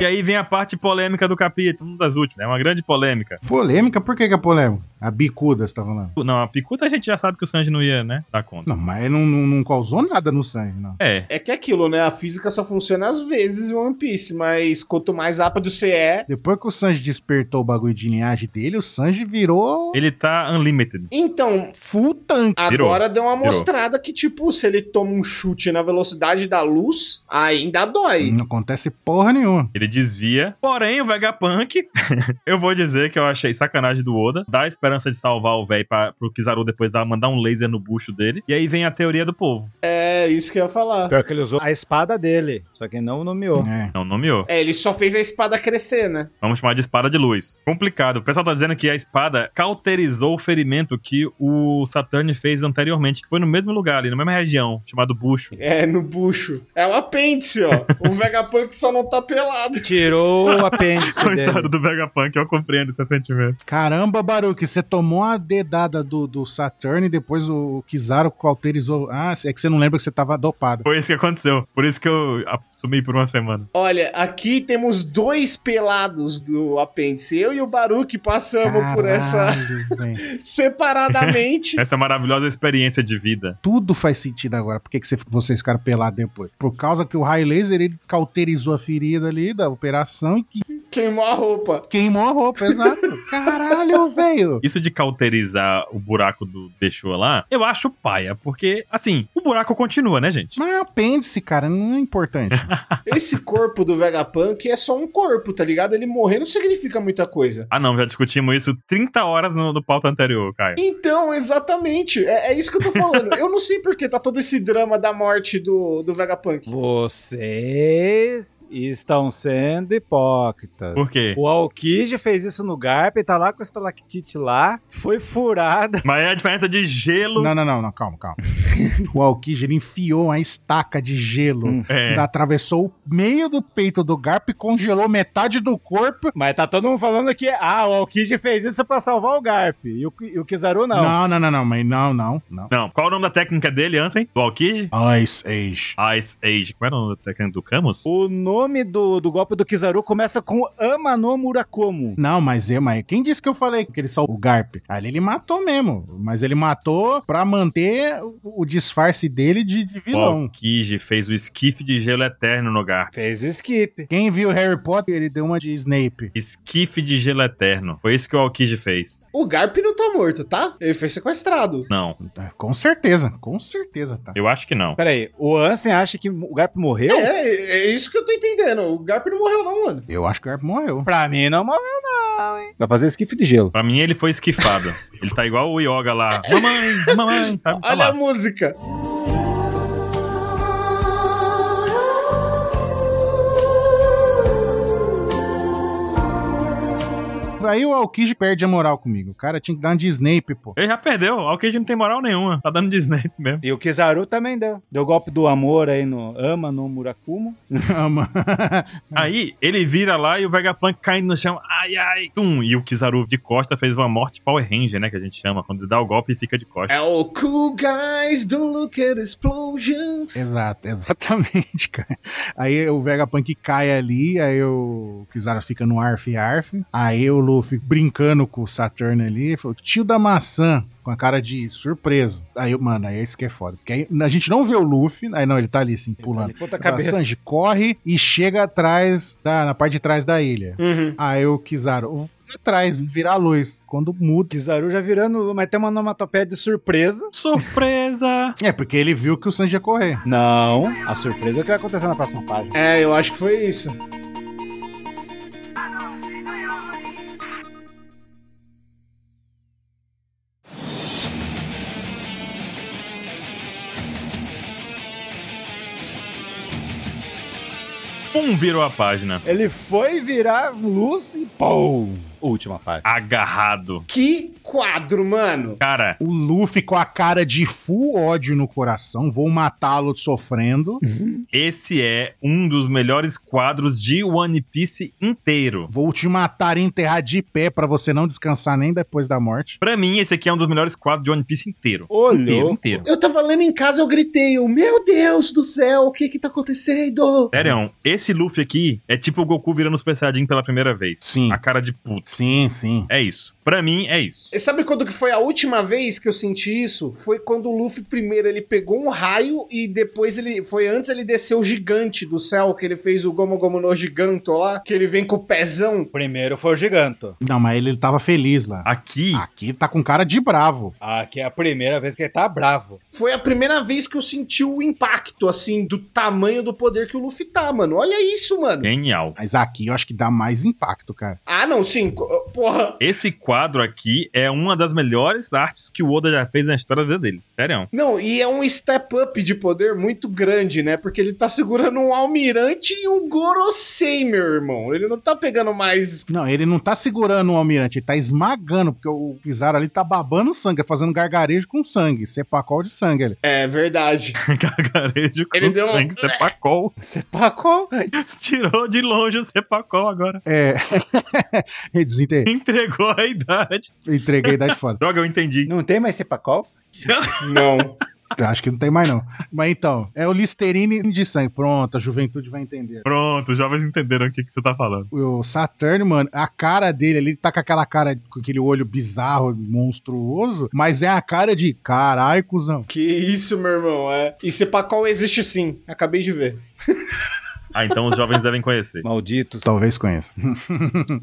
Speaker 1: E aí vem a parte polêmica do capítulo, uma das últimas, é uma grande polêmica.
Speaker 2: Polêmica? Por que, que é polêmica? A bicuda, você tá falando.
Speaker 1: Não, a picuta a gente já sabe que o Sanji não ia, né, dar conta.
Speaker 2: Não, mas não, não, não causou nada no sangue, não.
Speaker 1: É,
Speaker 3: É que é aquilo, né? A física só funciona às vezes em One Piece, mas quanto mais rápido você é.
Speaker 2: Depois que o Sanji despertou o bagulho de linhagem dele, o Sanji virou
Speaker 1: ele tá unlimited.
Speaker 3: Então,
Speaker 2: full tanque.
Speaker 1: Virou.
Speaker 3: agora deu uma
Speaker 1: Virou.
Speaker 3: mostrada que, tipo, se ele toma um chute na velocidade da luz, ainda dói.
Speaker 1: Hum.
Speaker 2: Não acontece porra nenhuma.
Speaker 1: Ele desvia. Porém, o Vegapunk, eu vou dizer que eu achei sacanagem do Oda. Dá a esperança de salvar o velho pra- pro Kizaru depois dar, mandar um laser no bucho dele. E aí vem a teoria do povo.
Speaker 3: É isso que eu ia falar.
Speaker 4: Pior que ele usou a espada dele, só que não nomeou.
Speaker 2: É.
Speaker 1: Não nomeou.
Speaker 3: É, ele só fez a espada crescer, né?
Speaker 1: Vamos chamar de espada de luz. Complicado. O pessoal tá dizendo que a espada cauterizou o ferimento que o Saturn fez anteriormente, que foi no mesmo lugar ali, na mesma região, chamado bucho.
Speaker 3: É, no bucho. É o apêndice, ó. o Vegapunk só não tá pelado.
Speaker 4: Tirou o apêndice
Speaker 1: Coitado
Speaker 4: dele.
Speaker 1: do Vegapunk, eu compreendo seu sentimento.
Speaker 2: Caramba, Baruque, você tomou a dedada do, do Saturn e depois o Kizaru cauterizou. Ah, é que você não lembra que você tava dopado.
Speaker 1: Foi isso que aconteceu. Por isso que eu sumi por uma semana.
Speaker 3: Olha, aqui temos dois pelados do apêndice. Eu e o Baruque passamos por essa
Speaker 2: Caralho, velho.
Speaker 3: separadamente.
Speaker 1: Essa maravilhosa experiência de vida.
Speaker 2: Tudo faz sentido agora. Por que, que você- vocês ficaram pelados depois? Por causa que o raio laser ele cauterizou a ferida ali da operação e que
Speaker 3: Queimou a roupa.
Speaker 2: queimou a roupa, exato. Caralho, velho.
Speaker 1: Isso de cauterizar o buraco do Deixou lá, eu acho paia, porque, assim, o buraco continua, né, gente?
Speaker 2: Mas é apêndice, cara, não é importante.
Speaker 3: Esse corpo do Vegapunk é só um corpo, tá ligado? Ele morrer não significa muita coisa.
Speaker 1: Ah, não, já discutimos isso 30 horas no, no pauta anterior, Caio.
Speaker 3: Então, exatamente. É, é isso que eu tô falando. Eu não sei porque tá todo esse drama da morte do, do Vegapunk.
Speaker 4: Vocês estão sendo hipócritas.
Speaker 1: Por quê?
Speaker 4: O Alkid fez isso no Garp, tá lá com a estalactite lá, foi furada.
Speaker 1: Mas é a diferença de gelo.
Speaker 2: Não, não, não, não, calma, calma. o Alkid, ele enfiou uma estaca de gelo,
Speaker 4: Hum.
Speaker 1: É.
Speaker 2: atravessou o meio do peito do Garp, congelou metade do corpo.
Speaker 4: Mas tá todo mundo falando que, ah, o Alkid fez isso pra salvar o Garp. E o, e o Kizaru não.
Speaker 2: Não, não, não, não, mas não, não, não.
Speaker 1: Não, qual o nome da técnica dele, Ansem? Do Alkid?
Speaker 2: Ice Age.
Speaker 1: Ice Age. Qual era o nome da técnica do Camus?
Speaker 4: O nome do, do golpe do Kizaru começa com Amano Murakomo.
Speaker 2: Não, mas é, mas quem disse que eu falei que ele só o Garp? Ali ele matou mesmo, mas ele matou pra manter o, o disfarce dele de, de
Speaker 1: O
Speaker 2: vilão.
Speaker 1: Alkid fez o esquife de gelo eterno no Garp.
Speaker 4: Fez o skip.
Speaker 2: Quem viu Harry Potter, ele deu uma de Snape.
Speaker 1: Esquife de gelo eterno. Foi isso que o Alkid fez.
Speaker 3: O Garp não tá morto, tá? Ele foi sequestrado.
Speaker 1: Não,
Speaker 2: Tá, Com certeza, com certeza, tá.
Speaker 1: eu acho que não.
Speaker 4: Peraí, o Ansem acha que o Garp morreu?
Speaker 3: É, é isso que eu tô entendendo. O Garp não morreu, não, mano.
Speaker 2: Eu acho que o Garp morreu.
Speaker 4: Pra mim não morreu não, hein. Vai fazer skip de gelo.
Speaker 1: Pra mim, ele foi esquifado. ele tá igual o Yoga lá. Mamãe, mamãe, sabe? Tá
Speaker 3: Olha a
Speaker 1: lá.
Speaker 3: música.
Speaker 2: Aí o Alkid perde a moral comigo. O cara tinha que dar um de Snape, pô.
Speaker 1: Ele já perdeu. O Alkid não tem moral nenhuma. Tá dando de Snape mesmo.
Speaker 4: E o Kizaru também deu. Deu golpe do amor aí no Amano Murakumo.
Speaker 2: Ah, mano.
Speaker 1: Aí, ele vira lá e o Vegapunk caindo no chão. Ai, ai. Tum. E o Kizaru de costa fez uma morte Power Ranger, né? Que a gente chama. Quando ele dá o golpe e fica de costa.
Speaker 3: É o Cool Guys, don't look at explosions.
Speaker 2: Exato, exatamente, cara. Aí o Vegapunk cai ali, aí o Kizaru fica no arf e arf. Aí o Luffy brincando com o Saturn ali, falou, tio da maçã. Com a cara de surpreso. Aí, eu- mano, aí isso que é foda. Porque aí a gente não vê o Luffy. Aí não, ele tá ali assim, pulando.
Speaker 4: Ponta
Speaker 2: Fala, Sanji, corre e chega atrás, da, na parte de trás da ilha.
Speaker 3: Uhum.
Speaker 2: Aí o Kizaru, "Vou atrás, virar a luz. Quando muda.
Speaker 4: Kizaru já virando, mas tem uma onomatopeia de surpresa.
Speaker 1: Surpresa!
Speaker 2: É, porque ele viu que o Sanji ia correr.
Speaker 4: Não, a surpresa é o que vai acontecer na próxima página.
Speaker 3: É, eu acho que foi isso.
Speaker 1: Pum, virou a página.
Speaker 4: Ele foi virar luz e pau! Última parte.
Speaker 1: Agarrado.
Speaker 3: Que quadro, mano!
Speaker 1: Cara,
Speaker 2: O Luffy com a cara de full ódio no coração, vou matá-lo sofrendo.
Speaker 1: esse é um dos melhores quadros de One Piece inteiro.
Speaker 2: Vou te matar e enterrar de pé pra você não descansar nem depois da morte.
Speaker 1: Pra mim, esse aqui é um dos melhores quadros de One Piece inteiro. Inteiro,
Speaker 4: Olhou.
Speaker 1: inteiro.
Speaker 3: Eu tava lendo em casa, eu gritei, eu, meu Deus do céu, o que que tá acontecendo?
Speaker 1: Sério, esse Luffy aqui é tipo o Goku virando Super Saiyajin pela primeira vez.
Speaker 2: Sim.
Speaker 1: A cara de puto.
Speaker 2: Sim, sim.
Speaker 1: É isso. Pra mim, é isso.
Speaker 3: E sabe quando que foi a última vez que eu senti isso? Foi quando o Luffy primeiro ele pegou um raio e depois ele foi antes ele desceu gigante do céu que ele fez o Gomu Gomu no Giganto lá, que ele vem com o pezão.
Speaker 4: Primeiro foi o Giganto.
Speaker 2: Não, mas ele, ele tava feliz lá.
Speaker 1: Aqui,
Speaker 2: Aqui ele tá com cara de bravo.
Speaker 4: Aqui é a primeira vez que ele tá bravo.
Speaker 3: Foi a primeira vez que eu senti o impacto assim do tamanho do poder que o Luffy tá, mano. Olha isso, mano.
Speaker 1: genial.
Speaker 2: Mas aqui eu acho que dá mais impacto, cara.
Speaker 3: Ah, não, sim, co- porra.
Speaker 1: Esse quadro aqui é uma das melhores artes que o Oda já fez na história da vida dele. Sério.
Speaker 3: Não, e é um step up de poder muito grande, né? Porque ele tá segurando um almirante e um Gorosei, meu irmão. Ele não tá pegando mais
Speaker 2: Não, ele não tá segurando o almirante, ele tá esmagando, porque o Pizarro ali tá babando sangue, fazendo gargarejo com sangue, sepacol de sangue ali.
Speaker 3: É verdade.
Speaker 1: Gargarejo com
Speaker 3: Ele deu um-
Speaker 1: sangue, Sepacol.
Speaker 4: Sepacou.
Speaker 1: Tirou de longe o Sepacol agora.
Speaker 2: É. Ele desintegrei.
Speaker 1: Entregou a idade.
Speaker 2: Entreguei a idade foda.
Speaker 1: Droga, eu entendi.
Speaker 4: Não tem mais Sepacol?
Speaker 3: Não.
Speaker 2: Acho que não tem mais, não. Mas então, é o Listerine de sangue. Pronto, a juventude vai entender.
Speaker 1: Pronto, os jovens entenderam o que, que você tá falando.
Speaker 2: O Saturn, mano, a cara dele ali, ele tá com aquela cara, com aquele olho bizarro, monstruoso, mas é a cara de carai, cuzão.
Speaker 3: Que isso, meu irmão. É. E Sepacol existe sim. Acabei de ver.
Speaker 1: Ah, então os jovens devem conhecer.
Speaker 4: Malditos.
Speaker 2: Talvez conheça.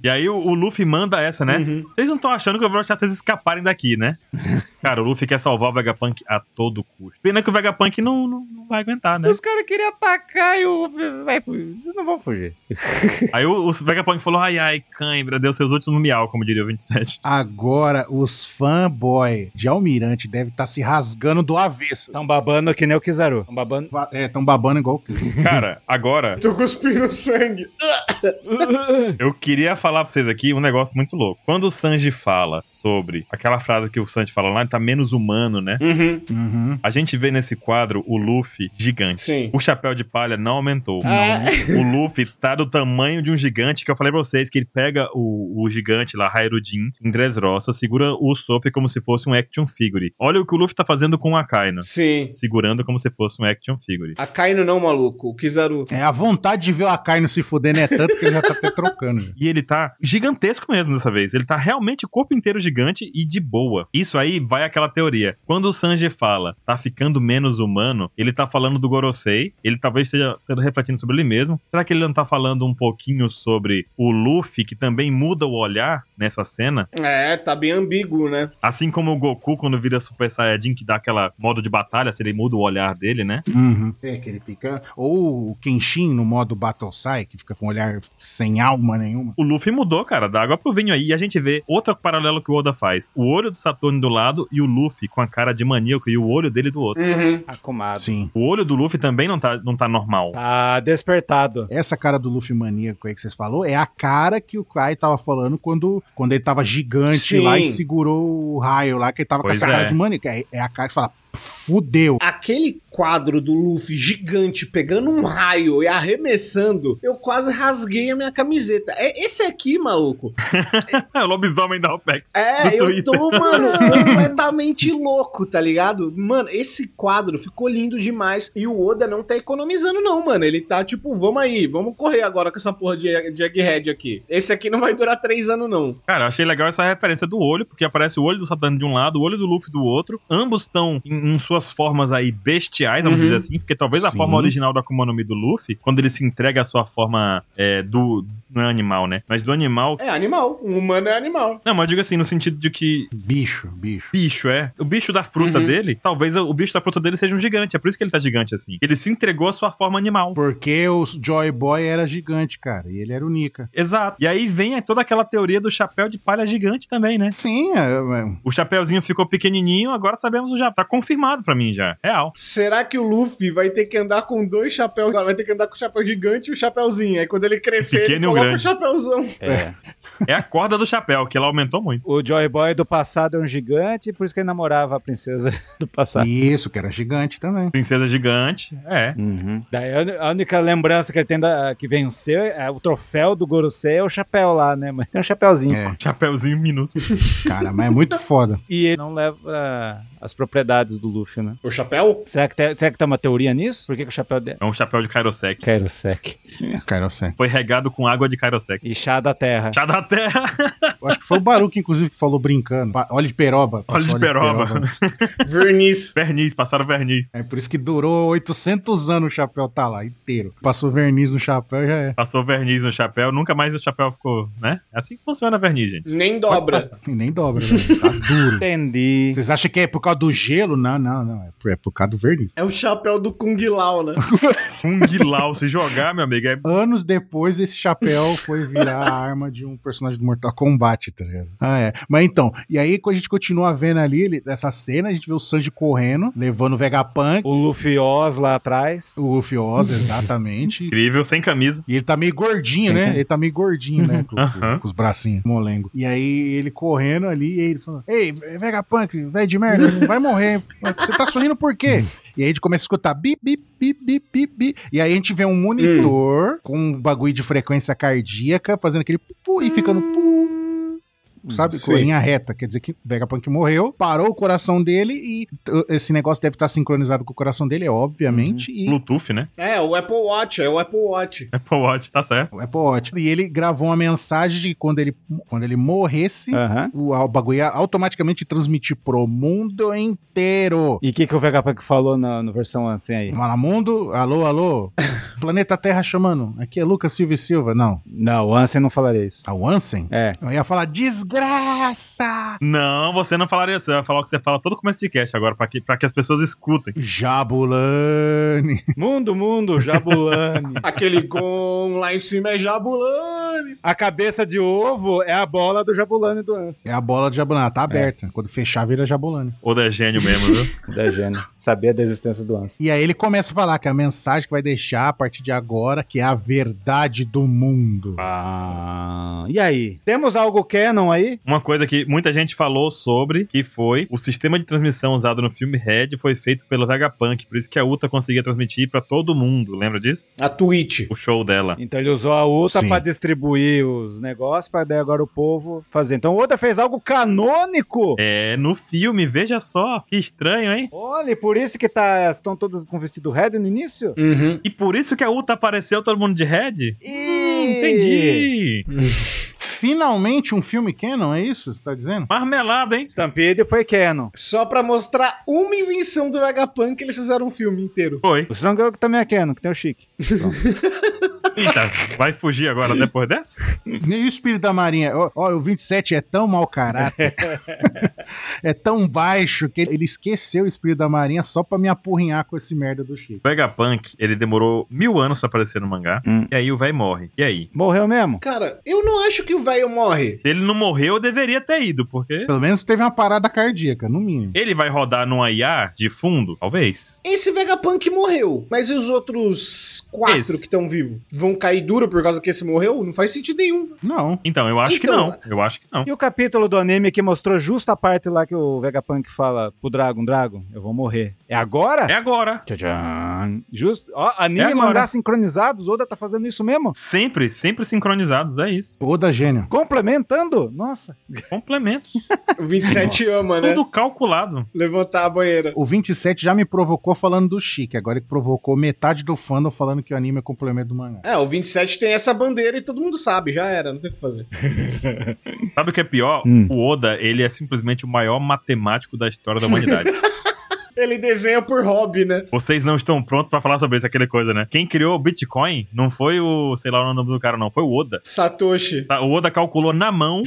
Speaker 1: E aí o, o Luffy manda essa, né?
Speaker 3: Uhum.
Speaker 1: Vocês não estão achando que eu vou deixar vocês escaparem daqui, né? Cara, o Luffy quer salvar o Vegapunk a todo custo. Pena que o Vegapunk não, não, não vai aguentar, né?
Speaker 4: Os caras queriam atacar e o. Vai, vocês não vão fugir.
Speaker 1: Aí o, o Vegapunk falou, ai, ai, cãibra, deu seus últimos miau, como diria o 27.
Speaker 2: Agora, os fanboy de Almirante devem estar se rasgando do avesso.
Speaker 4: Tão babando que nem o Kizaru. Tão Um babando.
Speaker 2: Va- É, tão babando igual o Chris.
Speaker 1: Cara, agora,
Speaker 3: Tô cuspindo sangue.
Speaker 1: eu queria falar pra vocês aqui um negócio muito louco. Quando o Sanji fala sobre aquela frase que o Sanji fala lá, ele tá menos humano, né?
Speaker 3: Uhum.
Speaker 2: Uhum.
Speaker 1: A gente vê nesse quadro o Luffy gigante.
Speaker 3: Sim.
Speaker 1: O chapéu de palha não aumentou.
Speaker 3: Ah.
Speaker 1: O Luffy tá do tamanho de um gigante, que eu falei pra vocês, que ele pega o, o gigante lá, Hairudin, em Dressrosa, segura o Sop como se fosse um action figure. Olha o que o Luffy tá fazendo com a Kaina.
Speaker 3: Sim.
Speaker 1: Segurando como se fosse um action figure.
Speaker 3: A Kaino não, maluco. O Kizaru.
Speaker 2: É, a vontade de ver o Akainu se fudendo é tanto que ele já tá até trocando. já.
Speaker 1: E ele tá gigantesco mesmo dessa vez. Ele tá realmente o corpo inteiro gigante e de boa. Isso aí vai aquela teoria. Quando o Sanji fala, tá ficando menos humano, ele tá falando do Gorosei. Ele talvez esteja refletindo sobre ele mesmo. Será que ele não tá falando um pouquinho sobre o Luffy, que também muda o olhar nessa cena?
Speaker 3: É, tá bem ambíguo, né?
Speaker 1: Assim como o Goku, quando vira Super Saiyajin, que dá aquela modo de batalha, se ele muda o olhar dele, né?
Speaker 2: Uhum. É, que ele fica. Ou o Kenshin no modo Battle Sai, que fica com o olhar sem alma nenhuma.
Speaker 1: O Luffy mudou, cara, da água pro vinho aí. E a gente vê outro paralelo que o Oda faz. O olho do Saturno do lado e o Luffy com a cara de maníaco e o olho dele do outro.
Speaker 3: Uhum.
Speaker 4: Acumado.
Speaker 2: Sim.
Speaker 1: O olho do Luffy também não tá, não tá normal.
Speaker 4: Tá despertado.
Speaker 2: Essa cara do Luffy maníaco aí que vocês falou é a cara que o Kai tava falando quando, quando ele tava gigante
Speaker 3: Sim.
Speaker 2: lá e segurou o raio lá, que ele tava
Speaker 1: Pois
Speaker 2: com essa cara
Speaker 1: é.
Speaker 2: de maníaco. É, é a cara que fala, fudeu.
Speaker 3: Aquele quadro do Luffy gigante pegando um raio e arremessando, eu quase rasguei a minha camiseta. É esse aqui, maluco.
Speaker 1: É o lobisomem da OPEX.
Speaker 3: É,
Speaker 1: do Twitter.
Speaker 3: eu tô, mano, completamente louco, tá ligado? Mano, esse quadro ficou lindo demais. E o Oda não tá economizando, não, mano. Ele tá tipo, vamos aí, vamos correr agora com essa porra de, de Egghead aqui. Esse aqui não vai durar três anos, não.
Speaker 1: Cara, eu achei legal essa referência do olho, porque aparece o olho do Saturno de um lado, o olho do Luffy do outro. Ambos estão em, em suas formas aí bestiais, vamos
Speaker 3: Uhum.
Speaker 1: dizer assim, porque talvez a
Speaker 2: Sim.
Speaker 1: forma original da Akuma no Mi do Luffy, quando ele se entrega à sua forma é, do. Não é animal, né? Mas do animal.
Speaker 3: É animal. Um humano é animal.
Speaker 1: Não, mas eu digo assim, no sentido de que
Speaker 2: Bicho, bicho.
Speaker 1: bicho, é. O bicho da fruta
Speaker 3: Uhum.
Speaker 1: dele, talvez o bicho da fruta dele seja um gigante. É por isso que ele tá gigante assim. Ele se entregou à sua forma animal.
Speaker 2: Porque o Joy Boy era gigante, cara, e ele era o Nika.
Speaker 1: Exato. E aí vem toda aquela teoria do chapéu de palha gigante também, né?
Speaker 2: Sim, é, é,
Speaker 1: O chapéuzinho ficou pequenininho, agora sabemos já. Tá confirmado pra mim já. Real.
Speaker 8: Será que o Luffy vai ter que andar com dois chapéus? Vai ter que andar com o chapéu gigante e o chapéuzinho. Aí quando ele crescer,
Speaker 1: Pequeno e
Speaker 8: ele
Speaker 1: o
Speaker 8: coloca
Speaker 1: grande.
Speaker 8: o chapéuzão.
Speaker 4: É.
Speaker 1: É a corda do chapéu, que ela aumentou muito.
Speaker 4: O Joy Boy do passado é um gigante, por isso que ele namorava a princesa do passado.
Speaker 2: Isso, que era gigante também.
Speaker 1: Princesa gigante. É.
Speaker 4: Daí a uni- a única lembrança que ele tem da, que venceu, é o troféu do Gorosei é o chapéu lá, né? Mas tem um chapéuzinho.
Speaker 2: É,
Speaker 1: Chapéuzinho minúsculo.
Speaker 2: cara, mas é muito foda.
Speaker 4: E ele não leva as propriedades do Luffy, né?
Speaker 8: O chapéu?
Speaker 4: Será que, tem, será que tem uma teoria nisso? Por que, que o chapéu dele.
Speaker 1: É um chapéu de Kairosek.
Speaker 4: Kairosek.
Speaker 2: Cara, eu sei.
Speaker 1: Foi regado com água de Kairosek.
Speaker 4: E chá da terra.
Speaker 1: Chá da terra.
Speaker 2: Eu acho que foi o Baruque, inclusive, que falou brincando. Pa- Óleo de peroba. né?
Speaker 1: Óleo de peroba.
Speaker 8: Verniz.
Speaker 1: Verniz, passaram verniz.
Speaker 2: É por isso que durou 800 anos o chapéu tá lá, inteiro. Passou verniz no chapéu, já é.
Speaker 1: Passou verniz no chapéu, nunca mais o chapéu ficou, né? É assim que funciona a verniz, gente.
Speaker 8: Nem dobra.
Speaker 2: E nem dobra, né? Tá duro.
Speaker 4: Entendi.
Speaker 2: Vocês acham que é por causa do gelo? Não, não, não. É por, é por causa do verniz.
Speaker 8: É o chapéu do Kung Lao, né?
Speaker 1: Um guilau, se jogar, meu amigo, é
Speaker 2: Anos depois, esse chapéu foi virar a arma de um personagem do Mortal Kombat, tá ligado? Ah, é. Mas então, e aí quando a gente continua vendo ali ele, essa cena, a gente vê o Sanji correndo, levando o Vegapunk,
Speaker 4: O Luffy Oz lá atrás.
Speaker 2: o Luffy Oz, exatamente.
Speaker 1: incrível, sem camisa.
Speaker 2: E ele tá meio gordinho, né? Ele tá meio gordinho, né? Com,
Speaker 1: Aham.
Speaker 2: com os bracinhos, molengo. E aí ele correndo ali, e ele falando: Ei, Vegapunk, velho de merda, não vai morrer. Você tá sorrindo por quê? E aí a gente começa a escutar bip, bip, bip, bip, bip, bip. E aí a gente vê um monitor com um bagulho de frequência cardíaca fazendo aquele pu, pu e ficando pu. Sabe? Com a linha reta. Quer dizer que o Vegapunk morreu, parou o coração dele e t- esse negócio deve estar sincronizado com o coração dele, é obviamente. E
Speaker 1: Bluetooth, né?
Speaker 8: É, o Apple Watch, é o Apple Watch.
Speaker 1: Apple Watch, tá certo.
Speaker 2: O Apple Watch. É E ele gravou uma mensagem de que quando ele, quando ele morresse,
Speaker 4: Aham.
Speaker 2: o, o bagulho ia automaticamente transmitir pro mundo inteiro.
Speaker 4: E o que, que o Vegapunk falou na, na versão assim aí?
Speaker 2: Fala, mundo, alô, alô. Planeta Terra chamando. Aqui é Lucas Silva e Silva. Não,
Speaker 4: Não, o Ansem não falaria isso.
Speaker 2: a Ansem.
Speaker 4: É.
Speaker 2: Eu ia falar, desgraça!
Speaker 1: Não, você não falaria isso. Você vai falar o que você fala todo começo de cast agora, pra que, pra que as pessoas escutem.
Speaker 2: Jabulani.
Speaker 4: Mundo, mundo, Jabulani.
Speaker 8: Aquele com lá em cima é Jabulani.
Speaker 4: a cabeça de ovo é a bola do Jabulani do Ansem.
Speaker 2: É a bola de Jabulani, tá aberta. Quando fechar, vira Jabulani.
Speaker 1: Ou é gênio mesmo, viu?
Speaker 4: Da Gênia. Sabia da existência do Ansem.
Speaker 2: E aí ele começa a falar que a mensagem que vai deixar a partir de agora, que é a verdade do mundo.
Speaker 4: Ah, e aí? Temos algo canon aí?
Speaker 1: Uma coisa que muita gente falou sobre, que foi o sistema de transmissão usado no filme Red foi feito pelo Vegapunk, por isso que a Uta conseguia transmitir pra todo mundo, lembra disso?
Speaker 8: A Twitch.
Speaker 1: O show dela.
Speaker 4: Então ele usou a outra
Speaker 2: Sim.
Speaker 4: pra distribuir os negócios, pra daí agora o povo fazer. Então o Oda fez algo canônico.
Speaker 1: É, no filme, veja só, que estranho, hein?
Speaker 4: Olha, por isso que tá, estão todas com vestido red no início?
Speaker 8: Uhum.
Speaker 1: E por isso que a Uta apareceu todo mundo de Red? Hum,
Speaker 4: Ih,
Speaker 1: entendi.
Speaker 2: Finalmente um filme canon, é isso? Você tá dizendo?
Speaker 1: Marmelada, hein?
Speaker 4: Stampede foi canon.
Speaker 8: Só pra mostrar uma invenção do Vegapunk, eles fizeram um filme inteiro.
Speaker 1: Foi.
Speaker 4: O Strong Dog também é canon, que tem o Chique.
Speaker 1: Eita, vai fugir agora depois dessa?
Speaker 2: E o espírito da Marinha? Ó, ó, o 27 é tão mau caráter, é tão baixo, que ele esqueceu o espírito da Marinha só pra me apurrinhar com esse merda do Chico.
Speaker 1: O Vegapunk, ele demorou mil anos pra aparecer no mangá.
Speaker 4: Hum.
Speaker 1: E aí o véi morre. E aí?
Speaker 4: Morreu mesmo?
Speaker 8: Cara, eu não acho que o velho morre.
Speaker 1: Se ele não morreu, eu deveria ter ido, porque.
Speaker 2: Pelo menos teve uma parada cardíaca, no mínimo.
Speaker 1: Ele vai rodar numa IA de fundo? Talvez.
Speaker 8: Esse Vegapunk morreu, mas e os outros quatro
Speaker 1: Esse.
Speaker 8: que estão vivos? Vão cair duro por causa que esse morreu? Não faz sentido nenhum.
Speaker 2: Não.
Speaker 1: Então, eu acho
Speaker 8: Então-
Speaker 1: que não. Eu acho que não.
Speaker 4: E o capítulo do anime que mostrou justo a parte lá que o Vegapunk fala pro Dragon, Dragon, eu vou morrer. É agora?
Speaker 1: É agora.
Speaker 4: Tcharam. Justo. Ó,
Speaker 1: É
Speaker 4: anime e
Speaker 1: agora.
Speaker 4: mangá sincronizados, Oda tá fazendo isso mesmo?
Speaker 1: Sempre, sempre sincronizados, é isso.
Speaker 2: Oda gênio.
Speaker 4: Complementando? Nossa.
Speaker 1: Complementos.
Speaker 8: O 27
Speaker 2: Nossa,
Speaker 8: ama, né?
Speaker 1: Tudo calculado.
Speaker 8: Levantar a banheira.
Speaker 2: O 27 já me provocou falando do Chique, agora ele provocou metade do fandom falando que o anime é complemento do mangá.
Speaker 8: É, o 27 tem essa bandeira e todo mundo sabe, já era, não tem o que fazer.
Speaker 1: Sabe o que é pior?
Speaker 4: Hum.
Speaker 1: O Oda, ele é simplesmente o maior matemático da história da humanidade.
Speaker 8: Ele desenha por hobby, né?
Speaker 1: Vocês não estão prontos pra falar sobre isso, aquele coisa, né? Quem criou o Bitcoin não foi o, sei lá o nome do cara, não, foi o Oda.
Speaker 8: Satoshi.
Speaker 1: Tá, O Oda calculou na mão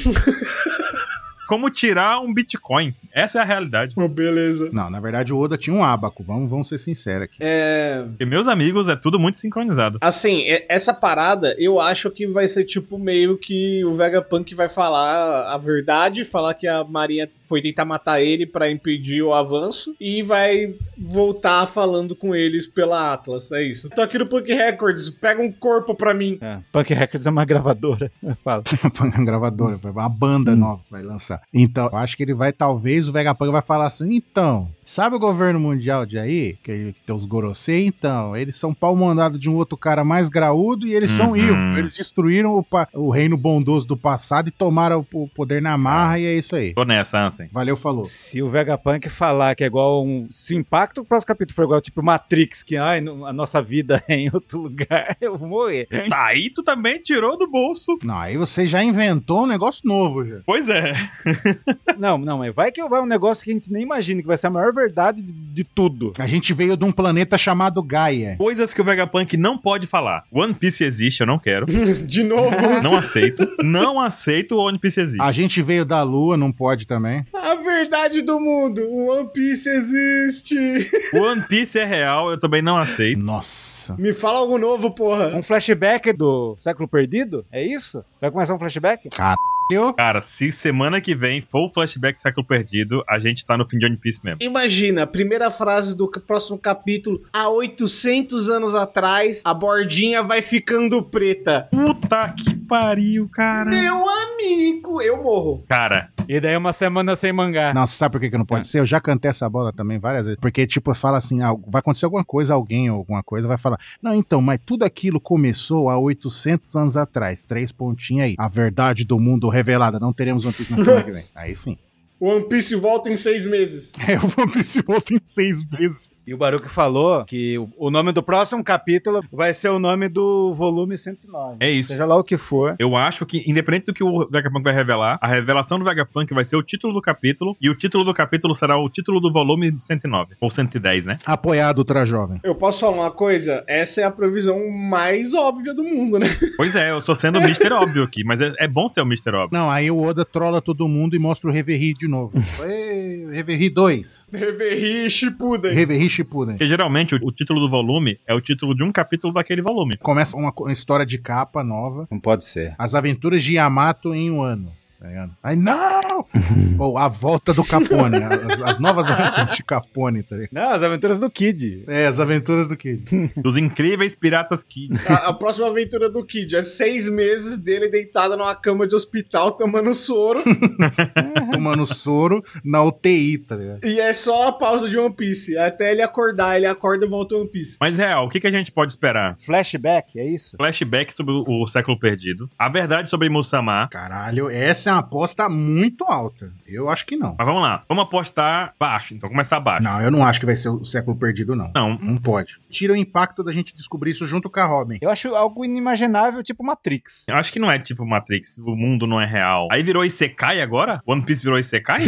Speaker 1: como tirar um Bitcoin. Essa é a realidade.
Speaker 3: Oh, beleza.
Speaker 2: Não, na verdade o Oda tinha um abaco, vamos, vamos ser sinceros aqui.
Speaker 3: É.
Speaker 1: Porque meus amigos é tudo muito sincronizado.
Speaker 3: Assim, e- essa parada eu acho que vai ser tipo meio que o Vegapunk vai falar a verdade, falar que a Marinha foi tentar matar ele pra impedir o avanço e vai voltar falando com eles pela Atlas. É isso. Tô aqui no Punk Records, pega um corpo pra mim.
Speaker 4: É, Punk Records é uma gravadora. Fala.
Speaker 2: Uma gravadora, uma banda nova vai lançar. Então, eu acho que ele vai, talvez, o Vegapunk vai falar assim, então, sabe o governo mundial de aí? Que, que tem os Gorosei, então, eles são pau mandado de um outro cara mais graúdo e eles são
Speaker 1: Uhum.
Speaker 2: evil. Eles destruíram o, pa- o reino bondoso do passado e tomaram o o poder na marra e é isso aí.
Speaker 1: Tô nessa, Ansem.
Speaker 2: Valeu, falou.
Speaker 4: Se o Vegapunk falar que é igual um. Se o impacto do próximo capítulo for igual tipo Matrix, que ai, não- a nossa vida é em outro lugar, eu vou morrer.
Speaker 1: Tá, aí tu também tirou do bolso.
Speaker 2: Não, aí você já inventou um negócio novo, já.
Speaker 1: Pois é.
Speaker 4: Não, não, mas vai que vai um negócio que a gente nem imagina, que vai ser a maior verdade de, de tudo.
Speaker 2: A gente veio de um planeta chamado Gaia.
Speaker 1: Coisas que o Vegapunk não pode falar. One Piece existe, eu não quero.
Speaker 3: De novo.
Speaker 1: Não aceito. Não aceito o One Piece existe.
Speaker 2: A gente veio da Lua, não pode também.
Speaker 3: a verdade do mundo. O One Piece existe.
Speaker 1: O One Piece é real, eu também não aceito.
Speaker 2: Nossa.
Speaker 3: Me fala algo novo, porra.
Speaker 4: Um flashback do século perdido? É isso? Vai começar um flashback?
Speaker 2: Eu?
Speaker 1: Cara, se semana que vem for o flashback século perdido, a gente tá no fim de One Piece mesmo.
Speaker 3: Imagina, a primeira frase do ca- próximo capítulo, há 800 anos atrás, a bordinha vai ficando preta.
Speaker 1: Puta que pariu, cara.
Speaker 3: Meu amigo, eu morro.
Speaker 1: Cara,
Speaker 4: E daí uma semana sem mangá.
Speaker 2: Nossa, sabe por que, que não pode ser? Eu já cantei essa bola também várias vezes. Porque, tipo, fala assim: ah, vai acontecer alguma coisa, alguém ou alguma coisa vai falar. Não, então, mas tudo aquilo começou há 800 anos atrás. Três pontinhos aí. A verdade do mundo revelada. Não teremos One Piece na semana que vem. Aí sim.
Speaker 3: O One Piece volta em seis meses.
Speaker 2: É, o One Piece volta em seis meses.
Speaker 4: E o Baruque falou que o- o nome do próximo capítulo vai ser o nome do volume 109.
Speaker 1: é isso.
Speaker 4: Seja lá o que for.
Speaker 1: Eu acho que, independente do que o Vegapunk vai revelar, a revelação do Vegapunk vai ser o título do capítulo, e o título do capítulo será o título do volume 109. Ou 110, né?
Speaker 2: Apoiado Ultra Jovem.
Speaker 3: Eu posso falar uma coisa? Essa é a previsão mais óbvia do mundo, né?
Speaker 1: Pois é, eu sou sendo o Mr. Óbvio aqui, mas é, é bom ser o Mr. Óbvio.
Speaker 2: Não, aí o Oda trola todo mundo e mostra o Reverri de novo. Ei, Reverri 2.
Speaker 3: Reverri Shippuden.
Speaker 2: Reverri Shippuden.
Speaker 1: Porque geralmente o, o título do volume é o título de um capítulo daquele volume.
Speaker 2: Começa uma co- uma história de capa nova.
Speaker 4: Não pode ser.
Speaker 2: As Aventuras de Yamato em um ano. Tá ligado? Aí, não! Ou A Volta do Capone. né? As, as novas aventuras de Capone, tá ligado?
Speaker 4: Não, as aventuras do Kid.
Speaker 2: É, as aventuras do Kid.
Speaker 1: Dos incríveis piratas que.
Speaker 3: A, a próxima aventura do Kid é seis meses dele deitado numa cama de hospital tomando soro.
Speaker 2: Tomando soro na UTI, tá ligado?
Speaker 3: e é só a pausa de One Piece. Até ele acordar, ele acorda e volta o One Piece.
Speaker 1: Mas real, o que, que a gente pode esperar?
Speaker 4: Flashback, é isso?
Speaker 1: Flashback sobre o, o século perdido. A verdade sobre Musama.
Speaker 2: Caralho, essa é uma aposta muito alta. Eu acho que não.
Speaker 1: Mas vamos lá, vamos apostar baixo, então começar baixo.
Speaker 2: Não, eu não acho que vai ser o século perdido, não.
Speaker 1: Não.
Speaker 2: Não pode. Tira o impacto da gente descobrir isso junto com a Robin.
Speaker 4: Eu acho algo inimaginável, tipo Matrix.
Speaker 1: Eu acho que não é tipo Matrix, o mundo não é real. Aí virou Isekai agora? One Piece virou Isekai?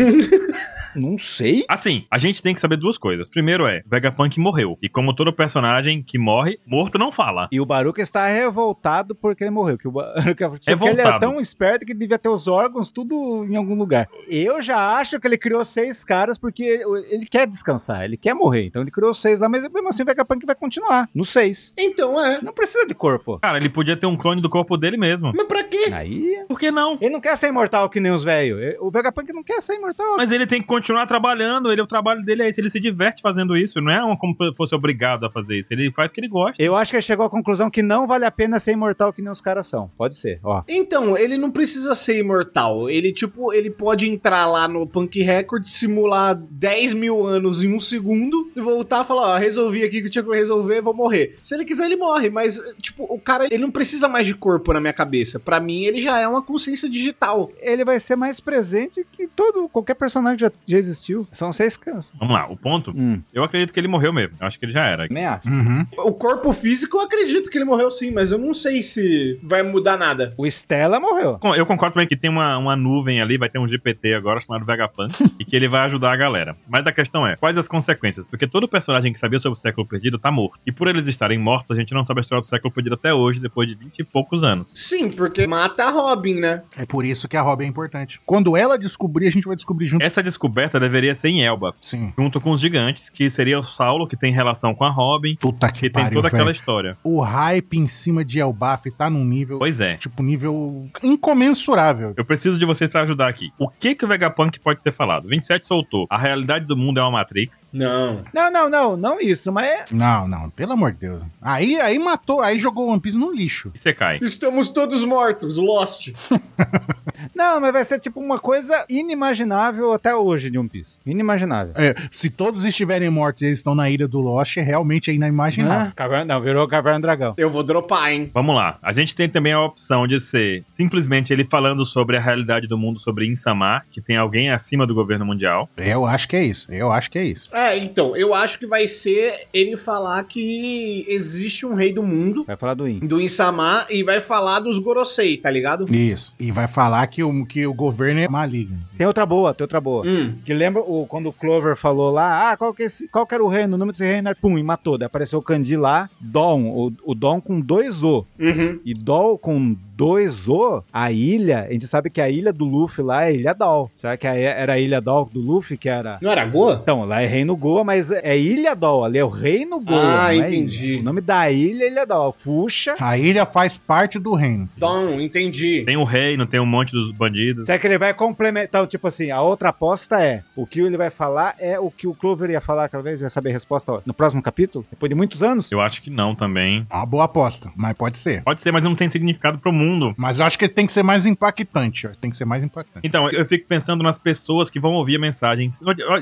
Speaker 4: Não sei.
Speaker 1: Assim, a gente tem que saber duas coisas. Primeiro é, Vegapunk morreu. E como todo personagem que morre, morto não fala.
Speaker 4: E o Baruca está revoltado porque ele morreu. Que o Baruca só que ele é
Speaker 1: Revoltado.
Speaker 4: tão esperto que devia ter os órgãos tudo em algum lugar. Eu já acho que ele criou seis caras porque ele, ele quer descansar, ele quer morrer. Então ele criou seis lá, mas mesmo assim o Vegapunk vai continuar no seis.
Speaker 3: Então é.
Speaker 4: Não precisa de corpo.
Speaker 1: Cara, ele podia ter um clone do corpo dele mesmo.
Speaker 3: Mas pra quê?
Speaker 4: Aí.
Speaker 1: Por que não?
Speaker 4: Ele não quer ser imortal que nem os velhos. O Vegapunk não quer ser imortal.
Speaker 1: Mas ele tem que continuar trabalhando. Ele, o trabalho dele é esse. Ele se diverte fazendo isso. Não é uma- como se fosse obrigado a fazer isso. Ele faz porque ele gosta.
Speaker 4: Eu acho que ele chegou à conclusão que não vale a pena ser imortal que nem os caras são. Pode ser, ó.
Speaker 3: Então, ele não precisa ser imortal. Ele, tipo, ele pode entrar lá no Punk Record, simular 10 mil anos em um segundo e voltar e falar, ó, resolvi aqui o que tinha que resolver, vou morrer. Se ele quiser, ele morre, mas, tipo, o cara, ele não precisa mais de corpo na minha cabeça. Pra mim, ele já é uma consciência digital.
Speaker 4: Ele vai ser mais presente que todo qualquer personagem que já, já existiu. São seis caras.
Speaker 1: Vamos lá, o ponto.
Speaker 4: Hum.
Speaker 1: Eu acredito que ele morreu mesmo. Eu acho que ele já era.
Speaker 4: Também acho.
Speaker 2: Uhum.
Speaker 3: O corpo físico, eu acredito que ele morreu sim, mas eu não sei se vai mudar nada.
Speaker 4: O Stella morreu.
Speaker 1: Com- Eu concordo também que tem uma, uma nuvem ali, vai ter um GPT agora chamado Vegapunk, e que ele vai ajudar a galera. Mas a questão é, quais as consequências? Porque todo personagem que sabia sobre o século perdido tá morto. E por eles estarem mortos, a gente não sabe a história do século perdido até hoje, depois de 20 e poucos anos.
Speaker 3: Sim, porque mata a Robin, né?
Speaker 2: É por isso que a Robin é importante. Quando ela descobrir, a gente vai descobrir junto.
Speaker 1: Essa descoberta deveria ser em Elba,
Speaker 2: Sim.
Speaker 1: junto com os gigantes, que seria o Saulo, que tem relação com a Robin,
Speaker 2: Puta
Speaker 1: que
Speaker 2: que
Speaker 1: tem
Speaker 2: pariu,
Speaker 1: toda aquela
Speaker 2: velho.
Speaker 1: história.
Speaker 2: O hype em cima de Elbaf tá num nível,
Speaker 1: Pois é.
Speaker 2: tipo, nível incomensurável.
Speaker 1: Eu preciso de vocês pra ajudar aqui. O que que o Vegapunk pode ter falado? 27 soltou. A realidade do mundo é uma Matrix.
Speaker 3: Não.
Speaker 4: Não, não, não, não isso, mas é.
Speaker 2: Não, não, pelo amor de Deus. Aí, aí matou, aí jogou o One Piece no lixo.
Speaker 1: E você cai.
Speaker 3: Estamos todos mortos, Lost.
Speaker 4: Não, mas vai ser tipo uma coisa inimaginável até hoje de One Piece. Inimaginável.
Speaker 2: É, se todos estiverem mortos e eles estão na ilha do Lost, é realmente é inimaginável.
Speaker 4: Né? Caverna, não, virou Caverna do Dragão.
Speaker 3: Eu vou dropar, hein?
Speaker 1: Vamos lá. A gente tem também a opção de ser simplesmente ele falando sobre a realidade do mundo, sobre Insamar, que tem alguém acima do governo mundial.
Speaker 2: Eu acho que é isso, eu acho que é isso.
Speaker 3: É, então, eu acho que vai ser ele falar que existe um rei do mundo,
Speaker 4: Vai falar do In.
Speaker 3: do Insama, e vai falar dos Gorosei, tá ligado?
Speaker 2: Isso. E vai falar que o, que o governo é maligno.
Speaker 4: Tem outra boa, tem outra boa.
Speaker 3: Hum.
Speaker 4: Que lembra o, quando o Clover falou lá, ah, qual que, é esse- qual que era o reino, o nome desse reino, era- pum, e matou. Daí apareceu o Kandi lá, Dom, o, o Dom com dois O.
Speaker 3: Uhum.
Speaker 4: E Dol com dois O, a ilha, a gente sabe que a ilha do Luffy lá é a Ilha Dol. Será que a- era a Ilha Dol do Luffy que era...
Speaker 3: Não era Goa?
Speaker 4: Então, lá é Reino Goa, mas é Ilha Dol, ali é o Reino Goa.
Speaker 3: Ah,
Speaker 4: não é
Speaker 3: entendi.
Speaker 4: ilha. O nome da ilha é Ilha Dol. Fuxa.
Speaker 2: A ilha faz parte do reino.
Speaker 3: Então, entendi.
Speaker 1: Tem o rei, não tem um monte dos bandidos.
Speaker 4: Será que ele vai complementar? Então, tipo assim, a outra aposta é: o que ele vai falar é o que o Clover ia falar aquela vez, vai saber a resposta no próximo capítulo? Depois de muitos anos?
Speaker 1: Eu acho que não também.
Speaker 2: É Uma boa aposta, mas pode ser.
Speaker 1: Pode ser, mas não tem significado pro mundo.
Speaker 2: Mas eu acho que tem que ser mais impactante. ó. Tem que ser mais impactante.
Speaker 1: Então, eu fico pensando nas pessoas que vão ouvir a mensagem.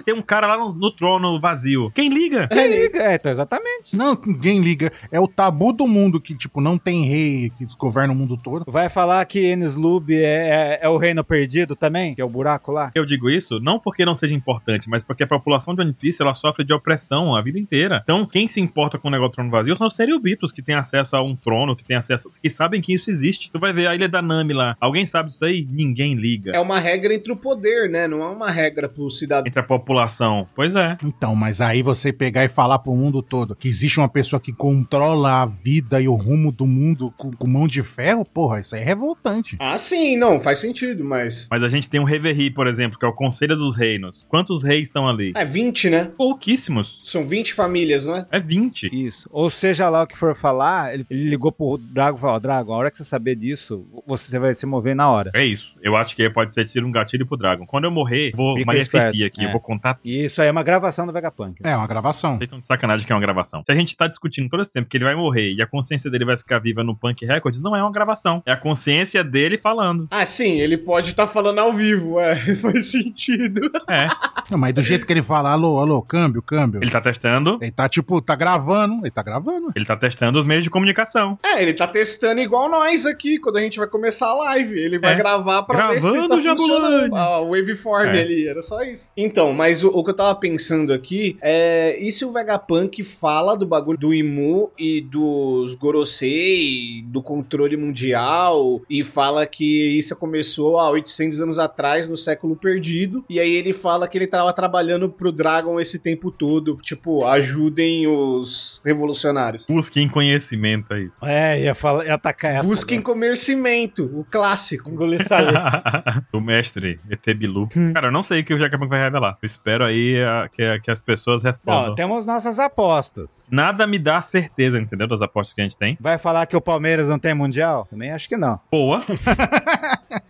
Speaker 1: Tem um cara lá no, no trono vazio. Quem liga?
Speaker 4: É, liga. é então, exatamente.
Speaker 2: Não, ninguém liga. É o tabu do mundo que, tipo, não tem rei, que desgoverna o mundo todo.
Speaker 4: Vai falar que Enislub é, é, é o reino perdido também? Que é o buraco lá?
Speaker 1: Eu digo isso não porque não seja importante, mas porque a população de One Piece ela sofre de opressão a vida inteira. Então, quem se importa com o negócio do trono vazio são os seriobitos que têm acesso a um trono, que têm acesso, que sabem que isso existe. Tu vai ver a ilha da Nami lá. Alguém sabe disso aí? Ninguém liga.
Speaker 3: É uma regra entre o poder, né? Não é uma regra pro cidadão.
Speaker 1: Entre a população. Pois é.
Speaker 2: Então, mas aí você pegar e falar pro mundo todo que existe uma pessoa que controla a vida e o rumo do mundo com, com mão de ferro, porra, isso aí é revoltante.
Speaker 3: Ah, sim, não, faz sentido, mas.
Speaker 1: Mas a gente tem o Reverie, por exemplo, que é o Conselho dos Reinos. Quantos reis estão ali?
Speaker 3: É 20, né?
Speaker 1: Pouquíssimos.
Speaker 3: São 20 famílias, não é?
Speaker 1: É 20.
Speaker 4: Isso. Ou seja lá o que for falar, ele, ele ligou pro Drago e falou: "Ó, Drago, a hora que você saber disso, você vai se mover na hora.
Speaker 1: É isso. Eu acho que pode ser tiro um gatilho pro Dragon. Quando eu morrer, vou
Speaker 4: Fica
Speaker 1: Maria
Speaker 4: esperto.
Speaker 1: Fifi aqui.
Speaker 4: É.
Speaker 1: Eu vou contar.
Speaker 4: E isso aí é uma gravação do Vegapunk. né?
Speaker 2: É uma gravação.
Speaker 1: Vocês estão de sacanagem que é uma gravação. Se a gente tá discutindo todo esse tempo que ele vai morrer e a consciência dele vai ficar viva no Punk Records, não é uma gravação. É a consciência dele falando.
Speaker 3: Ah, sim, ele pode estar falando ao vivo, é. Faz sentido.
Speaker 1: É.
Speaker 2: Não, mas do jeito que ele fala, alô, alô, câmbio, câmbio.
Speaker 1: ele tá testando.
Speaker 2: Ele tá, tipo, tá gravando, ele tá gravando.
Speaker 1: Ele tá testando os meios de comunicação.
Speaker 3: É, ele tá testando igual nós aqui, quando a gente vai começar a live. Ele vai
Speaker 1: É.
Speaker 3: gravar pra
Speaker 1: Gravando,
Speaker 3: ver se tá funcionando.
Speaker 1: Jabulani.
Speaker 3: Ah, o waveform
Speaker 1: É.
Speaker 3: ali, era só isso. Então, mas o, o que eu tava pensando aqui é... E se o Vegapunk fala do bagulho do Imu e dos Gorosei, do controle mundial, e fala que isso começou há 800 anos atrás, no século perdido, e aí ele fala que ele tava trabalhando pro Dragon esse tempo todo, tipo, ajudem os revolucionários.
Speaker 1: Busquem conhecimento, é isso.
Speaker 4: É, ia, falar, ia atacar essa. é né?
Speaker 3: Busquem comercimento, o clássico.
Speaker 4: Engolir saliva.
Speaker 1: o mestre ET Bilu. Cara, eu não sei o que o Jacapão vai revelar. Eu espero aí ah, que, que as pessoas respondam.
Speaker 4: Não, temos nossas apostas.
Speaker 1: Nada me dá certeza, entendeu? Das apostas que a gente tem.
Speaker 4: Vai falar que o Palmeiras não tem mundial? Também acho que não.
Speaker 1: Boa.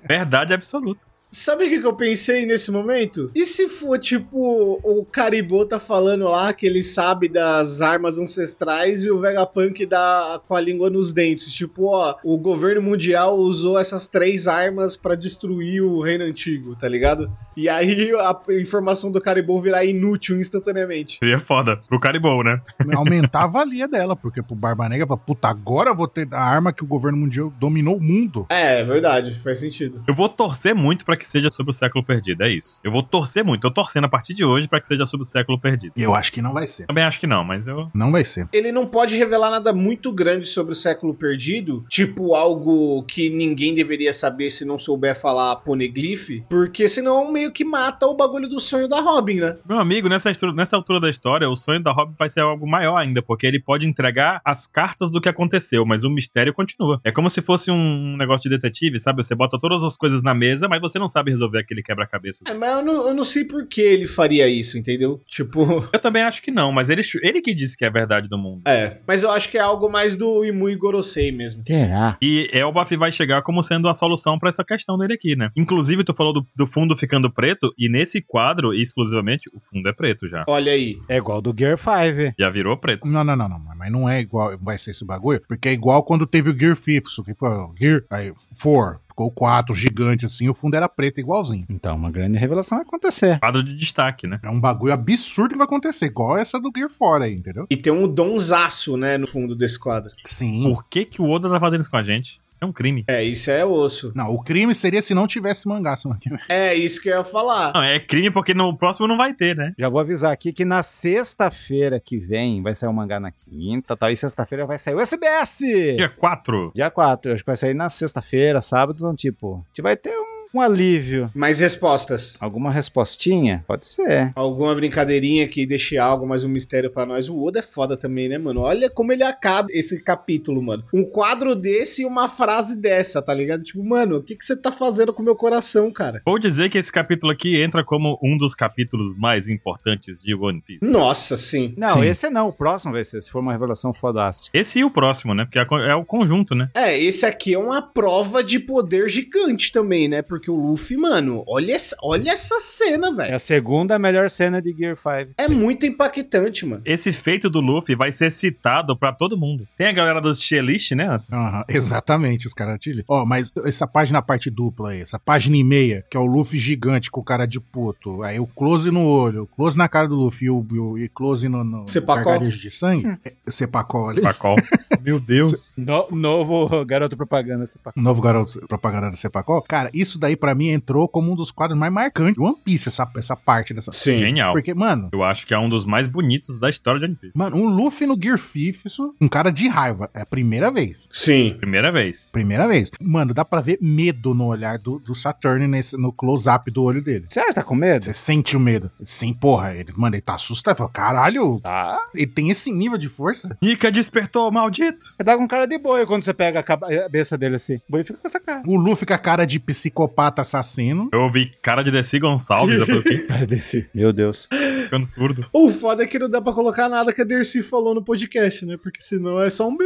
Speaker 1: Verdade absoluta.
Speaker 3: Sabe o que, que eu pensei nesse momento? E se for tipo o Caribou tá falando lá que ele sabe das armas ancestrais e o Vegapunk dá com a língua nos dentes? Tipo, ó, o governo mundial usou essas três armas pra destruir o reino antigo, tá ligado? E aí a informação do Caribou virá inútil instantaneamente.
Speaker 1: Seria foda. Pro Caribou, né?
Speaker 2: Aumentar a valia dela, porque pro Barba Negra, fala, puta, agora eu vou ter a arma que o governo mundial dominou o mundo.
Speaker 3: É, é verdade, faz sentido.
Speaker 1: Eu vou torcer muito pra que seja sobre o século perdido, é isso. Eu vou torcer muito. Tô torcendo a partir de hoje pra que seja sobre o século perdido.
Speaker 2: E eu acho que não vai ser.
Speaker 1: Também acho que não, mas eu.
Speaker 2: Não vai ser.
Speaker 3: ele não pode revelar nada muito grande sobre o século perdido, tipo algo que ninguém deveria saber se não souber falar poneglyph, porque senão meio que mata o bagulho do sonho da Robin, né?
Speaker 1: Meu amigo, nessa, estru- nessa altura da história, o sonho da Robin vai ser algo maior ainda, porque ele pode entregar as cartas do que aconteceu, um mas o mistério continua. É como se fosse um negócio de detetive, sabe? Você bota todas as coisas na mesa, mas você não sabe resolver aquele quebra-cabeça.
Speaker 3: É, mas eu não, eu não sei por que ele faria isso, entendeu? Tipo,
Speaker 1: Eu também acho que não, mas ele, ele que disse que é a verdade do mundo.
Speaker 3: é. Mas eu acho que é algo mais do Imui Gorosei mesmo.
Speaker 4: Será?
Speaker 1: E Elbaf vai chegar como sendo a solução pra essa questão dele aqui, né? Inclusive, tu falou do, do fundo ficando preto, e nesse quadro, exclusivamente, o fundo é preto já.
Speaker 3: Olha aí.
Speaker 4: É igual do Gear 5.
Speaker 1: Já virou preto.
Speaker 2: Não, não, não, não, mas não é igual, vai ser esse bagulho, porque é igual quando teve o Gear 5, só que foi o Gear, aí, 4, ficou 4, gigante assim, o fundo era preto, igualzinho.
Speaker 4: Então, uma grande revelação vai acontecer.
Speaker 1: Quadro de destaque, né?
Speaker 2: É um bagulho absurdo que vai acontecer, igual essa do Gear 4 aí, entendeu?
Speaker 3: E tem um donzaço, né, no fundo desse quadro.
Speaker 2: Sim.
Speaker 1: Por que, que o Oda tá fazendo isso com a gente? Isso é um crime.
Speaker 3: É, isso é osso.
Speaker 2: Não, o crime seria se não tivesse mangá semana que vem.
Speaker 3: É, isso que eu ia falar.
Speaker 1: Não, é crime porque no próximo não vai ter, né?
Speaker 4: Já vou avisar aqui que na sexta-feira que vem vai sair o mangá na quinta, tal. E sexta-feira vai sair o SBS!
Speaker 1: Dia 4.
Speaker 4: Dia 4. Acho que vai sair na sexta-feira, sábado. Então, tipo, a gente vai ter um, um alívio.
Speaker 3: Mais respostas.
Speaker 4: Alguma respostinha? Pode ser.
Speaker 3: Alguma brincadeirinha que deixe algo, mais um mistério pra nós. O Oda é foda também, né, mano? Olha como ele acaba esse capítulo, mano. Um quadro desse e uma frase dessa, tá ligado? Tipo, mano, o que, que você tá fazendo com o meu coração, cara?
Speaker 1: Vou dizer que esse capítulo aqui entra como um dos capítulos mais importantes de One Piece.
Speaker 3: Nossa, sim.
Speaker 4: Não,
Speaker 2: Sim.
Speaker 4: esse não. O próximo vai ser, se for uma revelação fodástica.
Speaker 1: Esse e o próximo, né? Porque é co- é o conjunto, né?
Speaker 3: É, esse aqui é uma prova de poder gigante também, né? Porque o Luffy, mano, olha essa, olha essa cena,
Speaker 4: É
Speaker 3: velho.
Speaker 4: a segunda melhor cena de Gear 5.
Speaker 3: É muito impactante, mano.
Speaker 1: Esse feito do Luffy vai ser citado pra todo mundo. Tem a galera dos Chelish, né? Anson?
Speaker 2: Aham, exatamente, os caras te li- Ó, mas essa página, a parte dupla aí, essa página e meia, que é o Luffy gigante com o cara de puto, aí o close no olho, o close na cara do Luffy e, o, e o- e close no, no
Speaker 3: Sepacol.
Speaker 2: gargarejo de sangue, é, Sepacol ali.
Speaker 1: Pacol. Meu Deus.
Speaker 4: No- novo garoto propaganda. esse pacote.
Speaker 2: O novo garoto propaganda da Sepacol. Cara, isso daí pra mim entrou como um dos quadros mais marcantes. One Piece, essa, essa parte dessa.
Speaker 3: Sim.
Speaker 1: Genial.
Speaker 2: Porque, mano,
Speaker 1: Eu acho que é um dos mais bonitos da história de One Piece.
Speaker 2: mano, um Luffy no Gear Fifth, isso, um cara de raiva. É a primeira vez.
Speaker 3: Sim.
Speaker 1: Primeira vez.
Speaker 2: Primeira vez. Mano, dá pra ver medo no olhar do, do Saturn nesse, no close-up do olho dele.
Speaker 4: Você acha que tá com medo?
Speaker 2: Você sente o medo. Sim, porra. Ele, mano, ele tá assustado. Fala, Caralho,
Speaker 4: Tá.
Speaker 2: ele tem esse nível de força?
Speaker 1: Nika despertou, maldito!
Speaker 4: Você dá com cara de boi quando você pega a caba- a cabeça dele assim. O boi fica com essa cara.
Speaker 2: O Luffy com a cara de psicopata assassino.
Speaker 1: Eu ouvi cara de Desi Gonçalves, eu falei, o quê?
Speaker 4: Cara desse. Meu Deus.
Speaker 1: Ficando surdo.
Speaker 3: O foda é que não dá pra colocar nada que a Dercy falou no podcast, né? Porque senão é só um bi.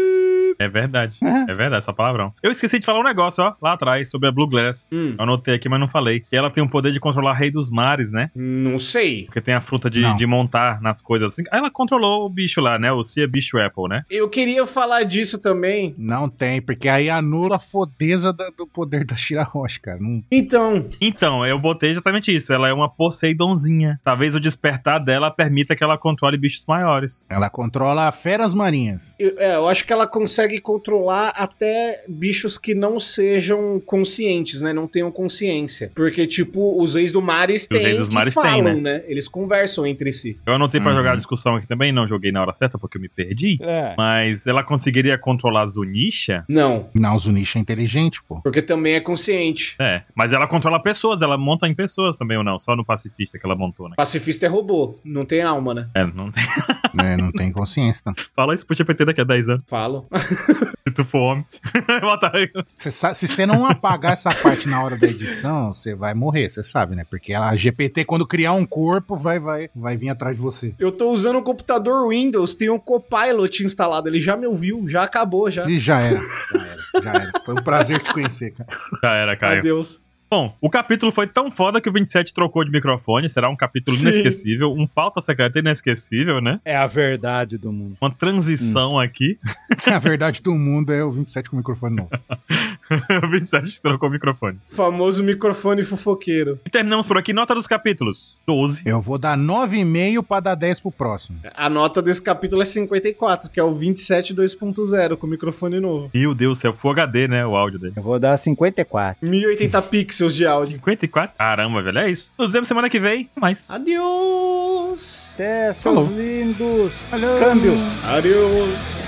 Speaker 1: É verdade. É verdade, só palavrão. Eu esqueci de falar um negócio, ó, lá atrás, sobre a Blue Glass.
Speaker 3: Hum.
Speaker 1: Eu anotei aqui, mas não falei. E ela tem o poder de controlar o Rei dos Mares, né?
Speaker 3: Hum, Não sei.
Speaker 1: Porque tem a fruta de,
Speaker 2: Não.
Speaker 1: de montar nas coisas assim. Ela controlou o bicho lá, né? O Cia Bicho Apple, né?
Speaker 3: Eu queria falar disso também.
Speaker 2: Não tem, porque aí anula a fodeza da- do poder da Shirahoshi, cara. Não-
Speaker 3: Então,
Speaker 1: Então, eu botei exatamente isso. Ela é uma Poseidonzinha. Talvez o despertar dela permita que ela controle bichos maiores.
Speaker 2: ela controla feras marinhas.
Speaker 3: eu, é, eu acho que ela consegue controlar até bichos que não sejam conscientes, né? Não tenham consciência. Porque, tipo, os ex do Mares
Speaker 1: Os
Speaker 3: têm.
Speaker 1: reis dos
Speaker 3: e
Speaker 1: mares têm,
Speaker 3: falam,
Speaker 1: né?
Speaker 3: Eles conversam entre si.
Speaker 1: Eu anotei pra
Speaker 2: Uhum.
Speaker 1: jogar a discussão aqui também, não joguei na hora certa porque eu me perdi.
Speaker 4: É.
Speaker 1: Mas ela conseguiria controlar a Zunisha?
Speaker 3: Não,
Speaker 2: Não, o Zunisha é inteligente, pô.
Speaker 3: porque também é consciente.
Speaker 1: É, mas ela controla pessoas, ela monta em pessoas também ou não? Só no pacifista que ela montou, né?
Speaker 3: Pacifista é robô, não tem alma, né?
Speaker 1: É, não tem.
Speaker 2: É, não tem consciência. Não.
Speaker 1: Fala isso pro GPT daqui a 10 anos,
Speaker 3: Falo.
Speaker 1: se tu for homem. Bota aí.
Speaker 2: Cê sa- se você não apagar essa parte na hora da edição, você vai morrer, você sabe, né? Porque ela, a GPT, quando criar um corpo, vai, vai, vai vir atrás de você.
Speaker 3: Eu tô usando um computador Windows, tem um Copilot instalado. Ele já me ouviu, já acabou, já.
Speaker 2: E já era. Já era. Já era. Foi um prazer te conhecer, cara.
Speaker 1: Já era, Caio.
Speaker 3: Adeus.
Speaker 1: Bom, o capítulo foi tão foda que o 27 trocou de microfone. Será um capítulo
Speaker 3: Sim.
Speaker 1: inesquecível, um pauta secreta inesquecível, né?
Speaker 4: É a verdade do mundo.
Speaker 1: Uma transição aqui.
Speaker 2: A verdade do mundo é o 27 com o microfone novo.
Speaker 1: o 27 trocou o microfone.
Speaker 3: Famoso microfone fofoqueiro.
Speaker 1: E terminamos por aqui. Nota dos capítulos: 12.
Speaker 2: Eu vou dar 9,5 pra dar 10 pro próximo.
Speaker 3: A nota desse capítulo é 54, que é o 27 2.0, com microfone novo.
Speaker 1: Meu Deus do céu, Full HD, né? O áudio dele.
Speaker 4: Eu vou dar 54.
Speaker 3: 1080 pixels de áudio.
Speaker 1: 54? Caramba, velho, é isso. Nos vemos semana que vem. Mas.
Speaker 3: Adeus!
Speaker 4: Até, seus lindos.
Speaker 2: Valeu!
Speaker 4: Câmbio.
Speaker 3: Adeus!